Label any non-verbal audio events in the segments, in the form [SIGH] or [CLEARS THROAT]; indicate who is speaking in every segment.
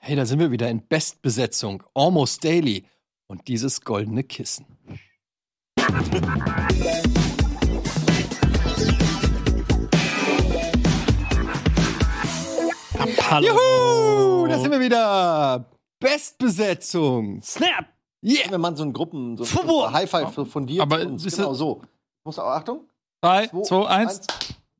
Speaker 1: Hey, da sind wir wieder in Bestbesetzung, Almost Daily und dieses goldene Kissen. Juhu, da sind wir wieder. Bestbesetzung.
Speaker 2: Snap!
Speaker 1: Yeah.
Speaker 3: wenn man so einen Gruppen, so
Speaker 2: Fubo!
Speaker 3: ein High-Five von- von dir
Speaker 2: Aber
Speaker 3: zu uns.
Speaker 2: siehst du-
Speaker 3: genau so. Muss auch Achtung.
Speaker 2: 3,
Speaker 3: Zwei,
Speaker 2: 2, 1.
Speaker 3: eins.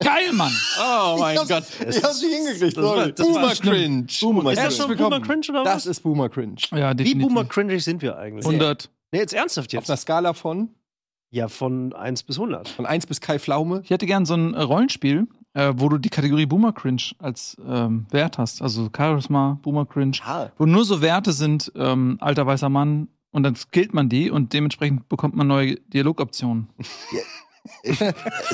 Speaker 2: Geil, Mann!
Speaker 1: Oh mein
Speaker 3: Ich
Speaker 1: Gott.
Speaker 3: hab's- Ich hab sie hingekriegt,
Speaker 4: das war-
Speaker 3: sorry.
Speaker 4: das war
Speaker 1: Boomer
Speaker 2: schlimm.
Speaker 1: Cringe.
Speaker 3: Boomer
Speaker 4: Ist das
Speaker 1: Herzlich
Speaker 4: schon
Speaker 1: willkommen.
Speaker 4: Boomer Cringe oder
Speaker 1: Das
Speaker 4: was?
Speaker 1: ist Boomer Cringe.
Speaker 2: Ja,
Speaker 4: Wie
Speaker 2: definitiv. äh,
Speaker 4: Boomer Cringig sind wir eigentlich?
Speaker 2: 100.
Speaker 4: Nee, jetzt ernsthaft
Speaker 1: Auf einer
Speaker 4: jetzt.
Speaker 1: Skala von,
Speaker 4: Ja, von 1 bis 100.
Speaker 1: von 1 bis Kai Pflaume.
Speaker 2: Ich hätte gern so ein äh, Rollenspiel, äh, wo du die Kategorie Boomer Cringe als ähm, Wert hast. Also Charisma, Boomer Cringe.
Speaker 3: Ah,
Speaker 2: Wo nur so Werte sind, ähm, alter weißer Mann. Und dann skillt man die und dementsprechend bekommt man neue Dialogoptionen.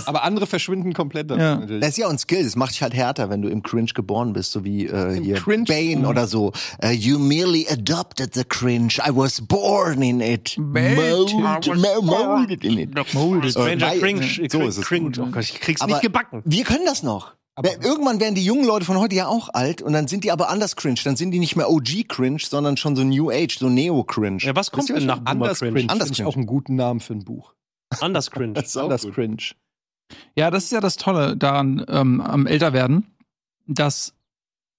Speaker 1: Aber andere verschwinden komplett
Speaker 2: Ja.
Speaker 1: davon. natürlich.
Speaker 5: Das ist ja ein Skill, das macht dich halt härter, wenn du im Cringe geboren bist, so wie äh,
Speaker 1: Im
Speaker 5: hier
Speaker 1: Cringe. Mhm.
Speaker 5: Bane oder so. Äh, you merely adopted the cringe. I was born in it. Mold, mo- molded in it.
Speaker 4: Stranger
Speaker 5: bei-
Speaker 4: Cringe.
Speaker 5: so ist es.
Speaker 4: Cringe. Oh Gott, ich krieg's
Speaker 5: Aber-
Speaker 4: nicht gebacken.
Speaker 5: Wir können das noch.
Speaker 1: Aber-
Speaker 5: Wer- Irgendwann werden die jungen Leute von heute ja auch alt und dann sind die aber anders cringe. Dann sind die nicht mehr OG cringe, sondern schon so New Age, so Neo cringe.
Speaker 4: Ja, was kommt
Speaker 5: Wisst ihr,
Speaker 4: denn nach Boomer
Speaker 1: Anders Cringe.
Speaker 4: Cringe?
Speaker 1: Anders
Speaker 5: Anders
Speaker 1: Cringe.
Speaker 5: Cringe.
Speaker 1: auch einen guten Namen für ein Buch.
Speaker 4: Anders Cringe.
Speaker 5: ist auch
Speaker 1: Anders
Speaker 5: gut.
Speaker 1: Cringe.
Speaker 2: Ja, das ist ja das Tolle daran, ähm, am Älterwerden, dass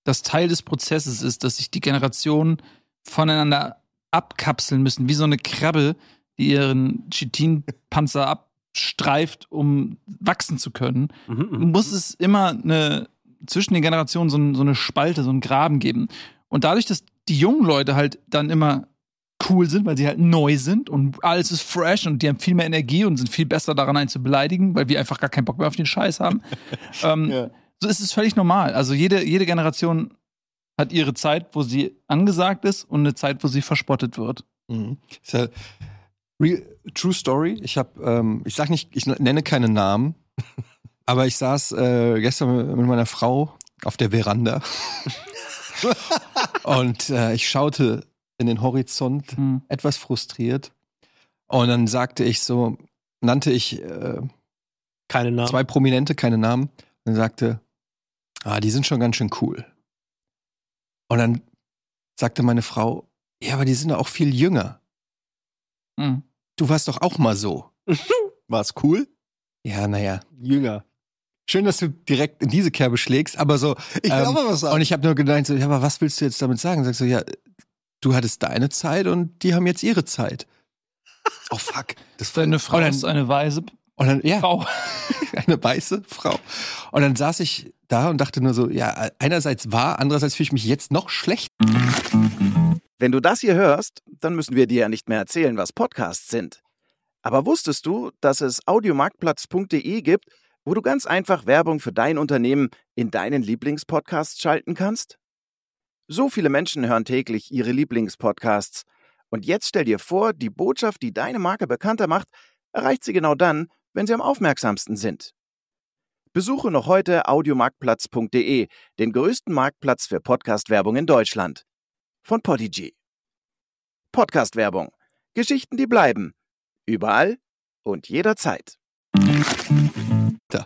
Speaker 2: das Teil des Prozesses ist, dass sich die Generationen voneinander abkapseln müssen, wie so eine Krabbe, die ihren Chitinpanzer abstreift, um wachsen zu können.
Speaker 4: Mhm, mhm.
Speaker 2: Muss es immer eine, zwischen den Generationen so, ein, so eine Spalte, so einen Graben geben. Und dadurch, dass die jungen Leute halt dann immer cool sind, weil sie halt neu sind und alles ist fresh und die haben viel mehr Energie und sind viel besser daran, einen zu beleidigen, weil wir einfach gar keinen Bock mehr auf den
Speaker 1: [LAUGHS]
Speaker 2: Scheiß haben. ähm,
Speaker 5: Ja.
Speaker 2: So ist es völlig normal. Also jede, jede Generation hat ihre Zeit, wo sie angesagt ist und eine Zeit, wo sie verspottet wird.
Speaker 1: Mhm. Ist ja real, true Story. Ich habe, ähm, ich sag nicht, ich nenne keine Namen, aber ich saß äh, gestern mit meiner Frau auf der Veranda und äh, ich schaute in den Horizont
Speaker 2: Hm.
Speaker 1: etwas frustriert und dann sagte ich so, nannte ich äh,
Speaker 4: Keine Namen.
Speaker 1: zwei Prominente, keine Namen, und sagte, ah, die sind schon ganz schön cool. Und dann sagte meine Frau, ja, aber die sind ja auch viel jünger.
Speaker 2: Hm.
Speaker 1: du warst doch auch mal [LAUGHS] so.
Speaker 5: War's cool?
Speaker 1: Ja, naja.
Speaker 4: Jünger.
Speaker 1: Schön, dass du direkt in diese Kerbe schlägst, aber so.
Speaker 5: Ich
Speaker 1: Ähm,
Speaker 5: will auch mal was
Speaker 1: Und
Speaker 5: sagen.
Speaker 1: ich habe nur gedacht, so, ja, aber was willst du jetzt damit sagen? Sagst du, ja, du hattest deine Zeit und die haben jetzt ihre Zeit. Oh fuck. Das war
Speaker 2: Deine Frau
Speaker 1: Und dann,
Speaker 2: ist eine weise
Speaker 1: und dann ja, [LAUGHS]
Speaker 2: Frau.
Speaker 1: eine weiße Frau. Und dann saß ich da und dachte nur so, ja, einerseits war, andererseits fühle ich mich jetzt noch schlecht.
Speaker 6: Wenn du das hier hörst, dann müssen wir dir ja nicht mehr erzählen, was Podcasts sind. Aber wusstest du, dass es audiomarktplatz.de gibt, wo du ganz einfach Werbung für dein Unternehmen in deinen Lieblingspodcasts schalten kannst? So viele Menschen hören täglich ihre Lieblingspodcasts. Und jetzt stell dir vor, die Botschaft, die deine Marke bekannter macht, erreicht sie genau dann, wenn sie am aufmerksamsten sind. Besuche noch heute audiomarktplatz.de, den größten Marktplatz für Podcast-Werbung in Deutschland von Podigy. Podcast-Werbung. Geschichten, die bleiben. Überall und jederzeit.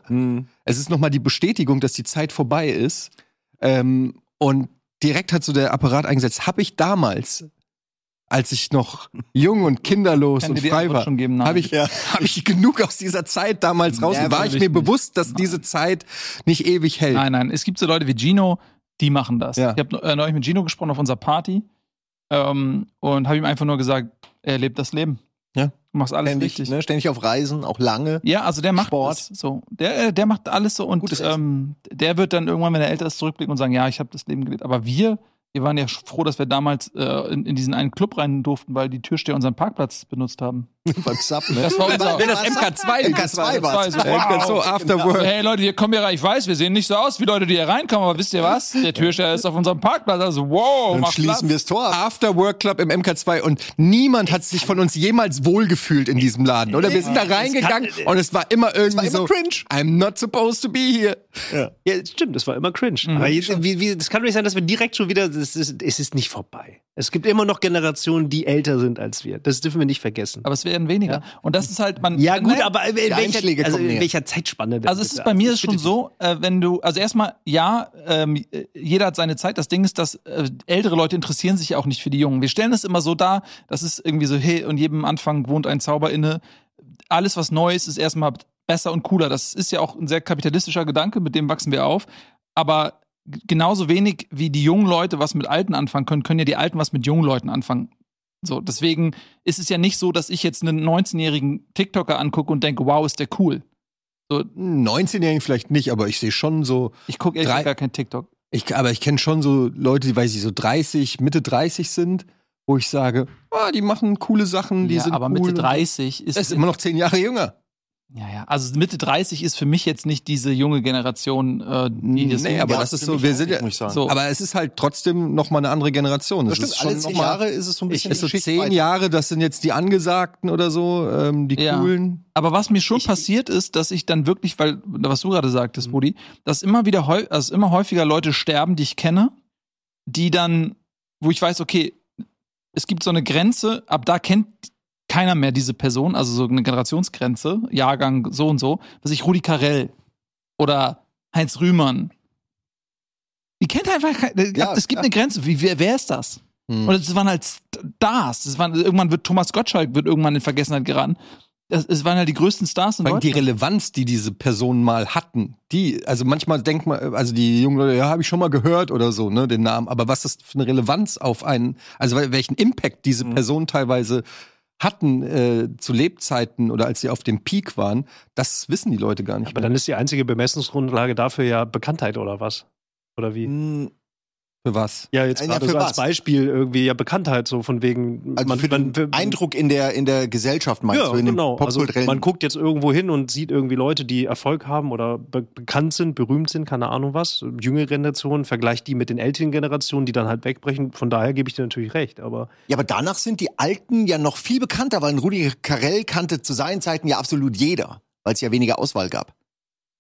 Speaker 5: Hm.
Speaker 1: Es ist nochmal die Bestätigung, dass die Zeit vorbei ist. Ähm, und direkt hat so der Apparat eingesetzt. Habe ich damals, als ich noch jung und kinderlos
Speaker 2: Kann
Speaker 1: und
Speaker 2: dir die
Speaker 1: frei
Speaker 2: Antwort
Speaker 1: war,
Speaker 2: schon geben, nein.
Speaker 1: habe ich,
Speaker 5: Ja.
Speaker 1: hab ich genug aus dieser Zeit damals raus? und war ich mir
Speaker 2: Natürlich nicht.
Speaker 1: bewusst, dass diese Zeit nicht ewig hält?
Speaker 2: Nein, nein. Es gibt so Leute wie Gino, die machen das.
Speaker 1: Ja.
Speaker 2: Ich habe äh, neulich mit Gino gesprochen auf unserer Party ähm, und habe ihm einfach nur gesagt, er lebt das Leben.
Speaker 1: Ja.
Speaker 2: Du machst alles
Speaker 5: Ständig,
Speaker 2: richtig.
Speaker 5: ne? Ständig auf Reisen, auch lange.
Speaker 2: Ja, also der macht
Speaker 5: Sport.
Speaker 2: das so. Der, äh, der macht alles so und
Speaker 5: Gutes
Speaker 2: ähm, der wird dann irgendwann, wenn er älter ist, zurückblicken und sagen, ja, ich habe das Leben gelebt. Aber wir, wir waren ja froh, dass wir damals äh, in, in diesen einen Club rein durften, weil die Türsteher unseren Parkplatz benutzt haben.
Speaker 5: Beim Sub, ne?
Speaker 2: Das war
Speaker 1: [LAUGHS]
Speaker 2: unser-
Speaker 1: Wenn das MK2
Speaker 5: MK2
Speaker 1: war.
Speaker 5: war.
Speaker 2: Das
Speaker 1: Äh, ganz so after
Speaker 5: Genau.
Speaker 1: work.
Speaker 2: Hey Leute, wir kommen hier rein. Ich weiß, wir sehen nicht so aus wie Leute, die hier reinkommen, aber wisst ihr was? Der Türsteher ist auf unserem Parkplatz. Also, wow,
Speaker 5: Dann
Speaker 2: macht
Speaker 5: schließen wir
Speaker 2: Platz.
Speaker 5: das Tor ab.
Speaker 1: After Work Club im MK2 und niemand hat sich von uns jemals wohlgefühlt in diesem Laden, oder? Wir sind da reingegangen und es war immer irgendwie
Speaker 5: immer
Speaker 1: so,
Speaker 5: cringe.
Speaker 1: I'm not supposed to be here.
Speaker 4: Ja, stimmt, das war immer cringe. Aber jetzt, wie, wie, das kann doch nicht sein, dass wir direkt schon wieder. Das ist, es ist nicht vorbei. Es gibt immer noch Generationen, die älter sind als wir. Das dürfen wir nicht vergessen.
Speaker 2: Aber es werden weniger. Und das ist halt, man.
Speaker 4: Ja, gut,
Speaker 2: Nein,
Speaker 4: aber in, welcher,
Speaker 5: Einschläge
Speaker 4: also
Speaker 5: kommen
Speaker 4: in
Speaker 5: näher.
Speaker 4: welcher Zeitspanne? denn
Speaker 2: Also es
Speaker 4: bitte?
Speaker 2: ist bei mir
Speaker 4: Also
Speaker 2: schon
Speaker 4: bitte.
Speaker 2: so, äh, wenn du, also erstmal, ja, ähm, äh, jeder hat seine Zeit. Das Ding ist, dass äh, ältere Leute interessieren sich ja auch nicht für die Jungen. Wir stellen es immer so dar, das ist irgendwie so, hey, und jedem Anfang wohnt ein Zauber inne. Alles, was neu ist, ist erstmal besser und cooler. Das ist ja auch ein sehr kapitalistischer Gedanke, mit dem wachsen wir auf. Aber g- genauso wenig wie die jungen Leute was mit Alten anfangen können, können ja die Alten was mit jungen Leuten anfangen. So, deswegen ist es ja nicht so, dass ich jetzt einen 19-jährigen TikToker angucke und denke, wow, ist der cool.
Speaker 1: 19-Jährigen vielleicht nicht, aber ich sehe schon so,
Speaker 2: Ich gucke ehrlich
Speaker 1: Drei-
Speaker 2: gesagt gar kein TikTok.
Speaker 1: ich, aber ich kenne schon so Leute, die, weiß ich, so 30, Mitte 30 sind, wo ich sage, ah, die machen coole Sachen, die
Speaker 2: ja,
Speaker 1: sind
Speaker 2: aber
Speaker 1: cool.
Speaker 2: Mitte 30 ist,
Speaker 1: Das ist immer noch 10 Jahre jünger.
Speaker 2: ja, ja. Also Mitte 30 ist für mich jetzt nicht diese junge Generation, äh, die das
Speaker 1: Nee, aber
Speaker 2: Ja,
Speaker 1: das ist so, wir sind ja,
Speaker 5: muss ich sagen.
Speaker 2: so.
Speaker 1: aber es ist halt trotzdem noch mal eine andere Generation. Das
Speaker 5: Das stimmt,
Speaker 1: ist
Speaker 5: alle
Speaker 1: schon
Speaker 5: zehn
Speaker 1: noch mal-
Speaker 5: Jahre ist es so ein
Speaker 1: Ich,
Speaker 5: bisschen
Speaker 1: ist so zehn
Speaker 5: Schichtweite.
Speaker 1: Jahre, das sind jetzt die Angesagten oder so, ähm, die
Speaker 2: Ja.
Speaker 1: coolen.
Speaker 2: aber was mir schon
Speaker 1: Ich-
Speaker 2: passiert ist, dass ich dann wirklich, weil was du gerade sagtest, Budi, dass immer wieder häu also immer häufiger Leute sterben, die ich kenne, die dann, wo ich weiß, okay, es gibt so eine Grenze, ab da kennt keiner mehr diese Person, also so eine Generationsgrenze, Jahrgang so und so, was ich Rudi Carell oder Heinz Rühmann. Die kennt einfach, kein-
Speaker 1: Ja,
Speaker 2: ab- es gibt
Speaker 1: ja.
Speaker 2: eine Grenze. Wie, wer, wer ist das?
Speaker 1: Hm.
Speaker 2: Und es waren halt Stars. Es waren, irgendwann wird Thomas Gottschalk wird irgendwann in Vergessenheit geraten. Das, es waren halt die größten Stars in
Speaker 1: Vor allem die
Speaker 2: Deutschland.
Speaker 1: Relevanz, die diese Personen mal hatten, die, also manchmal denkt man, also die jungen Leute, ja, habe ich schon mal gehört oder so, ne, den Namen, aber was das für eine Relevanz auf einen, also wel- welchen Impact diese Personen teilweise hatten äh, zu Lebzeiten oder als sie auf dem Peak waren, das wissen die Leute gar nicht.
Speaker 4: Aber
Speaker 1: mehr.
Speaker 4: dann ist die einzige Bemessungsgrundlage dafür ja Bekanntheit oder was? Oder wie?
Speaker 5: Hm,
Speaker 1: für was?
Speaker 4: Ja, jetzt
Speaker 5: Ja,
Speaker 4: gerade
Speaker 5: für
Speaker 4: so als
Speaker 5: was?
Speaker 4: Beispiel irgendwie ja Bekanntheit, so von wegen.
Speaker 5: Also für den
Speaker 4: für-
Speaker 5: Eindruck in der, in der Gesellschaft meinst
Speaker 4: ja,
Speaker 5: du, in dem
Speaker 4: genau. Also
Speaker 5: popkulturellen
Speaker 4: man guckt jetzt irgendwo hin und sieht irgendwie Leute, die Erfolg haben oder be bekannt sind, berühmt sind, keine Ahnung was. Jüngere Generationen, vergleicht die mit den älteren Generationen, die dann halt wegbrechen. Von daher gebe ich dir natürlich recht. Aber
Speaker 5: Ja, aber danach sind die Alten ja noch viel bekannter, weil ein Rudi Carell kannte zu seinen Zeiten ja absolut jeder, weil es ja weniger Auswahl gab.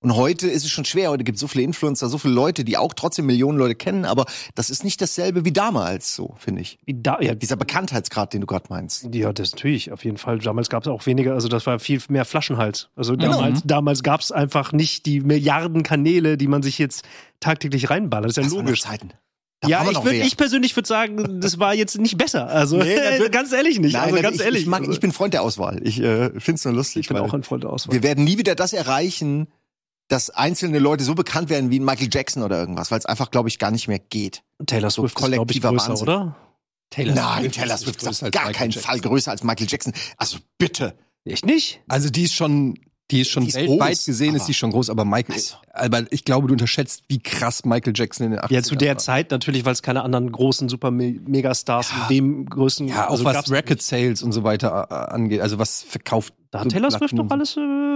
Speaker 5: Und heute ist es schon schwer, heute gibt es so viele Influencer, so viele Leute, die auch trotzdem Millionen Leute kennen, aber das ist nicht dasselbe wie damals so, finde ich.
Speaker 4: wie da, ja,
Speaker 5: Dieser Bekanntheitsgrad, den du gerade meinst.
Speaker 4: Ja, das natürlich, auf jeden Fall. Damals gab es auch weniger, also das war viel mehr Flaschenhals.
Speaker 5: Mhm.
Speaker 4: Also damals, damals gab es einfach nicht die Milliarden Kanäle, die man sich jetzt tagtäglich reinballert. Das ist ja
Speaker 5: Das waren noch
Speaker 4: logisch.
Speaker 5: Zeiten. Da
Speaker 4: Ja,
Speaker 5: war man
Speaker 4: ich,
Speaker 5: noch
Speaker 4: würd,
Speaker 5: wer.
Speaker 4: ich persönlich würde sagen, das war jetzt nicht besser. Also
Speaker 5: Nee,
Speaker 4: [LAUGHS]
Speaker 5: natürlich-
Speaker 4: ganz ehrlich nicht.
Speaker 5: Nein,
Speaker 4: also
Speaker 5: nein,
Speaker 4: ganz
Speaker 5: ich,
Speaker 4: ehrlich.
Speaker 5: Ich, mag,
Speaker 4: also,
Speaker 5: ich bin Freund der Auswahl. Ich äh, finde es nur lustig.
Speaker 4: ich bin
Speaker 5: weil
Speaker 4: auch ein Freund der Auswahl.
Speaker 5: wir werden nie wieder das erreichen, dass einzelne Leute so bekannt werden wie ein Michael Jackson oder irgendwas, weil es einfach, glaube ich, gar nicht mehr geht.
Speaker 4: Taylor
Speaker 5: so
Speaker 4: Swift ist, glaube ich,
Speaker 5: kollektiver
Speaker 4: größer,
Speaker 5: Wahnsinn.
Speaker 4: oder?
Speaker 1: Taylor
Speaker 5: Nein, Taylor Swift ist
Speaker 4: halt
Speaker 5: auf gar keinen Fall größer als Michael Jackson. Also bitte.
Speaker 4: Echt nicht?
Speaker 1: Also die ist schon, die ist schon
Speaker 5: Die ist
Speaker 1: weltweit
Speaker 5: groß,
Speaker 1: gesehen, ist
Speaker 5: aber-
Speaker 1: die schon groß, aber Michael,
Speaker 5: Also.
Speaker 1: aber ich glaube, du unterschätzt, wie krass Michael Jackson in den 80ern
Speaker 4: Ja, zu der
Speaker 1: war.
Speaker 4: Zeit natürlich, weil es keine anderen großen Super-Megastars
Speaker 1: Ja.
Speaker 4: in dem größten...
Speaker 1: Ja, auch
Speaker 4: also
Speaker 1: was
Speaker 4: gab's-
Speaker 1: Record Sales und so weiter äh, angeht, also was verkauft.
Speaker 4: Da
Speaker 1: so
Speaker 4: hat Taylor Swift
Speaker 1: Platten und
Speaker 4: doch
Speaker 1: so.
Speaker 4: alles... Äh,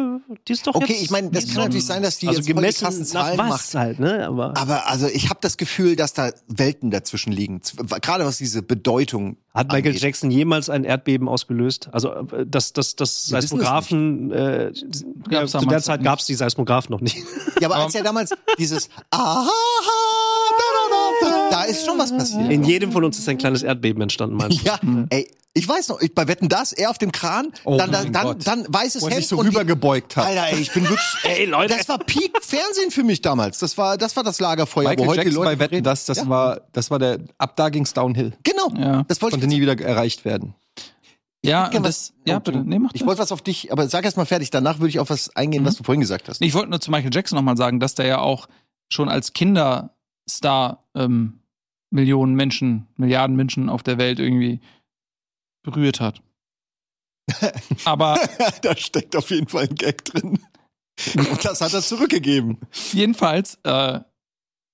Speaker 4: die ist doch
Speaker 5: Okay,
Speaker 4: jetzt
Speaker 5: ich meine, das
Speaker 4: nicht
Speaker 5: kann
Speaker 4: so-
Speaker 5: natürlich sein, dass die
Speaker 4: also
Speaker 5: jetzt voll die
Speaker 4: gemessen
Speaker 5: krassen
Speaker 4: nach
Speaker 5: Zahlen
Speaker 4: was
Speaker 5: macht.
Speaker 4: halt, ne? Aber,
Speaker 5: Aber also ich habe das Gefühl, dass da Welten dazwischen liegen. Z- Gerade was diese Bedeutung
Speaker 4: Hat Michael
Speaker 5: angeht.
Speaker 4: Jackson jemals ein Erdbeben ausgelöst? Also äh, das, das, das
Speaker 1: Wir wissen es
Speaker 4: Seismographen, äh, ja,
Speaker 2: Gab's
Speaker 4: zu der
Speaker 2: damals
Speaker 4: Zeit
Speaker 2: nicht.
Speaker 4: gab es die Seismographen noch nicht.
Speaker 5: Ja, aber als
Speaker 4: Ähm.
Speaker 5: ja damals dieses Aha, da, da, da, da ist schon was passiert.
Speaker 4: In jedem von uns ist ein kleines Erdbeben entstanden, meinst du?
Speaker 5: Ja, ey, ich weiß noch, ich, bei Wetten das, er auf dem Kran,
Speaker 1: Oh
Speaker 5: dann, dann,
Speaker 1: mein
Speaker 5: dann,
Speaker 1: Gott.
Speaker 5: dann weißes
Speaker 1: Wo er
Speaker 5: Hemd
Speaker 1: sich so
Speaker 5: und die-
Speaker 1: rübergebeugt hat.
Speaker 5: Alter, ey, ich bin wirklich. [LAUGHS]
Speaker 1: [LAUGHS]
Speaker 5: Ey,
Speaker 4: Leute.
Speaker 5: Das war Peak Fernsehen für mich damals. Das war das, war das Lagerfeuer,
Speaker 1: Michael
Speaker 5: wo heute die
Speaker 1: Jackson
Speaker 5: Leute.
Speaker 1: bei Wetten, das, das war, das war der, ab da ging's downhill.
Speaker 5: genau,
Speaker 2: Ja.
Speaker 5: das wollte ich.
Speaker 1: Konnte nie wieder erreicht werden.
Speaker 2: Ja,
Speaker 5: gerne
Speaker 2: und das,
Speaker 5: was-
Speaker 2: ja,
Speaker 5: Oh,
Speaker 2: bitte. Nee, mach
Speaker 5: Ich
Speaker 2: das.
Speaker 5: wollte was auf dich, aber sag erst mal fertig. Danach würde ich auf was eingehen,
Speaker 1: Mhm.
Speaker 5: was du vorhin gesagt hast.
Speaker 2: Ich wollte nur zu Michael Jackson nochmal sagen, dass der ja auch schon als Kinderstar ähm, Millionen Menschen, Milliarden Menschen auf der Welt irgendwie berührt
Speaker 1: [LAUGHS]
Speaker 2: hat. Aber
Speaker 5: [LAUGHS] da steckt auf jeden Fall ein Gag drin. Das hat er zurückgegeben.
Speaker 2: jedenfalls, äh,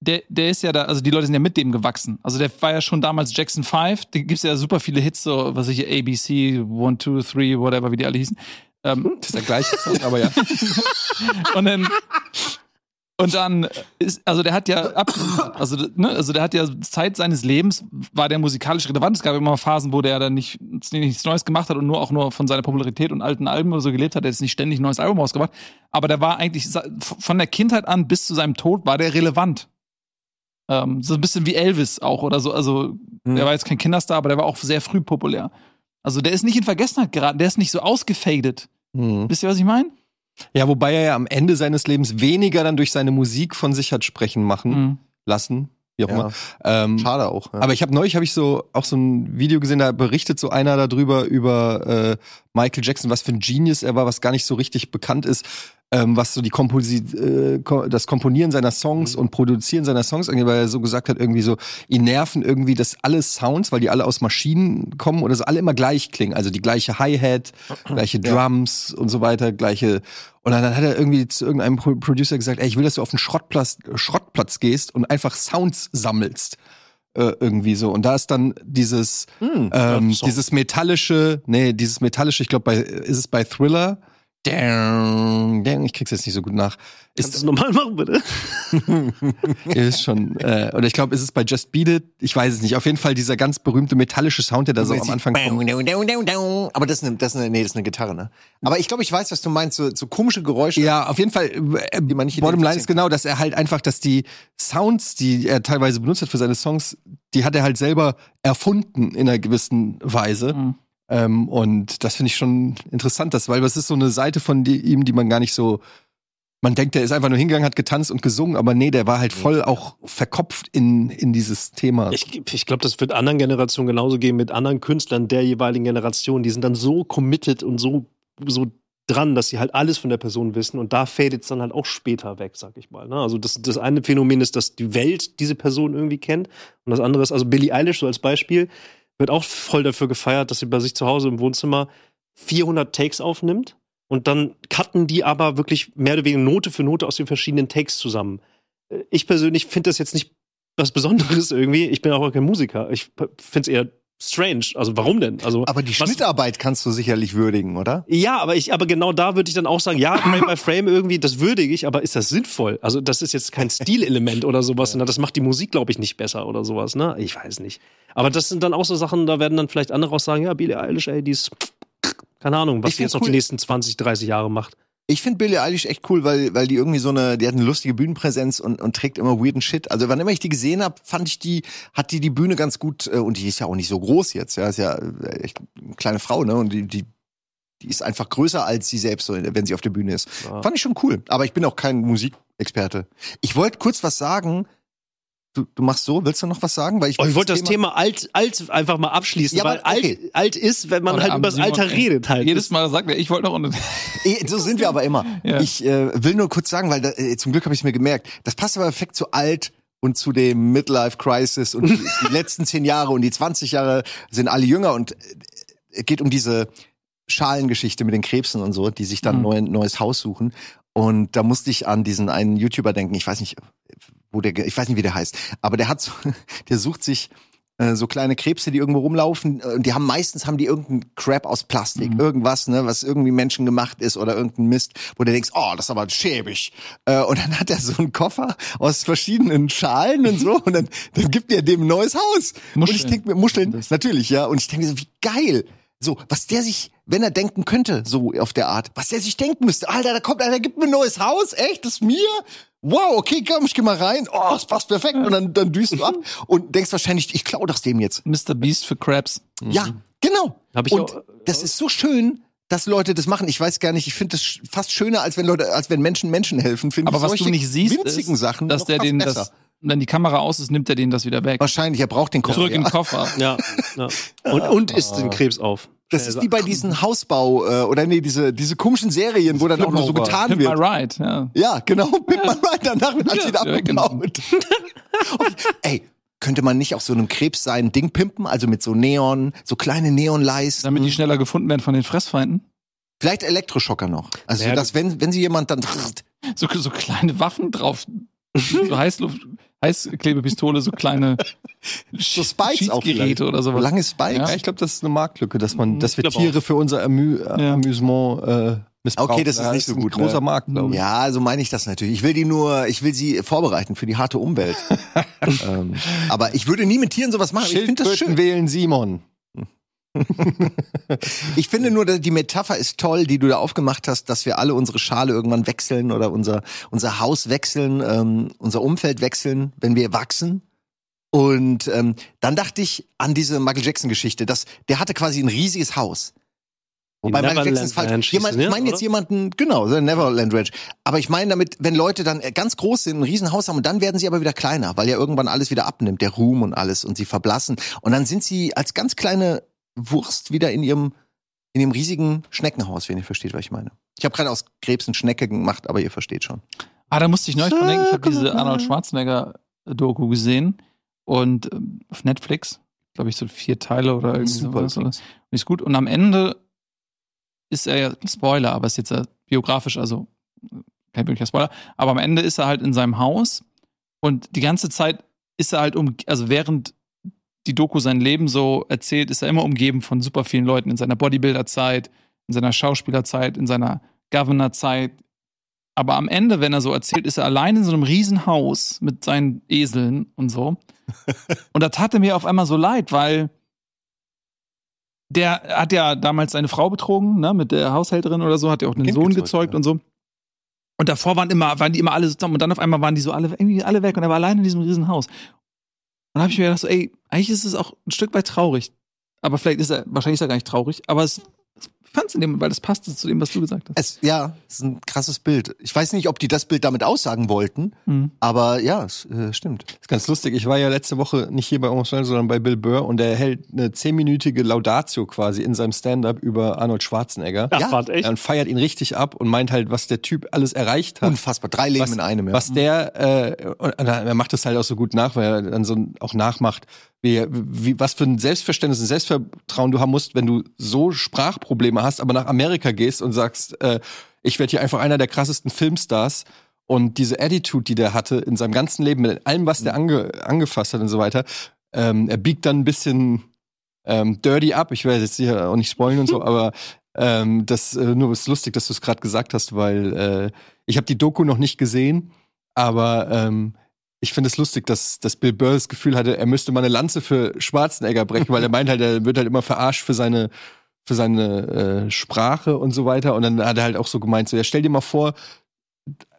Speaker 2: der, der ist ja da, also die Leute sind ja mit dem gewachsen. Also der war ja schon damals Jackson 5, da gibt's ja super viele Hits, so was weiß ich, ABC, 1, 2, 3, whatever, wie die alle hießen. Ähm,
Speaker 1: Das ist der gleiche Song, aber
Speaker 5: [LAUGHS]
Speaker 1: ja.
Speaker 2: Und dann. Und dann ist, also der hat ja ab, also, ne, also der hat ja Zeit seines Lebens war der musikalisch relevant. Es gab immer Phasen, wo der dann nicht, nichts Neues gemacht hat und nur auch nur von seiner Popularität und alten Alben oder so gelebt hat. Er hat jetzt nicht ständig ein neues Album rausgebracht. Aber der war eigentlich sa- von der Kindheit an bis zu seinem Tod war der relevant. Ähm, so ein bisschen wie Elvis auch oder so. Also der war jetzt kein Kinderstar, aber der war auch sehr früh populär. Also der ist nicht in Vergessenheit geraten, der ist nicht so ausgefadet.
Speaker 1: Mhm.
Speaker 2: Wisst ihr, was ich meine?
Speaker 1: Ja, wobei er ja am Ende seines Lebens weniger dann durch seine Musik von sich hat sprechen machen
Speaker 2: Mhm.
Speaker 1: lassen, wie auch
Speaker 5: Ja.
Speaker 1: immer. Ähm,
Speaker 5: Schade auch. Ja.
Speaker 1: Aber ich habe neulich habe ich so auch so ein Video gesehen, da berichtet so einer darüber über äh, Michael Jackson, was für ein Genius er war, was gar nicht so richtig bekannt ist, ähm, was so die Komposi äh, ko das Komponieren seiner Songs und Produzieren seiner Songs angeht, weil er so gesagt hat irgendwie so, ihn nerven irgendwie, dass alle Sounds, weil die alle aus Maschinen kommen oder so alle immer gleich klingen, also die gleiche Hi-Hat, gleiche Drums und so weiter, gleiche und dann hat er irgendwie zu irgendeinem Pro Producer gesagt, ey, ich will, dass du auf den Schrottplatz, Schrottplatz gehst und einfach Sounds sammelst äh, irgendwie so. Und da ist dann dieses, ähm, dieses metallische, nee, dieses metallische, ich glaube, bei ist es bei Thriller. Dang, dang, ich krieg's jetzt nicht so gut nach.
Speaker 4: Kannst du es
Speaker 1: Ist,
Speaker 4: normal machen, bitte?
Speaker 1: [LAUGHS] ist schon, äh, oder ich glaube, ist es bei Just Beat It? Ich weiß es nicht. Auf jeden Fall dieser ganz berühmte metallische Sound, der da so am Anfang kommt.
Speaker 5: Aber das ist, eine, das, ist eine, nee, das ist eine Gitarre, ne? Aber ich glaube, ich weiß, was du meinst. So, so komische Geräusche.
Speaker 1: Ja, auf jeden Fall. Äh,
Speaker 5: Die man nicht
Speaker 1: Bottomline
Speaker 5: identifizieren
Speaker 1: ist genau, dass er halt einfach, dass die Sounds, die er teilweise benutzt hat für seine Songs, die hat er halt selber erfunden in einer gewissen Weise.
Speaker 2: Mhm.
Speaker 1: Ähm, und das finde ich schon interessant, das, weil das ist so eine Seite von die, ihm, die man gar nicht so. Man denkt, der ist einfach nur hingegangen, hat getanzt und gesungen, aber nee, der war halt voll auch verkopft in, in dieses Thema.
Speaker 4: Ich, ich glaube, das wird anderen Generationen genauso gehen mit anderen Künstlern der jeweiligen Generation. Die sind dann so committed und so, so dran, dass sie halt alles von der Person wissen. Und da fadet es dann halt auch später weg, sag ich mal. Ne? Also das, das eine Phänomen ist, dass die Welt diese Person irgendwie kennt. Und das andere ist, also Billie Eilish so als Beispiel, wird auch voll dafür gefeiert, dass sie bei sich zu Hause im Wohnzimmer 400 Takes aufnimmt. Und dann cutten die aber wirklich mehr oder weniger Note für Note aus den verschiedenen Takes zusammen. Äh, Ich persönlich finde das jetzt nicht was Besonderes irgendwie. Ich bin auch kein Musiker. Ich finde es eher strange. Also warum denn? Also
Speaker 5: Aber die
Speaker 4: was-
Speaker 5: Schnittarbeit kannst du sicherlich würdigen, oder?
Speaker 4: ja, aber ich, aber genau da würde ich dann auch sagen,
Speaker 5: [LAUGHS]
Speaker 4: ja, Frame by Frame irgendwie, das würdige ich, aber ist das sinnvoll? Also das ist jetzt kein Stilelement oder
Speaker 5: [LAUGHS]
Speaker 4: sowas, und das macht die Musik, glaube ich, nicht besser oder sowas, ne? Ich weiß nicht. Aber das sind dann auch so Sachen, da werden dann vielleicht andere auch sagen, ja, Billie Eilish, ey, die ist, keine Ahnung, was
Speaker 5: Ich
Speaker 4: die jetzt
Speaker 5: find
Speaker 4: noch die
Speaker 5: cool-
Speaker 4: nächsten 20, 30 Jahre macht.
Speaker 5: Ich finde Billie Eilish echt cool, weil, weil die irgendwie so eine, die hat eine lustige Bühnenpräsenz und, und trägt immer weirden Shit. Also wann immer ich die gesehen habe, fand ich die, hat die die Bühne ganz gut, äh, und die ist ja auch nicht so groß jetzt, ja, ist ja äh, echt eine kleine Frau, ne, und die, die, die ist einfach größer als sie selbst, so, wenn sie auf der Bühne ist.
Speaker 4: Ja.
Speaker 5: Fand ich schon cool, aber ich bin auch kein Musikexperte. Ich wollte kurz was sagen. Du, du machst so, willst du noch was sagen? Weil ich,
Speaker 4: Oh, ich wollte das Thema alt, alt einfach mal abschließen,
Speaker 5: Ja,
Speaker 4: weil
Speaker 5: aber- okay.
Speaker 4: alt, alt ist, wenn man
Speaker 2: Oder
Speaker 4: halt
Speaker 2: am
Speaker 4: über das
Speaker 2: Simon-
Speaker 4: Alter redet halt.
Speaker 2: Jedes Mal sagt er, ich wollte noch unter. [LAUGHS]
Speaker 5: Eh, So sind wir aber immer.
Speaker 2: Ja.
Speaker 5: Ich äh, will nur kurz sagen, weil da, äh, zum Glück habe ich es mir gemerkt. Das passt aber perfekt zu alt und zu dem Midlife Crisis und die, die letzten zehn Jahre und die 20 Jahre sind alle jünger und äh, es geht um diese Schalengeschichte mit den Krebsen und so, die sich dann
Speaker 2: Mhm.
Speaker 5: neu, neues Haus suchen. Und da musste ich an diesen einen YouTuber denken. Ich weiß nicht, wo der, ge- ich weiß nicht, wie der heißt. Aber der hat, so, [LAUGHS] der sucht sich äh, so kleine Krebse, die irgendwo rumlaufen äh, und die haben meistens haben die irgendeinen Crap aus Plastik,
Speaker 2: Mhm.
Speaker 5: irgendwas, ne, was irgendwie Menschen gemacht ist oder irgendein Mist, wo du denkst, oh, das ist aber schäbig. Äh, und dann hat er so einen Koffer aus verschiedenen Schalen und
Speaker 2: [LAUGHS]
Speaker 5: so und dann, dann gibt er dem ein neues Haus.
Speaker 2: Muscheln.
Speaker 5: Und ich denk mir, Muscheln, natürlich, ja. Und ich denke so, wie geil. So, was der sich, wenn er denken könnte, so auf der Art, was der sich denken müsste. Alter, da kommt einer, gibt mir ein neues Haus, echt, das ist mir? Wow, okay, komm, ich geh mal rein. Oh, es passt perfekt. Und dann, dann düst du ab
Speaker 2: Mhm.
Speaker 5: und denkst wahrscheinlich, ich klau das dem jetzt.
Speaker 2: Mr. Beast für Crabs.
Speaker 5: Ja, genau.
Speaker 4: Hab ich
Speaker 5: und
Speaker 4: auch-
Speaker 2: äh,
Speaker 5: das ist so schön, dass Leute das machen. Ich weiß gar nicht, ich finde das sch- fast schöner, als wenn Leute, als wenn Menschen Menschen helfen. Find
Speaker 2: Aber
Speaker 5: ich
Speaker 2: was
Speaker 5: solche
Speaker 2: du nicht siehst,
Speaker 5: winzigen
Speaker 2: ist,
Speaker 5: Sachen
Speaker 2: dass
Speaker 5: noch
Speaker 2: der
Speaker 5: fast
Speaker 2: den
Speaker 5: besser.
Speaker 2: das, wenn die Kamera aus ist, nimmt er den das wieder weg.
Speaker 5: Wahrscheinlich, er braucht den Kopf.
Speaker 2: Zurück
Speaker 5: ja.
Speaker 2: in den Koffer.
Speaker 4: Ja, ja. Und,
Speaker 5: [LAUGHS]
Speaker 4: und isst
Speaker 5: Ah.
Speaker 4: den Krebs auf.
Speaker 5: Das ist wie bei diesen Hausbau, äh, oder nee, diese, diese komischen Serien, wo dann auch nur so
Speaker 1: Flipper.
Speaker 5: getan
Speaker 2: Pimp my
Speaker 5: wird.
Speaker 2: ride, ja.
Speaker 5: Ja,
Speaker 2: [LAUGHS]
Speaker 5: genau, Pimp My Ride, danach wird alles wieder
Speaker 2: Ja, genau. direkt [LAUGHS]
Speaker 5: abgebaut. Und, ey, könnte man nicht auf so einem Krebs sein Ding pimpen, also mit so Neon, so kleine Neonleisten,
Speaker 2: Damit die schneller gefunden werden von den Fressfeinden.
Speaker 5: vielleicht Elektroschocker noch. Also,
Speaker 4: Ja,
Speaker 5: dass wenn, wenn sie jemand dann,
Speaker 2: So, so kleine Waffen drauf.
Speaker 5: [LAUGHS]
Speaker 2: So Heißluft, Heißklebepistole, so kleine
Speaker 5: so Spikes auch vielleicht.
Speaker 2: Schießgeräte oder sowas.
Speaker 5: Lange Spikes.
Speaker 2: Ja.
Speaker 1: Ja, ich glaube, das ist eine Marktlücke, dass
Speaker 5: Mhm,
Speaker 1: man, dass wir
Speaker 4: glaub auch.
Speaker 1: Tiere für unser Amü Amüsement äh, missbrauchen.
Speaker 5: Okay, das ist
Speaker 1: Ja,
Speaker 5: nicht so
Speaker 1: ein
Speaker 5: gut,
Speaker 1: Großer
Speaker 5: ne?
Speaker 1: Markt, glaube ich.
Speaker 5: Ja, so meine ich das natürlich. Ich will die nur, ich will sie vorbereiten für die harte
Speaker 2: [LAUGHS]
Speaker 5: Umwelt. ähm, aber ich würde nie mit Tieren
Speaker 1: Ah,
Speaker 5: sowas machen. Ich finde das schön.
Speaker 1: Schildkröten wählen Simon.
Speaker 5: Ich finde nur, dass die Metapher ist toll, die du da aufgemacht hast, dass wir alle unsere Schale irgendwann wechseln oder unser, unser Haus wechseln, ähm, unser Umfeld wechseln, wenn wir wachsen. Und ähm, dann dachte ich an diese Michael Jackson-Geschichte, dass der hatte quasi ein riesiges Haus. Wobei Michael Jackson ist falsch.
Speaker 4: Neverland ne?
Speaker 5: Jemand,
Speaker 4: Ranch
Speaker 5: ich meine
Speaker 4: hieß
Speaker 5: jetzt
Speaker 4: es,
Speaker 5: jemanden, genau, The Neverland Ranch. Aber ich meine damit, wenn Leute dann äh, ganz groß sind, ein Riesenhaus haben und dann werden sie aber wieder kleiner, weil ja irgendwann alles wieder abnimmt, der Ruhm und alles und sie verblassen. Und dann sind sie als ganz kleine Wurst wieder in ihrem, in ihrem riesigen Schneckenhaus, wenn ihr versteht, was ich meine. Ich habe gerade aus Krebs eine Schnecke gemacht, aber ihr versteht schon.
Speaker 2: Ah, da musste ich neulich dran denken. Ich habe diese Arnold Schwarzenegger-Doku gesehen und ähm, auf Netflix, glaube ich, so vier Teile oder irgendwie
Speaker 5: Super
Speaker 2: sowas. Oder? Und ist gut. Und am Ende ist er ja, Spoiler, aber ist jetzt äh, biografisch, also äh, kein wirklicher Spoiler, aber am Ende ist er halt in seinem Haus und die ganze Zeit ist er halt um, also während die Doku sein Leben so erzählt, ist er immer umgeben von super vielen Leuten in seiner Bodybuilder-Zeit, in seiner Schauspielerzeit, in seiner Governor-Zeit, aber am Ende, wenn er so erzählt, ist er allein in so einem Riesenhaus mit seinen Eseln
Speaker 5: [LAUGHS]
Speaker 2: und so. Und das hatte mir auf einmal so leid, weil der hat ja damals seine Frau betrogen, ne, mit der Haushälterin oder so, hat ja auch einen
Speaker 5: Kind
Speaker 2: Sohn gezeugt
Speaker 5: gezeugt, ja.
Speaker 2: und so. Und davor waren immer, waren die immer alle zusammen und dann auf einmal waren die so alle, irgendwie alle weg und er war allein in diesem Riesenhaus. Und da habe ich mir gedacht, so, ey, eigentlich ist es auch ein Stück weit traurig. Aber vielleicht ist er, wahrscheinlich ist er gar nicht traurig, aber es, ich fand es in dem, weil das passte zu dem, was du gesagt hast.
Speaker 5: Es, ja, es ist ein krasses Bild. Ich weiß nicht, ob die das Bild damit aussagen wollten,
Speaker 2: Mhm.
Speaker 5: aber ja, es äh, stimmt.
Speaker 1: Ist ganz lustig. Ich war ja letzte Woche nicht hier bei Almost Famous, sondern bei Bill Burr und er hält eine zehnminütige Laudatio quasi in seinem Stand-up über Arnold Schwarzenegger
Speaker 4: Ach,
Speaker 5: Ja.
Speaker 4: warte, echt?
Speaker 1: und feiert ihn richtig ab und meint halt, was der Typ alles erreicht hat.
Speaker 5: Unfassbar. Drei Leben
Speaker 1: was,
Speaker 5: in einem, ja.
Speaker 1: Was der, äh, und, und er macht das halt auch so gut nach, weil er dann so auch nachmacht, wie, wie, was für ein Selbstverständnis und Selbstvertrauen du haben musst, wenn du so Sprachprobleme hast, aber nach Amerika gehst und sagst, äh, ich werde hier einfach einer der krassesten Filmstars. Und diese Attitude, die der hatte in seinem ganzen Leben, mit allem, was
Speaker 5: Mhm.
Speaker 1: der ange, angefasst hat und so weiter, ähm, er biegt dann ein bisschen ähm, dirty ab. Ich werde jetzt hier auch nicht spoilen und so,
Speaker 5: [LAUGHS]
Speaker 1: aber ähm, das äh, nur ist lustig, dass du es gerade gesagt hast, weil äh, ich habe die Doku noch nicht gesehen, aber ähm, ich finde es lustig, dass, dass Bill Burr das Gefühl hatte, er müsste mal eine Lanze für Schwarzenegger brechen, weil er meint halt, er wird halt immer verarscht für seine für seine äh, Sprache und so weiter. Und dann hat er halt auch so gemeint, so, ja, stell dir mal vor,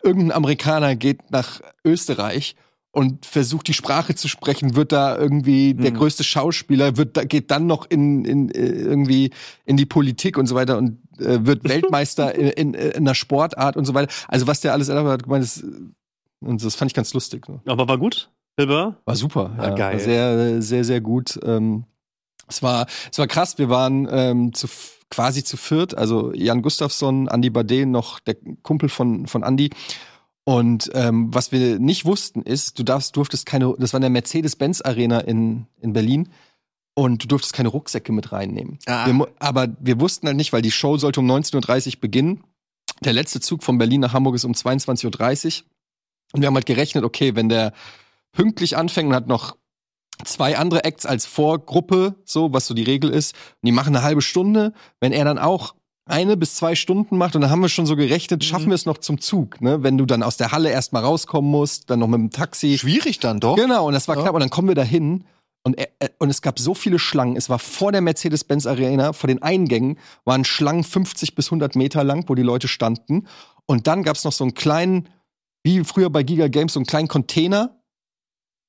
Speaker 1: irgendein Amerikaner geht nach Österreich und versucht die Sprache zu sprechen, wird da irgendwie der
Speaker 4: Mhm.
Speaker 1: größte Schauspieler, wird da, geht dann noch in, in äh, irgendwie in die Politik und so weiter und äh, wird Weltmeister in, in, in einer Sportart und so weiter. Also was der alles erlaubt hat, gemeint ist, äh, und das fand ich ganz lustig. Ne?
Speaker 4: Aber war gut, Silber?
Speaker 1: War super.
Speaker 4: Ah,
Speaker 1: ja.
Speaker 4: geil.
Speaker 1: War sehr, sehr, sehr gut. Ähm, es, war, es war krass. Wir waren ähm, zu, f- quasi zu viert. Also Jan Gustafsson, Andy Bade, noch der Kumpel von, von Andy. Und ähm, was wir nicht wussten ist, du darfst, durftest keine, das war in der Mercedes-Benz-Arena in, in Berlin. Und du durftest keine Rucksäcke mit reinnehmen.
Speaker 5: Ah.
Speaker 1: Wir, mu- aber wir wussten halt nicht, weil die Show sollte um 19.30 Uhr beginnen. Der letzte Zug von Berlin nach Hamburg ist um 22.30 Uhr. Und wir haben halt gerechnet, okay, wenn der pünktlich anfängt und hat noch zwei andere Acts als Vorgruppe, so, was so die Regel ist, und die machen eine halbe Stunde, wenn er dann auch eine bis zwei Stunden macht, und dann haben wir schon so gerechnet, schaffen wir es noch zum Zug, ne? Wenn du dann aus der Halle erstmal rauskommen musst, dann noch mit dem Taxi.
Speaker 5: Schwierig dann doch.
Speaker 1: Genau, und das war knapp. Und dann kommen wir dahin. Und, er, er- und es gab so viele Schlangen. Es war vor der Mercedes-Benz Arena, vor den Eingängen, waren Schlangen 50 bis 100 Meter lang, wo die Leute standen. Und dann gab es noch so einen kleinen, wie früher bei Giga Games, so einen kleinen Container.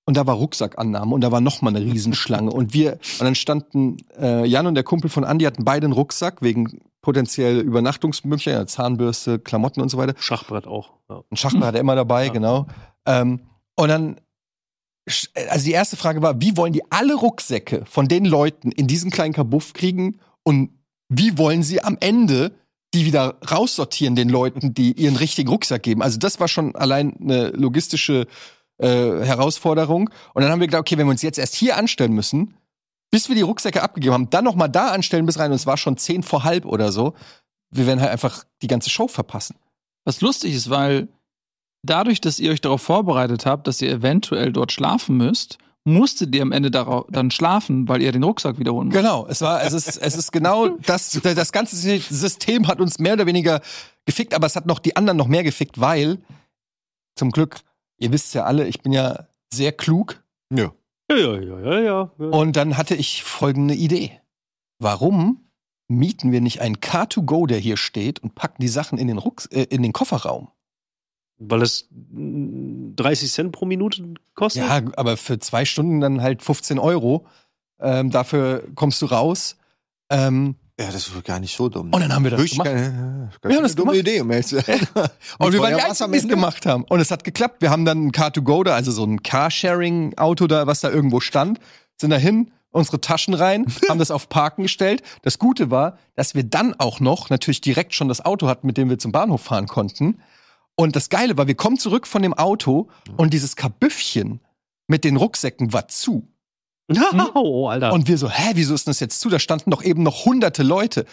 Speaker 1: Und da war Rucksackannahme und da war noch mal eine Riesenschlange. und wir, und dann standen äh, Jan und der Kumpel von Andi hatten beide einen Rucksack wegen potenziell Übernachtungsmöglichkeiten, Zahnbürste, Klamotten und so weiter.
Speaker 4: Schachbrett auch. Ja.
Speaker 1: Ein Schachmann hat er immer dabei,
Speaker 4: Ja.
Speaker 1: genau. Ähm, und dann, sch- also die erste Frage war, wie wollen die alle Rucksäcke von den Leuten in diesen kleinen Kabuff kriegen und wie wollen sie am Ende die wieder raussortieren, den Leuten, die ihren richtigen Rucksack geben? Also das war schon allein eine logistische äh, Herausforderung. Und dann haben wir gedacht, okay, wenn wir uns jetzt erst hier anstellen müssen, bis wir die Rucksäcke abgegeben haben, dann noch mal da anstellen bis rein, und es war schon zehn vor halb oder so, wir werden halt einfach die ganze Show verpassen.
Speaker 2: Was lustig ist, weil dadurch, dass ihr euch darauf vorbereitet habt, dass ihr eventuell dort schlafen müsst, musstet ihr am Ende darau- dann schlafen, weil ihr den Rucksack wiederholen müsst.
Speaker 1: Genau, es war, es ist, es ist genau das, das ganze System hat uns mehr oder weniger gefickt, aber es hat noch die anderen noch mehr gefickt, weil zum Glück, ihr wisst ja alle, ich bin ja sehr klug
Speaker 4: Ja, ja, ja, ja, ja. ja.
Speaker 1: und dann hatte ich folgende Idee. Warum mieten wir nicht einen Car2Go, der hier steht und packen die Sachen in den Rucks äh, in den Kofferraum?
Speaker 4: Weil das mm, 30 Cent pro Minute kostet?
Speaker 1: Ja, aber für zwei Stunden dann halt 15 Euro. Ähm, dafür kommst du raus. Ähm,
Speaker 5: Ja, das ist gar nicht so dumm.
Speaker 1: und dann haben wir das
Speaker 5: Wirklich
Speaker 1: gemacht.
Speaker 5: keine- Ganz
Speaker 1: Wir haben
Speaker 5: schön
Speaker 1: das
Speaker 5: dumme
Speaker 1: gemacht.
Speaker 5: Idee, um ehrlich zu sein.
Speaker 1: [LAUGHS] Und wir waren die
Speaker 5: vorher
Speaker 1: Einzigen, die
Speaker 5: war's
Speaker 1: es
Speaker 5: am Ende.
Speaker 1: gemacht haben. Und es hat geklappt. Wir haben dann ein Car2Go da, also so ein Carsharing-Auto da, was da irgendwo stand, sind da hin, unsere Taschen rein, haben das auf Parken gestellt. Das Gute war, dass wir dann auch noch natürlich direkt schon das Auto hatten, mit dem wir zum Bahnhof fahren konnten. Und das Geile war, wir kommen zurück von dem Auto und dieses Kabüffchen mit den Rucksäcken war zu.
Speaker 4: [LAUGHS] Oh, Alter.
Speaker 1: Und wir so, hä, wieso ist das jetzt zu? Da standen doch eben noch hunderte Leute.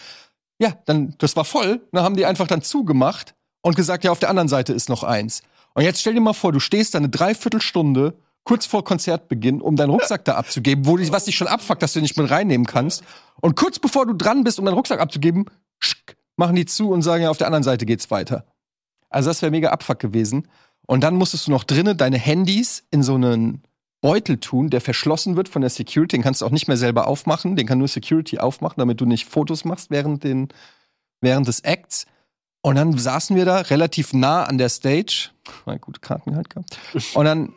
Speaker 1: Ja, dann, das war voll. Dann haben die einfach dann zugemacht und gesagt, ja, auf der anderen Seite ist noch eins. Und jetzt stell dir mal vor, du stehst da eine Dreiviertelstunde kurz vor Konzertbeginn, um deinen Rucksack da abzugeben, wo dich, was dich schon abfuckt, dass du den nicht mit reinnehmen kannst. Und kurz bevor du dran bist, um deinen Rucksack abzugeben, schick, machen die zu und sagen, ja, auf der anderen Seite geht's weiter. Also das wäre mega abfuck gewesen. Und dann musstest du noch drinnen deine Handys in so einen Beutel tun, der verschlossen wird von der Security. Den kannst du auch nicht mehr selber aufmachen. Den kann nur Security aufmachen, damit du nicht Fotos machst während, den, während des Acts. Und dann saßen wir da relativ nah an der Stage. Weil gute Karten halt gehabt. Und dann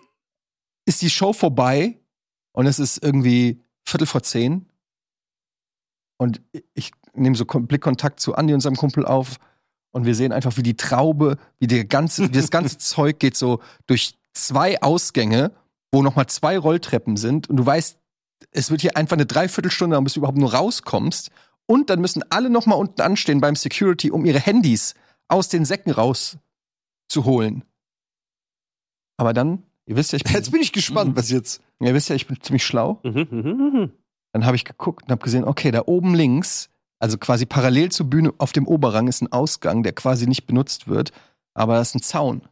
Speaker 1: ist die Show vorbei und es ist irgendwie Viertel vor zehn. Und ich nehme so Kon- Blickkontakt zu Andi und seinem Kumpel auf und wir sehen einfach, wie die Traube, wie, der ganze, wie das ganze Zeug geht so durch zwei Ausgänge wo nochmal zwei Rolltreppen sind und du weißt, es wird hier einfach eine Dreiviertelstunde, bis du überhaupt nur rauskommst. Und dann müssen alle nochmal unten anstehen beim Security, um ihre Handys aus den Säcken rauszuholen. Aber dann, ihr wisst ja, ich bin,
Speaker 5: Jetzt bin ich gespannt,
Speaker 1: Mhm.
Speaker 5: was jetzt.
Speaker 1: ihr wisst ja, ich bin ziemlich schlau.
Speaker 4: Mhm, mhm, mhm.
Speaker 1: Dann habe ich geguckt und habe gesehen, okay, da oben links, also quasi parallel zur Bühne auf dem Oberrang, ist ein Ausgang, der quasi nicht benutzt wird, aber da ist ein Zaun.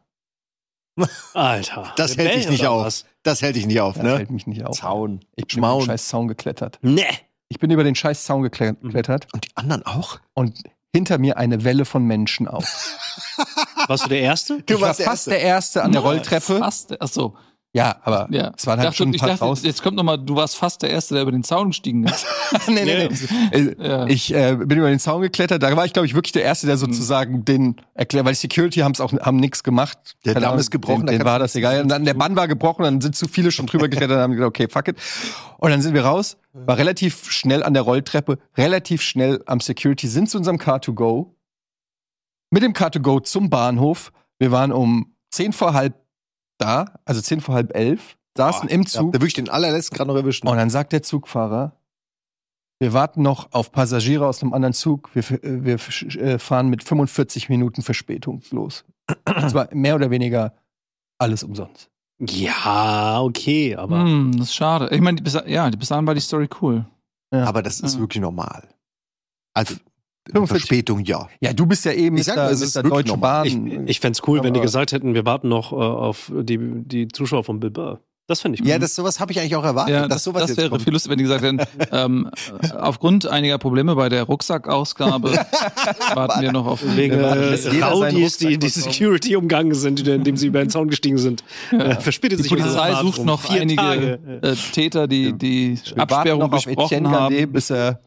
Speaker 4: Alter.
Speaker 5: Das hält dich nicht
Speaker 4: Oder
Speaker 5: auf.
Speaker 4: was?
Speaker 5: Das hält dich nicht auf,
Speaker 1: Das
Speaker 5: ne?
Speaker 1: hält mich nicht auf.
Speaker 5: Zaun.
Speaker 1: Ich bin über
Speaker 5: Schmaun.
Speaker 1: den
Speaker 5: Mhm.
Speaker 1: scheiß Zaun geklettert.
Speaker 4: Nee.
Speaker 1: Ich bin über den scheiß Zaun gekle- geklettert.
Speaker 5: Und die anderen auch?
Speaker 1: und hinter mir eine Welle von Menschen auf.
Speaker 4: Warst du der Erste?
Speaker 5: Du
Speaker 1: ich war
Speaker 5: warst der
Speaker 1: fast
Speaker 5: Erste.
Speaker 1: der Erste an der Rolltreppe.
Speaker 2: Fast, ach so,
Speaker 1: Ja, aber
Speaker 2: ja.
Speaker 1: es waren halt
Speaker 2: Dachte-
Speaker 1: schon ein
Speaker 2: ich
Speaker 1: paar
Speaker 2: dachte,
Speaker 1: raus.
Speaker 2: Jetzt kommt nochmal, du warst fast der Erste, der über den Zaun gestiegen ist.
Speaker 1: [LAUGHS] nee, nee, nee. Äh,
Speaker 2: Ja.
Speaker 1: Ich äh, bin über den Zaun geklettert. Da war ich, glaube ich, wirklich der Erste,
Speaker 5: Hm.
Speaker 1: der sozusagen den erklärt, weil die Security haben's auch, haben nichts gemacht.
Speaker 5: Der Damm ist gebrochen,
Speaker 1: Den,
Speaker 5: da
Speaker 1: denen
Speaker 5: kannst
Speaker 1: war das egal. Und dann der Bann war gebrochen, dann sind zu viele schon drüber geklettert und haben gesagt, okay, fuck it. Und dann sind wir raus, war relativ schnell an der Rolltreppe, relativ schnell am Security, sind zu unserem Car2Go, mit dem Car2Go zum Bahnhof. Wir waren um 10 vor halb da, also 10 vor halb elf, saßen im
Speaker 5: Da
Speaker 1: Zug.
Speaker 5: wirklich den allerletzten gerade noch erwischen.
Speaker 1: Und dann sagt der Zugfahrer, wir warten noch auf Passagiere aus einem anderen Zug. Wir, f- äh, wir f- äh, fahren mit 45 Minuten Verspätung los. Das war mehr oder weniger alles um. umsonst.
Speaker 4: Ja, okay, aber.
Speaker 2: Hm, das ist schade. Ich meine, die bis, ja, die- bis dahin war die Story cool.
Speaker 5: Aber das ist
Speaker 1: Mhm.
Speaker 2: Ja.
Speaker 5: wirklich normal. Also,
Speaker 1: 45.
Speaker 5: Verspätung, ja.
Speaker 1: Ja, du bist ja eben
Speaker 5: Ich sag nur, es ist
Speaker 1: der
Speaker 5: wirklich
Speaker 1: Deutschen
Speaker 5: normal.
Speaker 1: Bahn.
Speaker 4: Ich, ich fänd's cool, wenn die
Speaker 1: Aber-
Speaker 4: gesagt hätten, wir warten noch äh, auf die, die Zuschauer von Bill Burr. Das fände ich cool.
Speaker 1: mhm.
Speaker 5: Ja, das, sowas habe ich eigentlich auch erwartet,
Speaker 2: Ja,
Speaker 5: dass
Speaker 2: das,
Speaker 5: sowas
Speaker 2: das
Speaker 5: jetzt
Speaker 2: wäre
Speaker 5: kommt.
Speaker 2: viel lustig, wenn die gesagt hätten, ähm, äh, aufgrund einiger Probleme bei der Rucksackausgabe warten wir noch auf die.
Speaker 4: Wegen
Speaker 1: warten, bis
Speaker 4: äh,
Speaker 1: jeder seinen
Speaker 4: Raudis,
Speaker 1: Rucksack
Speaker 4: die die
Speaker 1: bekommt.
Speaker 4: Security umgangen sind, die, indem sie über den Zaun gestiegen sind. Äh, verspätet
Speaker 2: Die
Speaker 4: sich unsere
Speaker 2: Polizei
Speaker 4: Fahrt
Speaker 2: sucht
Speaker 4: um
Speaker 2: noch
Speaker 4: vier
Speaker 2: einige
Speaker 4: Tage.
Speaker 2: äh, Täter, die die
Speaker 1: Wir warten
Speaker 2: Absperrung
Speaker 1: noch auf
Speaker 2: besprochen
Speaker 1: Etienne
Speaker 2: haben.
Speaker 1: Gardet, bis
Speaker 4: [LAUGHS]
Speaker 1: er,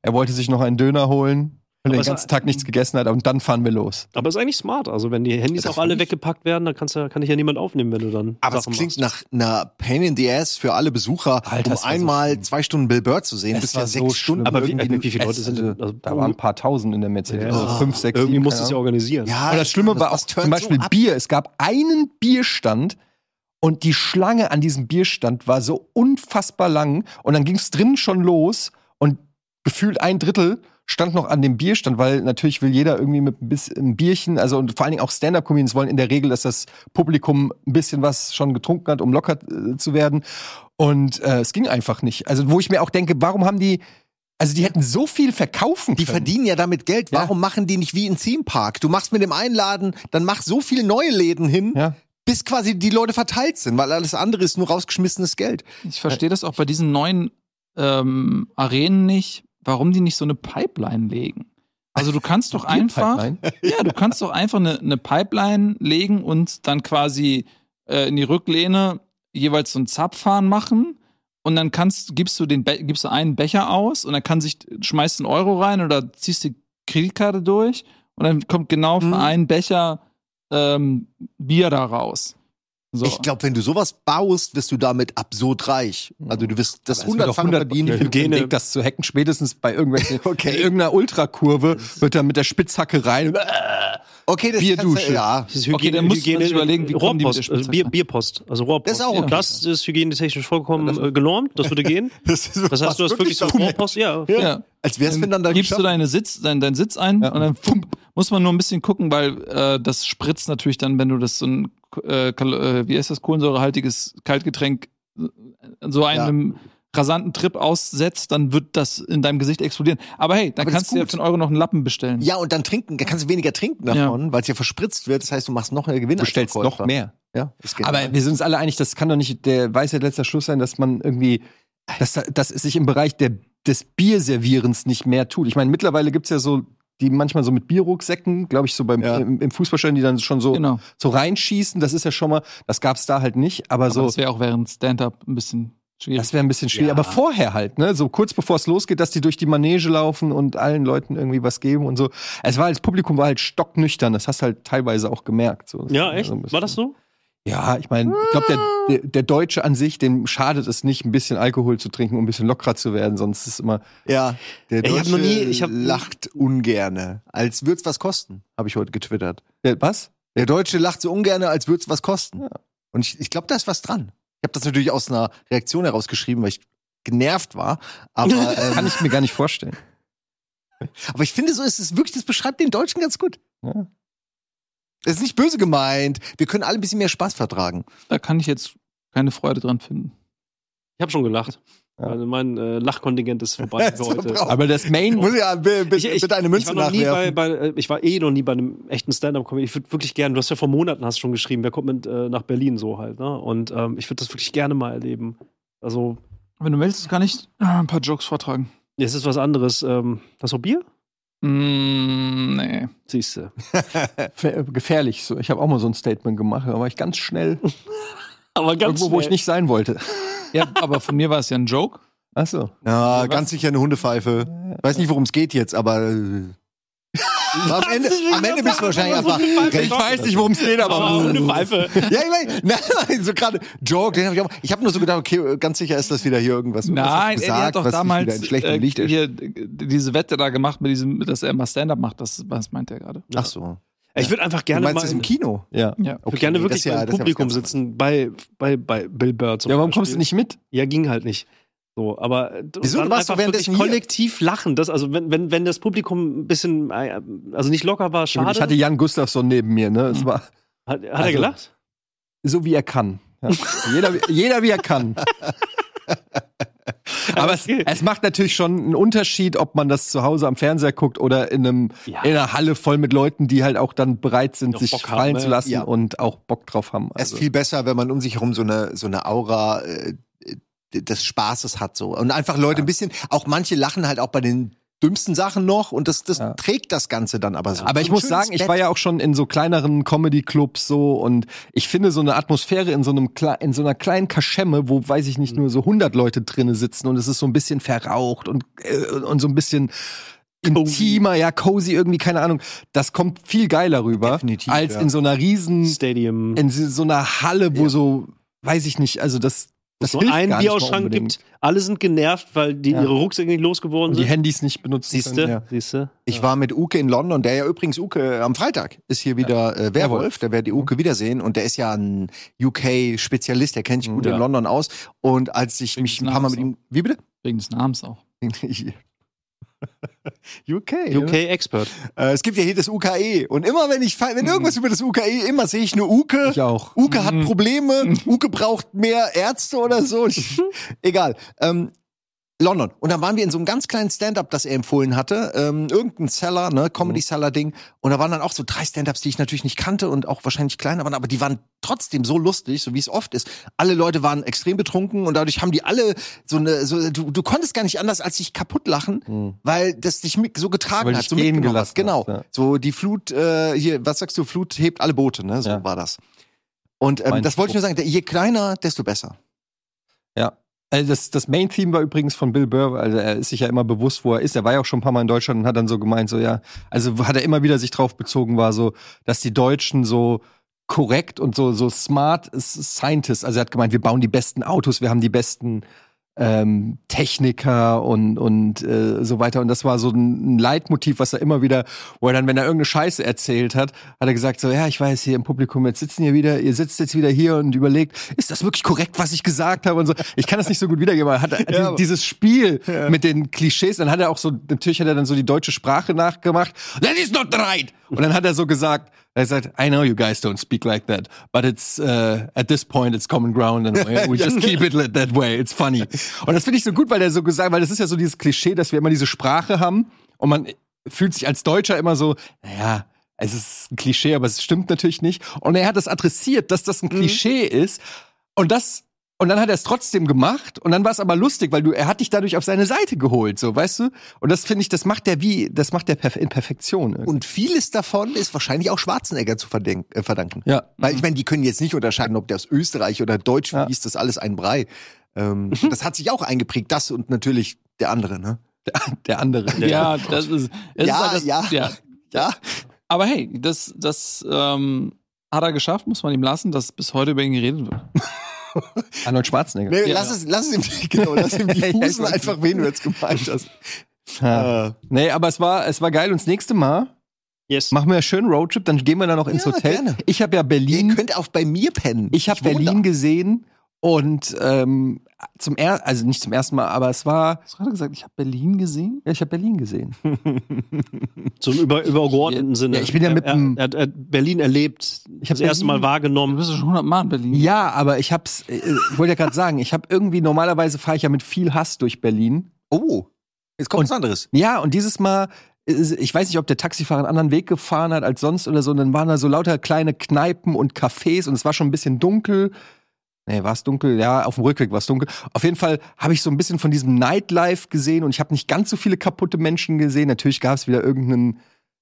Speaker 1: er wollte sich noch einen Döner holen und
Speaker 4: Aber
Speaker 1: den
Speaker 4: es-
Speaker 1: ganzen Tag nichts gegessen hat und dann fahren wir los.
Speaker 4: Aber ist eigentlich smart. Also, wenn die Handys
Speaker 5: Ja, das
Speaker 4: auch alle
Speaker 5: find ich.
Speaker 4: weggepackt werden, dann kannst du, kann ich ja niemand aufnehmen, wenn du dann.
Speaker 5: Aber es
Speaker 4: Sachen
Speaker 5: klingt
Speaker 4: machst.
Speaker 5: nach einer Pain in the Ass für alle Besucher,
Speaker 1: Alter,
Speaker 5: um
Speaker 1: es war so
Speaker 5: einmal
Speaker 1: schlimm.
Speaker 5: zwei Stunden Bill Burr zu sehen,
Speaker 1: Es
Speaker 5: bis
Speaker 1: war
Speaker 5: ja
Speaker 1: so
Speaker 5: sechs Stunden.
Speaker 1: schlimm.
Speaker 4: Aber wie,
Speaker 5: irgendwie-
Speaker 4: wie viele Leute sind denn? Also,
Speaker 1: Da waren ein paar Tausend in der Mercedes.
Speaker 4: Ja.
Speaker 1: Also fünf, sechs,
Speaker 4: irgendwie
Speaker 1: sieben,
Speaker 4: musst du
Speaker 1: keine
Speaker 4: es ja
Speaker 1: Ahnung.
Speaker 4: organisieren.
Speaker 5: ja,
Speaker 1: Und das Schlimme war auch
Speaker 5: turnt
Speaker 1: zum Beispiel
Speaker 5: so ab.
Speaker 1: Bier. Es gab einen Bierstand und die Schlange an diesem Bierstand war so unfassbar lang. Und dann ging es drinnen schon los und gefühlt ein Drittel stand noch an dem Bierstand, weil natürlich will jeder irgendwie mit ein bisschen ein Bierchen, also und vor allen Dingen auch Stand-Up-Comedians wollen in der Regel, dass das Publikum ein bisschen was schon getrunken hat, um locker äh, zu werden. Und äh, es ging einfach nicht. Also wo ich mir auch denke, warum haben die, also die hätten so viel verkaufen
Speaker 5: Die
Speaker 1: können.
Speaker 5: verdienen ja damit Geld.
Speaker 1: Ja.
Speaker 5: Warum machen die nicht wie in Theme Park? Du machst mit dem einen Laden, dann mach so viele neue Läden hin,
Speaker 1: Ja.
Speaker 5: bis quasi die Leute verteilt sind, weil alles andere ist nur rausgeschmissenes Geld.
Speaker 2: Ich verstehe das auch bei diesen neuen ähm, Arenen nicht, warum die nicht so eine Pipeline legen. Also du kannst doch einfach,
Speaker 1: Bierpipeline.
Speaker 2: ja, du kannst doch einfach eine, eine Pipeline legen und dann quasi äh, in die Rücklehne jeweils so ein Zapfahren machen und dann kannst, gibst du den, Be gibst du einen Becher aus und dann kann sich schmeißt einen Euro rein oder ziehst die Kreditkarte durch und dann kommt genau für
Speaker 5: Mhm.
Speaker 2: einen Becher ähm, Bier da raus. So.
Speaker 5: Ich glaube, wenn du sowas baust, wirst du damit absurd reich. Also du wirst das hundertfach verdienen.
Speaker 1: Ich den Weg, das zu hacken, spätestens bei irgendwelchen, okay. in irgendeiner Ultrakurve wird dann mit der Spitzhacke rein.
Speaker 5: Okay, das kannst du-
Speaker 1: Bierdusche.
Speaker 5: Ja,
Speaker 4: Das ist
Speaker 2: Okay, dann muss man sich überlegen, wie kommen die mit
Speaker 4: Rohrpost,
Speaker 2: der
Speaker 4: also
Speaker 2: Spitzhacke
Speaker 4: Bier,
Speaker 2: an?
Speaker 4: Bierpost, also Rohrpost.
Speaker 5: Das ist auch okay.
Speaker 4: das ist hygienetechnisch vollkommen äh, genormt, das würde gehen.
Speaker 5: das ist
Speaker 4: Das heißt, du hast wirklich so Rohrpost, ja.
Speaker 5: Ja.
Speaker 2: Ja.
Speaker 5: Als wär's, wenn dann da
Speaker 2: gibst du
Speaker 5: geschafft-
Speaker 2: deine Sitz, dein, deinen Sitz ein
Speaker 1: Ja.
Speaker 2: und dann fumm, muss man nur ein bisschen gucken, weil äh, das spritzt natürlich dann, wenn du das so ein, äh, Kal- äh, wie heißt das, kohlensäurehaltiges Kaltgetränk äh, so einem rasanten Trip aussetzt, dann wird das in deinem Gesicht explodieren. Aber hey,
Speaker 5: Aber
Speaker 2: dann
Speaker 5: das
Speaker 2: kannst
Speaker 5: ist
Speaker 2: du dir
Speaker 5: gut.
Speaker 2: für einen Euro noch einen Lappen bestellen.
Speaker 5: Ja, und dann trinken, da kannst du weniger trinken davon, weil es ja verspritzt wird. Das heißt, du machst noch mehr Gewinn.
Speaker 1: Du
Speaker 5: als
Speaker 1: bestellst
Speaker 5: Verkäufer.
Speaker 1: noch mehr.
Speaker 5: Ja, ist genial.
Speaker 1: Aber wir sind uns alle einig, das kann doch nicht der Weisheit letzter Schluss sein, dass man irgendwie, dass, da- dass es sich im Bereich der, des Bierservierens nicht mehr tut. Ich meine, mittlerweile gibt es ja so, die manchmal so mit Bierrucksäcken, glaube ich, so beim,
Speaker 5: Ja.
Speaker 1: im, im Fußballstadion, die dann schon so,
Speaker 2: Genau.
Speaker 1: so reinschießen. Das ist ja schon mal, das gab es da halt nicht, aber,
Speaker 2: So.
Speaker 1: so.
Speaker 2: Das wäre auch während Stand-up ein bisschen schwierig.
Speaker 1: Das wäre ein bisschen schwierig. Aber vorher halt, ne? So kurz bevor es losgeht, dass die durch die Manege laufen und allen Leuten irgendwie was geben und so. Es war als Publikum war halt stocknüchtern. Das hast halt teilweise auch gemerkt. So.
Speaker 4: Ja, echt?
Speaker 1: So ein bisschen-
Speaker 4: War das so?
Speaker 1: Ja, ich meine, ich glaube, der, der, der Deutsche an sich, dem schadet es nicht, ein bisschen Alkohol zu trinken, um ein bisschen lockerer zu werden. Sonst ist immer.
Speaker 5: Ja, der
Speaker 4: Ich
Speaker 5: Deutsche
Speaker 4: hab noch nie- ich hab-
Speaker 5: lacht ungerne, als würde es was kosten, habe ich heute getwittert.
Speaker 1: Der, äh,
Speaker 4: [LAUGHS]
Speaker 1: was?
Speaker 5: Der Deutsche lacht so ungerne, als würde es was kosten. Und ich, ich glaube, da ist was dran. Ich habe das natürlich aus einer Reaktion herausgeschrieben, weil ich genervt war.
Speaker 4: [LAUGHS]
Speaker 5: Aber,
Speaker 1: Äh, Kann
Speaker 5: ähm,
Speaker 1: ich mir gar nicht vorstellen.
Speaker 5: aber ich finde, so ist es wirklich, das beschreibt den Deutschen ganz gut.
Speaker 1: Ja.
Speaker 5: Das ist nicht böse gemeint. Wir können alle ein bisschen mehr Spaß vertragen.
Speaker 2: Da kann ich jetzt keine Freude dran finden.
Speaker 4: Ich habe schon gelacht.
Speaker 1: Ja.
Speaker 4: Also mein äh, Lachkontingent ist vorbei für
Speaker 5: Ist
Speaker 4: heute.
Speaker 5: verbraucht.
Speaker 1: Aber das Main.
Speaker 5: Muss ja bi- bi- bitte eine
Speaker 4: Oh.
Speaker 5: Münze
Speaker 4: ich war noch nie bei,
Speaker 5: nachwerfen.
Speaker 4: bei, äh, Ich war eh noch nie bei einem echten Stand-Up-Comedy. Ich würde wirklich gerne, du hast ja vor Monaten hast schon geschrieben, wer kommt mit äh, nach Berlin so halt. Ne? Und ähm, ich würde das wirklich gerne mal erleben. Also,
Speaker 2: Wenn du willst, kann ich äh, ein paar Jokes vortragen.
Speaker 4: es ist was anderes. Ähm, hast du noch Bier?
Speaker 2: Mm, nee.
Speaker 4: Siehst du.
Speaker 1: Fe- äh, gefährlich. So. Ich habe auch mal so ein Statement gemacht, aber ich ganz schnell
Speaker 4: Aber ganz
Speaker 1: irgendwo, wo ich nicht sein wollte.
Speaker 2: Ja, aber von mir war es ja ein Joke.
Speaker 1: Ach so.
Speaker 5: Ja, ganz sicher eine Hundepfeife. Weiß nicht, worum es geht jetzt, aber. äh, am Ende, am Ende bist du wahrscheinlich einfach.
Speaker 1: Ich weiß nicht, worum es geht,
Speaker 4: Aber
Speaker 2: Ähm,
Speaker 1: aber.
Speaker 4: ohne Pfeife.
Speaker 5: Ja, ich meine, [LAUGHS] nein, so gerade Joke, den habe ich auch. Ich habe nur so gedacht, okay, ganz sicher ist das wieder hier irgendwas.
Speaker 2: Nein,
Speaker 5: irgendwas
Speaker 2: er hat doch
Speaker 5: was dich wieder
Speaker 2: damals
Speaker 5: in schlechtem
Speaker 2: äh,
Speaker 5: Licht erst-
Speaker 2: hier, äh, diese Wette da gemacht, mit diesem, dass er immer Stand-up macht. Das, das meint er gerade.
Speaker 5: Ach so.
Speaker 4: Ich würde einfach
Speaker 5: Du
Speaker 4: gerne
Speaker 5: meinst
Speaker 4: mal.
Speaker 5: es im Kino?
Speaker 1: Ja.
Speaker 4: Ich würde gerne
Speaker 5: Okay,
Speaker 4: wirklich
Speaker 5: das ist ja-
Speaker 4: mal im
Speaker 5: das ist ja was
Speaker 4: Publikum
Speaker 5: ganz anderes.
Speaker 4: sitzen, bei, bei, bei Bill Burr zum
Speaker 1: Ja, warum kommst
Speaker 4: Beispiel.
Speaker 1: du nicht mit?
Speaker 4: Ja, ging halt nicht. So, aber äh,
Speaker 5: Wieso? Du
Speaker 4: dann
Speaker 5: warst
Speaker 4: einfach
Speaker 5: doch währenddessen
Speaker 4: wirklich kollektiv lachen. Das, also wenn, wenn, wenn das Publikum ein bisschen, äh, also nicht locker war, schade. Hm.
Speaker 1: Ich hatte Jan Gustafsson neben mir, ne? Es war
Speaker 4: hat hat
Speaker 1: also-
Speaker 4: er gelacht?
Speaker 1: so wie er kann. Ja. jeder, jeder wie er kann. Aber es,
Speaker 4: Okay.
Speaker 1: es macht natürlich schon einen Unterschied, ob man das zu Hause am Fernseher guckt oder in, einem,
Speaker 4: Ja.
Speaker 1: in einer Halle voll mit Leuten, die halt auch dann bereit sind,
Speaker 4: Noch
Speaker 1: sich
Speaker 4: Bock haben,
Speaker 1: fallen
Speaker 4: ne?
Speaker 1: zu lassen
Speaker 5: Ja.
Speaker 1: und auch Bock drauf haben.
Speaker 5: Es ist
Speaker 1: Also,
Speaker 5: viel besser, wenn man um sich herum so eine, so eine Aura äh, des Spaßes hat so. Und einfach Leute ein bisschen, auch manche lachen halt auch bei den dümmsten Sachen noch und das, das
Speaker 1: Ja.
Speaker 5: trägt das Ganze dann aber so.
Speaker 1: aber ich
Speaker 5: So ein
Speaker 1: muss
Speaker 5: schönes
Speaker 1: sagen, ich
Speaker 5: Bett.
Speaker 1: war ja auch schon in so kleineren Comedy-Clubs so und ich finde so eine Atmosphäre in so, einem, Kle- in so einer kleinen Kaschemme, wo, weiß ich nicht,
Speaker 5: Mhm.
Speaker 1: nur so 100 Leute drinne sitzen und es ist so ein bisschen verraucht und, äh, und so ein bisschen intimer, ja, cozy irgendwie, keine Ahnung. Das kommt viel geiler rüber,
Speaker 5: Definitiv,
Speaker 1: als
Speaker 5: ja.
Speaker 1: in so einer riesen,
Speaker 4: Stadium.
Speaker 1: in so einer Halle, wo so, weiß ich nicht, also das, das
Speaker 4: so
Speaker 1: hilft
Speaker 4: einen
Speaker 1: gar nicht mal
Speaker 4: Bierausschrank
Speaker 1: unbedingt.
Speaker 4: gibt. Alle sind genervt, weil die
Speaker 1: Ja.
Speaker 4: ihre Rucksäcke nicht losgeworden
Speaker 1: Und die
Speaker 4: sind.
Speaker 1: Handys nicht benutzen
Speaker 4: Siehst
Speaker 1: können,
Speaker 4: du?
Speaker 1: ja.
Speaker 4: Siehst du?
Speaker 5: Ich war mit Uke in London, der ja übrigens Uke äh, am Freitag ist hier wieder äh, Werwolf, der werdet ihr Uke wiedersehen und der ist ja ein UK-Spezialist, der kennt sich gut
Speaker 4: Ja.
Speaker 5: in London aus und als ich mich ein paar Mal mit ihm, wie bitte? [LAUGHS]
Speaker 2: Wegen des Namens auch.
Speaker 5: UK.
Speaker 4: UK Expert.
Speaker 5: Äh, es gibt ja hier das UKE und immer wenn ich fa- wenn irgendwas über das UKE, immer sehe ich eine Uke.
Speaker 1: Ich auch.
Speaker 5: Uke hat
Speaker 1: [LAUGHS]
Speaker 5: Probleme, Uke braucht mehr Ärzte oder so. Ich, egal. Ähm, London. Und dann waren wir in so einem ganz kleinen Stand-up, das er empfohlen hatte. Ähm, irgendein Seller, ne, Comedy-Seller-Ding. Und da waren dann auch so drei Stand-ups, die ich natürlich nicht kannte und auch wahrscheinlich kleiner waren, aber die waren trotzdem so lustig, so wie es oft ist. Alle Leute waren extrem betrunken und dadurch haben die alle so eine, so, du, du konntest gar nicht anders, als dich kaputt lachen, weil das dich mit, so getragen
Speaker 1: Weil
Speaker 5: hat,
Speaker 1: dich
Speaker 5: so
Speaker 1: gehen
Speaker 5: mitgenommen
Speaker 1: gelassen
Speaker 5: hat. Genau.
Speaker 1: hast, ja.
Speaker 5: So die Flut, äh, hier, was sagst du, Flut hebt alle Boote, ne? So
Speaker 1: Ja.
Speaker 5: war das. Und ähm,
Speaker 1: Mein
Speaker 5: das wollte ich nur sagen, je kleiner, desto besser.
Speaker 1: Ja. Also das, das Main-Theme war übrigens von Bill Burr, also er ist sich ja immer bewusst, wo er ist. Er war ja auch schon ein paar Mal in Deutschland und hat dann so gemeint, so ja, also hat er immer wieder sich drauf bezogen, war so, dass die Deutschen so korrekt und so, so smart s- Scientists, also er hat gemeint, wir bauen die besten Autos, wir haben die besten ähm, Techniker und, und äh, so weiter. Und das war so ein ein Leitmotiv, was er immer wieder, wo er dann, wenn er irgendeine Scheiße erzählt hat, hat er gesagt, so, ja, ich weiß, hier im Publikum, jetzt sitzen hier wieder, ihr sitzt jetzt wieder hier und überlegt, ist das wirklich korrekt, was ich gesagt habe und so. Ich kann das nicht so gut wiedergeben, aber er hat die- dieses Spiel mit den Klischees, dann hat er auch so, natürlich hat er dann so die deutsche Sprache nachgemacht, that is not right! Und dann hat er so gesagt, er sagt, I know you guys don't speak like that, but it's uh, at this point it's common ground and we just keep it li- that way. It's funny. Und das finde ich so gut, weil der so gesagt, weil das ist ja so dieses Klischee, dass wir immer diese Sprache haben und man fühlt sich als Deutscher immer so, naja, es ist ein Klischee, aber es stimmt natürlich nicht. Und er hat das adressiert, dass das ein Klischee ist und das und dann hat er es trotzdem gemacht und dann war es aber lustig, weil du er hat dich dadurch auf seine Seite geholt, so, weißt du? Und das finde ich, das macht der wie, das macht der perf in Perfektion. irgendwie.
Speaker 5: Und vieles davon ist wahrscheinlich auch Schwarzenegger zu verdenk- äh, verdanken.
Speaker 1: ja.
Speaker 5: Weil ich meine, die können jetzt nicht unterscheiden, ob der aus Österreich oder Deutsch ja. ist, das alles ein Brei.
Speaker 1: Mhm.
Speaker 5: Ähm, das hat sich auch eingeprägt, das und natürlich der andere, ne?
Speaker 1: der andere.
Speaker 2: Ja, das ist. es
Speaker 5: Ja,
Speaker 2: ist halt das,
Speaker 5: ja. Ja.
Speaker 2: Aber hey, das, das ähm, hat er geschafft, muss man ihm lassen, dass bis heute über ihn geredet wird.
Speaker 1: Arnold Schwarzenegger.
Speaker 5: Nee,
Speaker 2: Ja.
Speaker 5: lass, es, lass es ihm, [LAUGHS] genau, lass ihm
Speaker 1: [LAUGHS]
Speaker 5: die
Speaker 1: Ja, ich
Speaker 5: Fußen
Speaker 1: weiß Ah.
Speaker 5: einfach, wen du jetzt gemeint hast.
Speaker 1: Ja.
Speaker 5: Äh,
Speaker 1: Nee, aber es war, es war geil. Und das nächste Mal
Speaker 4: Yes.
Speaker 1: machen wir einen schönen Roadtrip, dann gehen wir dann noch ins
Speaker 5: Ja,
Speaker 1: Hotel.
Speaker 5: gerne.
Speaker 1: Ich habe ja
Speaker 5: ihr
Speaker 1: Berlin,
Speaker 5: könnt auch bei mir pennen.
Speaker 1: ich habe
Speaker 5: wohne
Speaker 1: Berlin
Speaker 5: da.
Speaker 1: gesehen und ähm, zum er also nicht zum ersten Mal, aber es war,
Speaker 2: Hast du gerade gesagt, ich habe Berlin gesehen?
Speaker 1: ja, ich habe Berlin gesehen.
Speaker 4: Zum über, übergeordneten Sinne.
Speaker 1: Ja, ich bin ja mit
Speaker 4: er,
Speaker 1: dem-
Speaker 4: er, er, er hat Berlin erlebt,
Speaker 1: Ich hab
Speaker 4: das erste
Speaker 1: Berlin-
Speaker 4: Mal wahrgenommen.
Speaker 2: Du bist ja schon 100 Mal in Berlin.
Speaker 1: Ja, aber ich hab's, äh, ich wollte ja gerade sagen, ich habe irgendwie, normalerweise fahre ich ja mit viel Hass durch Berlin.
Speaker 5: Oh, jetzt kommt
Speaker 1: Und-
Speaker 5: was anderes.
Speaker 1: Ja, und dieses Mal, ist- ich weiß nicht, ob der Taxifahrer einen anderen Weg gefahren hat als sonst oder so, und dann waren da so lauter kleine Kneipen und Cafés und es war schon ein bisschen dunkel. Nee, war es dunkel? Ja, auf dem Rückweg war es dunkel. Auf jeden Fall habe ich so ein bisschen von diesem Nightlife gesehen und ich habe nicht ganz so viele kaputte Menschen gesehen. Natürlich gab es wieder irgendeinen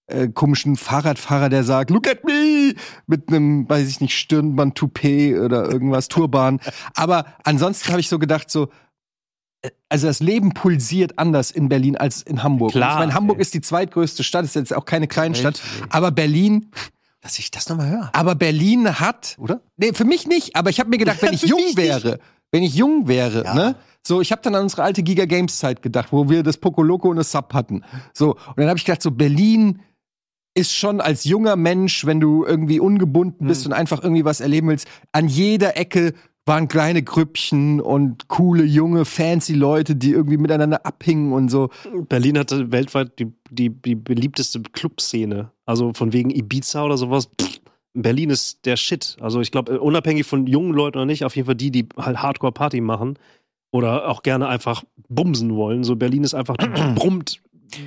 Speaker 1: äh, komischen Fahrradfahrer, der sagt, look at me, mit einem, weiß ich nicht, Stirnband-Toupet oder irgendwas, Turban. Aber ansonsten habe ich so gedacht, so, äh, also das Leben pulsiert anders in Berlin als in Hamburg.
Speaker 4: Klar,
Speaker 1: Und ich meine, Hamburg
Speaker 4: ey.
Speaker 1: ist die zweitgrößte Stadt, ist jetzt auch keine Kleinstadt, aber Berlin,
Speaker 5: Dass ich das nochmal höre.
Speaker 1: aber Berlin hat,
Speaker 5: Oder?
Speaker 1: Nee, für mich nicht, aber ich habe mir gedacht,
Speaker 5: [LAUGHS]
Speaker 1: wenn ich
Speaker 5: Für
Speaker 1: jung
Speaker 5: mich
Speaker 1: wäre, wenn ich jung wäre,
Speaker 5: Ja.
Speaker 1: ne? So, ich habe dann an unsere alte Giga Games Zeit gedacht, wo wir das Pokoloko und das Sub hatten. So, und dann habe ich gedacht, so Berlin ist schon als junger Mensch, wenn du irgendwie ungebunden
Speaker 5: Hm.
Speaker 1: bist und einfach irgendwie was erleben willst, an jeder Ecke waren kleine Grüppchen und coole junge fancy Leute, die irgendwie miteinander abhingen und so.
Speaker 4: Berlin hatte weltweit die, die, die beliebteste Clubszene. Also von wegen Ibiza oder sowas. Pff, Berlin ist der Shit. Also ich glaube, unabhängig von jungen Leuten oder nicht, auf jeden Fall die, die halt Hardcore-Party machen oder auch gerne einfach bumsen wollen. So Berlin ist
Speaker 2: [CLEARS THROAT]
Speaker 4: einfach brummt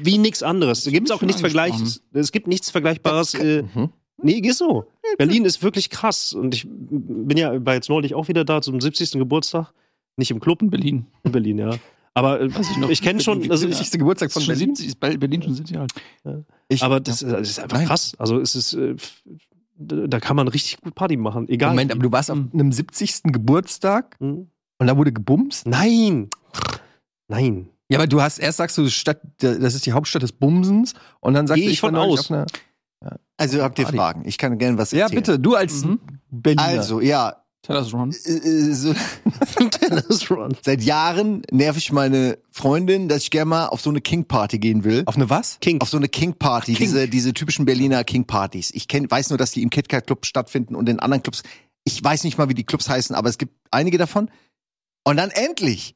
Speaker 4: wie nichts anderes. Da gibt es auch
Speaker 2: schon
Speaker 4: nichts Vergleiches. Es gibt nichts Vergleichbares. Äh,
Speaker 1: Mhm.
Speaker 4: nee, ist so. Berlin ist wirklich krass. Und ich bin ja war jetzt neulich auch wieder da zum 70. Geburtstag. Nicht im Club
Speaker 2: In Berlin.
Speaker 4: in Berlin, ja. Aber äh,
Speaker 2: Weiß ich noch.
Speaker 4: ich kenne schon, also ich,
Speaker 1: 70. Geburtstag von
Speaker 2: Ist schon
Speaker 1: Berlin.
Speaker 2: 70, ist Bel- Berlin schon 70 Jahre alt.
Speaker 5: Ich,
Speaker 4: aber das, äh, das ist einfach
Speaker 5: Nein.
Speaker 4: krass. Also es ist, äh, f- da da kann man richtig gut Party machen. Egal.
Speaker 1: Moment, aber du warst auf
Speaker 5: Hm.
Speaker 2: Mhm.
Speaker 1: einem 70. Geburtstag
Speaker 4: Hm?
Speaker 1: und da wurde gebumst?
Speaker 4: Nein. Nein.
Speaker 1: Ja, aber du hast erst sagst du, Stadt, das ist die Hauptstadt des Bumsens und dann sagst
Speaker 4: Geh
Speaker 1: du,
Speaker 4: ich von
Speaker 1: war neulich
Speaker 4: aus.
Speaker 1: auf einer-
Speaker 5: also habt ihr
Speaker 1: Adi.
Speaker 5: Fragen? Ich kann gerne was
Speaker 1: Ja,
Speaker 5: erzählen.
Speaker 1: bitte, du als
Speaker 2: Mhm.
Speaker 1: Berliner.
Speaker 5: Also, ja.
Speaker 2: Tell us, Ron.
Speaker 5: äh, äh, So,
Speaker 4: Tennis Run.
Speaker 5: seit Jahren nerv ich meine Freundin, dass ich gerne mal auf so eine King-Party gehen will.
Speaker 1: auf eine was?
Speaker 4: King.
Speaker 5: Auf so eine King-Party, diese, diese typischen Berliner King-Partys. Ich kenn, weiß nur, dass die im KitKat-Club stattfinden und in anderen Clubs. Ich weiß nicht mal, wie die Clubs heißen, aber es gibt einige davon. Und dann endlich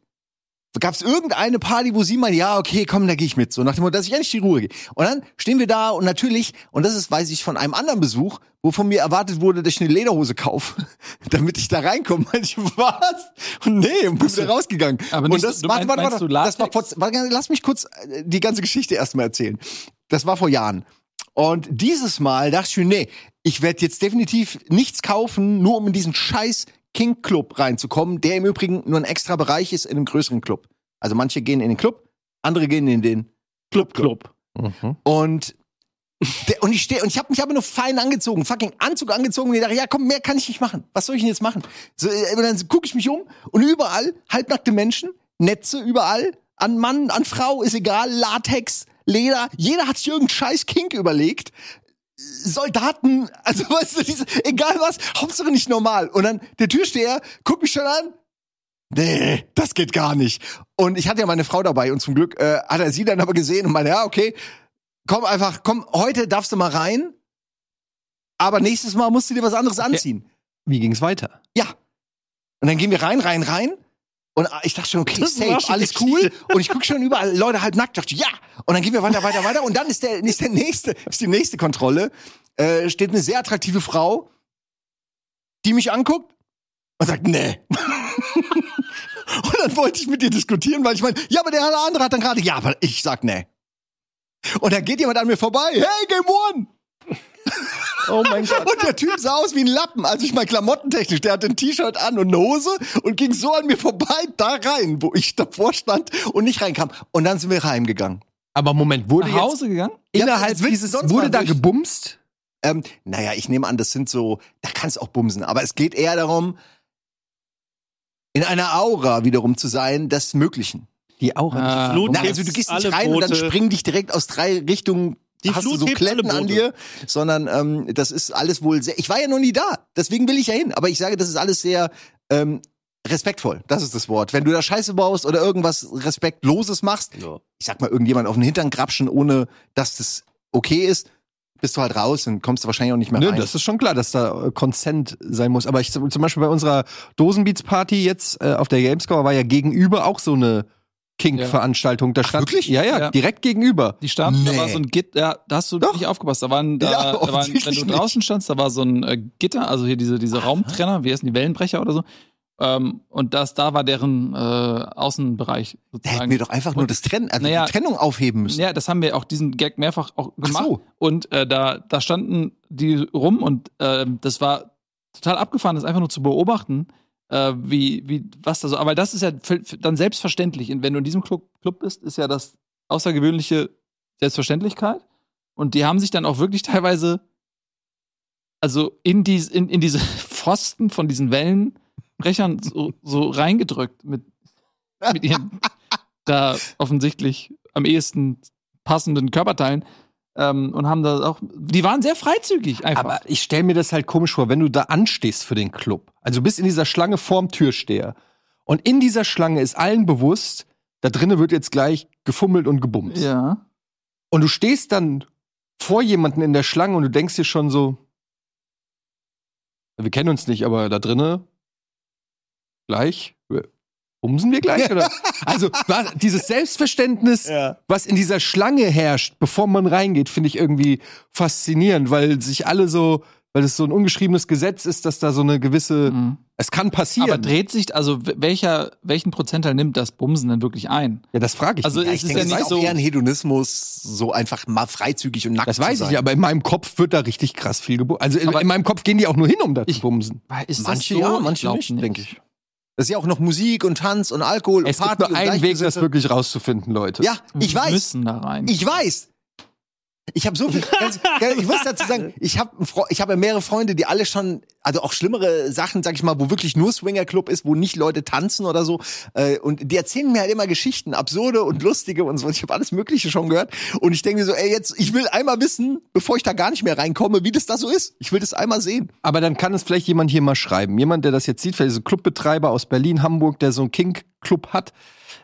Speaker 5: gab es irgendeine Party, wo sie meinte, ja, okay, komm, da gehe ich mit. So nach dem Motto, dass ich endlich die Ruhe gehe. Und dann stehen wir da und natürlich, und das ist, weiß ich, von einem anderen Besuch, wo von mir erwartet wurde, dass ich eine Lederhose kaufe, [LAUGHS] damit ich da reinkomme. Meinte ich, was? Und nee, und bin wieder rausgegangen.
Speaker 2: Aber
Speaker 5: und
Speaker 2: nicht-
Speaker 5: das,
Speaker 2: du
Speaker 5: warte,
Speaker 2: meinst-
Speaker 5: warte,
Speaker 2: meinst
Speaker 5: warte,
Speaker 2: du
Speaker 5: das war vor,
Speaker 2: Latex?
Speaker 5: warte, lass mich kurz äh, die ganze Geschichte erstmal erzählen. Das war vor Jahren. Und dieses Mal dachte ich mir, nee, ich werde jetzt definitiv nichts kaufen, nur um in diesen scheiß King Club reinzukommen, der im Übrigen nur ein extra Bereich ist in einem größeren Club. Also manche gehen in den Club, andere gehen in den
Speaker 4: Club Club.
Speaker 1: Mhm.
Speaker 5: und Der, und ich stehe und ich habe mich aber nur fein angezogen, fucking Anzug angezogen und ich dachte, ja komm, mehr kann ich nicht machen. Was soll ich denn jetzt machen? So, äh, und dann gucke ich mich um und überall halbnackte Menschen, Netze überall, an Mann, an Frau, ist egal, Latex, Leder, jeder hat sich irgendeinen scheiß Kink überlegt. Soldaten, [LAUGHS] also weißt du, diese, egal was, Hauptsache nicht normal. Und dann der Türsteher guckt mich schon an. Nee, das geht gar nicht. Und ich hatte ja meine Frau dabei und zum Glück äh, hat er sie dann aber gesehen und meinte, ja, okay, komm einfach, komm, heute darfst du mal rein, aber nächstes Mal musst du dir was anderes anziehen.
Speaker 1: Wie ging's weiter?
Speaker 5: Ja. Und dann gehen wir rein, rein, rein. Und ich dachte schon, okay,
Speaker 4: Das war
Speaker 5: safe,
Speaker 4: schon
Speaker 5: alles
Speaker 4: echt
Speaker 5: cool. Und ich gucke schon überall, Leute halb nackt, dachte, ja. Und dann gehen wir weiter, weiter, weiter. Und dann ist der, ist der nächste, ist die nächste Kontrolle. Äh, steht eine sehr attraktive Frau, die mich anguckt und sagt, nee. [LAUGHS] und dann wollte ich mit ihr diskutieren, weil ich meine, ja, aber der andere hat dann gerade, ja, aber ich sag nee. Und dann geht jemand an mir vorbei, hey, Game One!
Speaker 4: Oh mein Gott.
Speaker 5: Und der Typ sah aus wie ein Lappen. Also ich meine, klamottentechnisch, der hatte ein T-Shirt an und eine Hose und ging so an mir vorbei da rein, wo ich davor stand und nicht reinkam. Und dann sind wir heimgegangen.
Speaker 1: Aber Moment, wurde
Speaker 2: Nach
Speaker 1: jetzt
Speaker 2: Hause gegangen?
Speaker 1: innerhalb
Speaker 5: jetzt willst du
Speaker 1: dieses
Speaker 5: sonst
Speaker 1: wurde
Speaker 5: mal
Speaker 1: da
Speaker 5: durch-
Speaker 1: gebumst?
Speaker 5: Ähm, naja, ich nehme an, das sind so, da kannst auch bumsen, aber es geht eher darum, in einer Aura wiederum zu sein, des Möglichen.
Speaker 1: Die Aura.
Speaker 2: Ah,
Speaker 4: Flut-
Speaker 5: Na,
Speaker 4: hebt
Speaker 5: also du gehst nicht
Speaker 4: alle
Speaker 5: rein und dann
Speaker 4: Boote.
Speaker 5: springen dich direkt aus drei Richtungen.
Speaker 4: Die
Speaker 5: hast
Speaker 4: Flut
Speaker 5: du so
Speaker 4: hebt alle
Speaker 5: Kletten an
Speaker 4: Boote.
Speaker 5: dir, sondern ähm, das ist alles wohl sehr. Ich war ja noch nie da, deswegen will ich ja hin. Aber ich sage, das ist alles sehr ähm, respektvoll. Das ist das Wort. Wenn du da Scheiße baust oder irgendwas respektloses machst,
Speaker 4: Ja.
Speaker 5: ich sag mal irgendjemand auf den Hintern grapschen, ohne dass das okay ist, bist du halt raus und kommst du wahrscheinlich auch nicht mehr
Speaker 1: Nö,
Speaker 5: rein.
Speaker 1: das ist schon klar, dass da äh, Consent sein muss. Aber ich zum zum Beispiel bei unserer Dosenbeats-Party jetzt äh, auf der Gamescore war ja gegenüber auch so eine Kink-Veranstaltung. Da stand
Speaker 5: wirklich?
Speaker 1: Ja, ja,
Speaker 2: Ja.
Speaker 1: direkt gegenüber.
Speaker 2: Die starben,
Speaker 5: Nee.
Speaker 2: da war so ein Gitter, ja, da hast du
Speaker 5: Doch.
Speaker 2: nicht aufgepasst. Da waren,
Speaker 5: Ja,
Speaker 2: da, da waren, wenn
Speaker 5: offensichtlich
Speaker 2: du
Speaker 5: nicht.
Speaker 2: draußen standst, da war so ein äh, Gitter, also hier diese, diese Raumtrenner, wie heißen die, Wellenbrecher oder so. Ähm, und das, da war deren äh, Außenbereich
Speaker 5: da hätten
Speaker 2: sozusagen.
Speaker 5: wir doch einfach nur das Trennen, also
Speaker 2: Naja.
Speaker 5: die Trennung aufheben müssen.
Speaker 2: Ja, das haben wir auch diesen Gag mehrfach auch
Speaker 5: Ach
Speaker 2: gemacht.
Speaker 5: so.
Speaker 2: Und äh, da, da standen die rum und ähm, das war total abgefahren, das einfach nur zu beobachten, äh, wie, wie, was da so. Aber das ist ja f- f- dann selbstverständlich. Und wenn du in diesem Club, Club bist, ist ja das außergewöhnliche Selbstverständlichkeit. Und die haben sich dann auch wirklich [LAUGHS] teilweise, also in, dies, in, in diese [LAUGHS] Pfosten von diesen Wellenbrechern so, so reingedrückt mit, mit [LAUGHS] ihren da offensichtlich am ehesten passenden Körperteilen ähm, und haben da auch, die waren sehr freizügig einfach.
Speaker 1: Aber ich stelle mir das halt komisch vor, wenn du da anstehst für den Club. Also du bist in dieser Schlange vorm Türsteher. Und in dieser Schlange ist allen bewusst, da drinnen wird jetzt gleich gefummelt und gebumst.
Speaker 2: ja.
Speaker 1: Und du stehst dann vor jemanden in der Schlange und du denkst dir schon so, wir kennen uns nicht, aber da drinnen gleich äh, bumsen wir gleich
Speaker 2: [LAUGHS]
Speaker 1: oder? Also was, dieses Selbstverständnis,
Speaker 5: Ja.
Speaker 1: was in dieser Schlange herrscht, bevor man reingeht, finde ich irgendwie faszinierend, weil sich alle so, weil es so ein ungeschriebenes Gesetz ist, dass da so eine gewisse,
Speaker 2: Mhm.
Speaker 1: es kann passieren.
Speaker 2: Aber dreht sich, also w- welcher, welchen Prozentteil nimmt das Bumsen denn wirklich ein?
Speaker 1: ja, das frage ich.
Speaker 2: Also
Speaker 1: mich.
Speaker 2: es
Speaker 5: ich
Speaker 2: ist
Speaker 5: denke,
Speaker 2: ja
Speaker 5: es
Speaker 2: nicht
Speaker 5: auch
Speaker 2: so.
Speaker 5: eher ein Hedonismus, so einfach mal freizügig und nackt
Speaker 1: das
Speaker 5: zu
Speaker 1: weiß
Speaker 5: sein.
Speaker 1: ich, ja, aber in meinem Kopf wird da richtig krass viel geboren. Also in,
Speaker 2: Aber-
Speaker 1: in meinem Kopf gehen die auch nur hin, um da zu
Speaker 2: Ich-
Speaker 1: bumsen.
Speaker 2: Ist
Speaker 5: Manche
Speaker 2: das so?
Speaker 5: ja,
Speaker 2: Ich
Speaker 5: manche
Speaker 2: glaub
Speaker 5: nicht, denk ich. Das ist ja auch noch Musik und Tanz und Alkohol
Speaker 1: Es
Speaker 5: und
Speaker 1: gibt nur
Speaker 5: Party und
Speaker 1: einen Weg, das
Speaker 5: Gleichgesinnte.
Speaker 1: wirklich rauszufinden, Leute.
Speaker 5: Ja, ich
Speaker 2: Wir
Speaker 5: weiß.
Speaker 2: müssen da rein.
Speaker 5: Ich weiß. Ich habe so viel. ganz- ganz- ich muss dazu sagen, ich habe ich habe ja mehrere Freunde, die alle schon, also auch schlimmere Sachen, sag ich mal, wo wirklich nur Swingerclub ist, wo nicht Leute tanzen oder so. Äh, und die erzählen mir halt immer Geschichten, absurde und lustige und so. Ich habe alles Mögliche schon gehört. Und ich denke mir so, ey, jetzt, ich will einmal wissen, bevor ich da gar nicht mehr reinkomme, wie das da so ist. Ich will das einmal sehen.
Speaker 1: Aber dann kann es vielleicht jemand hier mal schreiben. Jemand, der das jetzt sieht, vielleicht so ein Clubbetreiber aus Berlin, Hamburg, der so einen Kink-Club hat.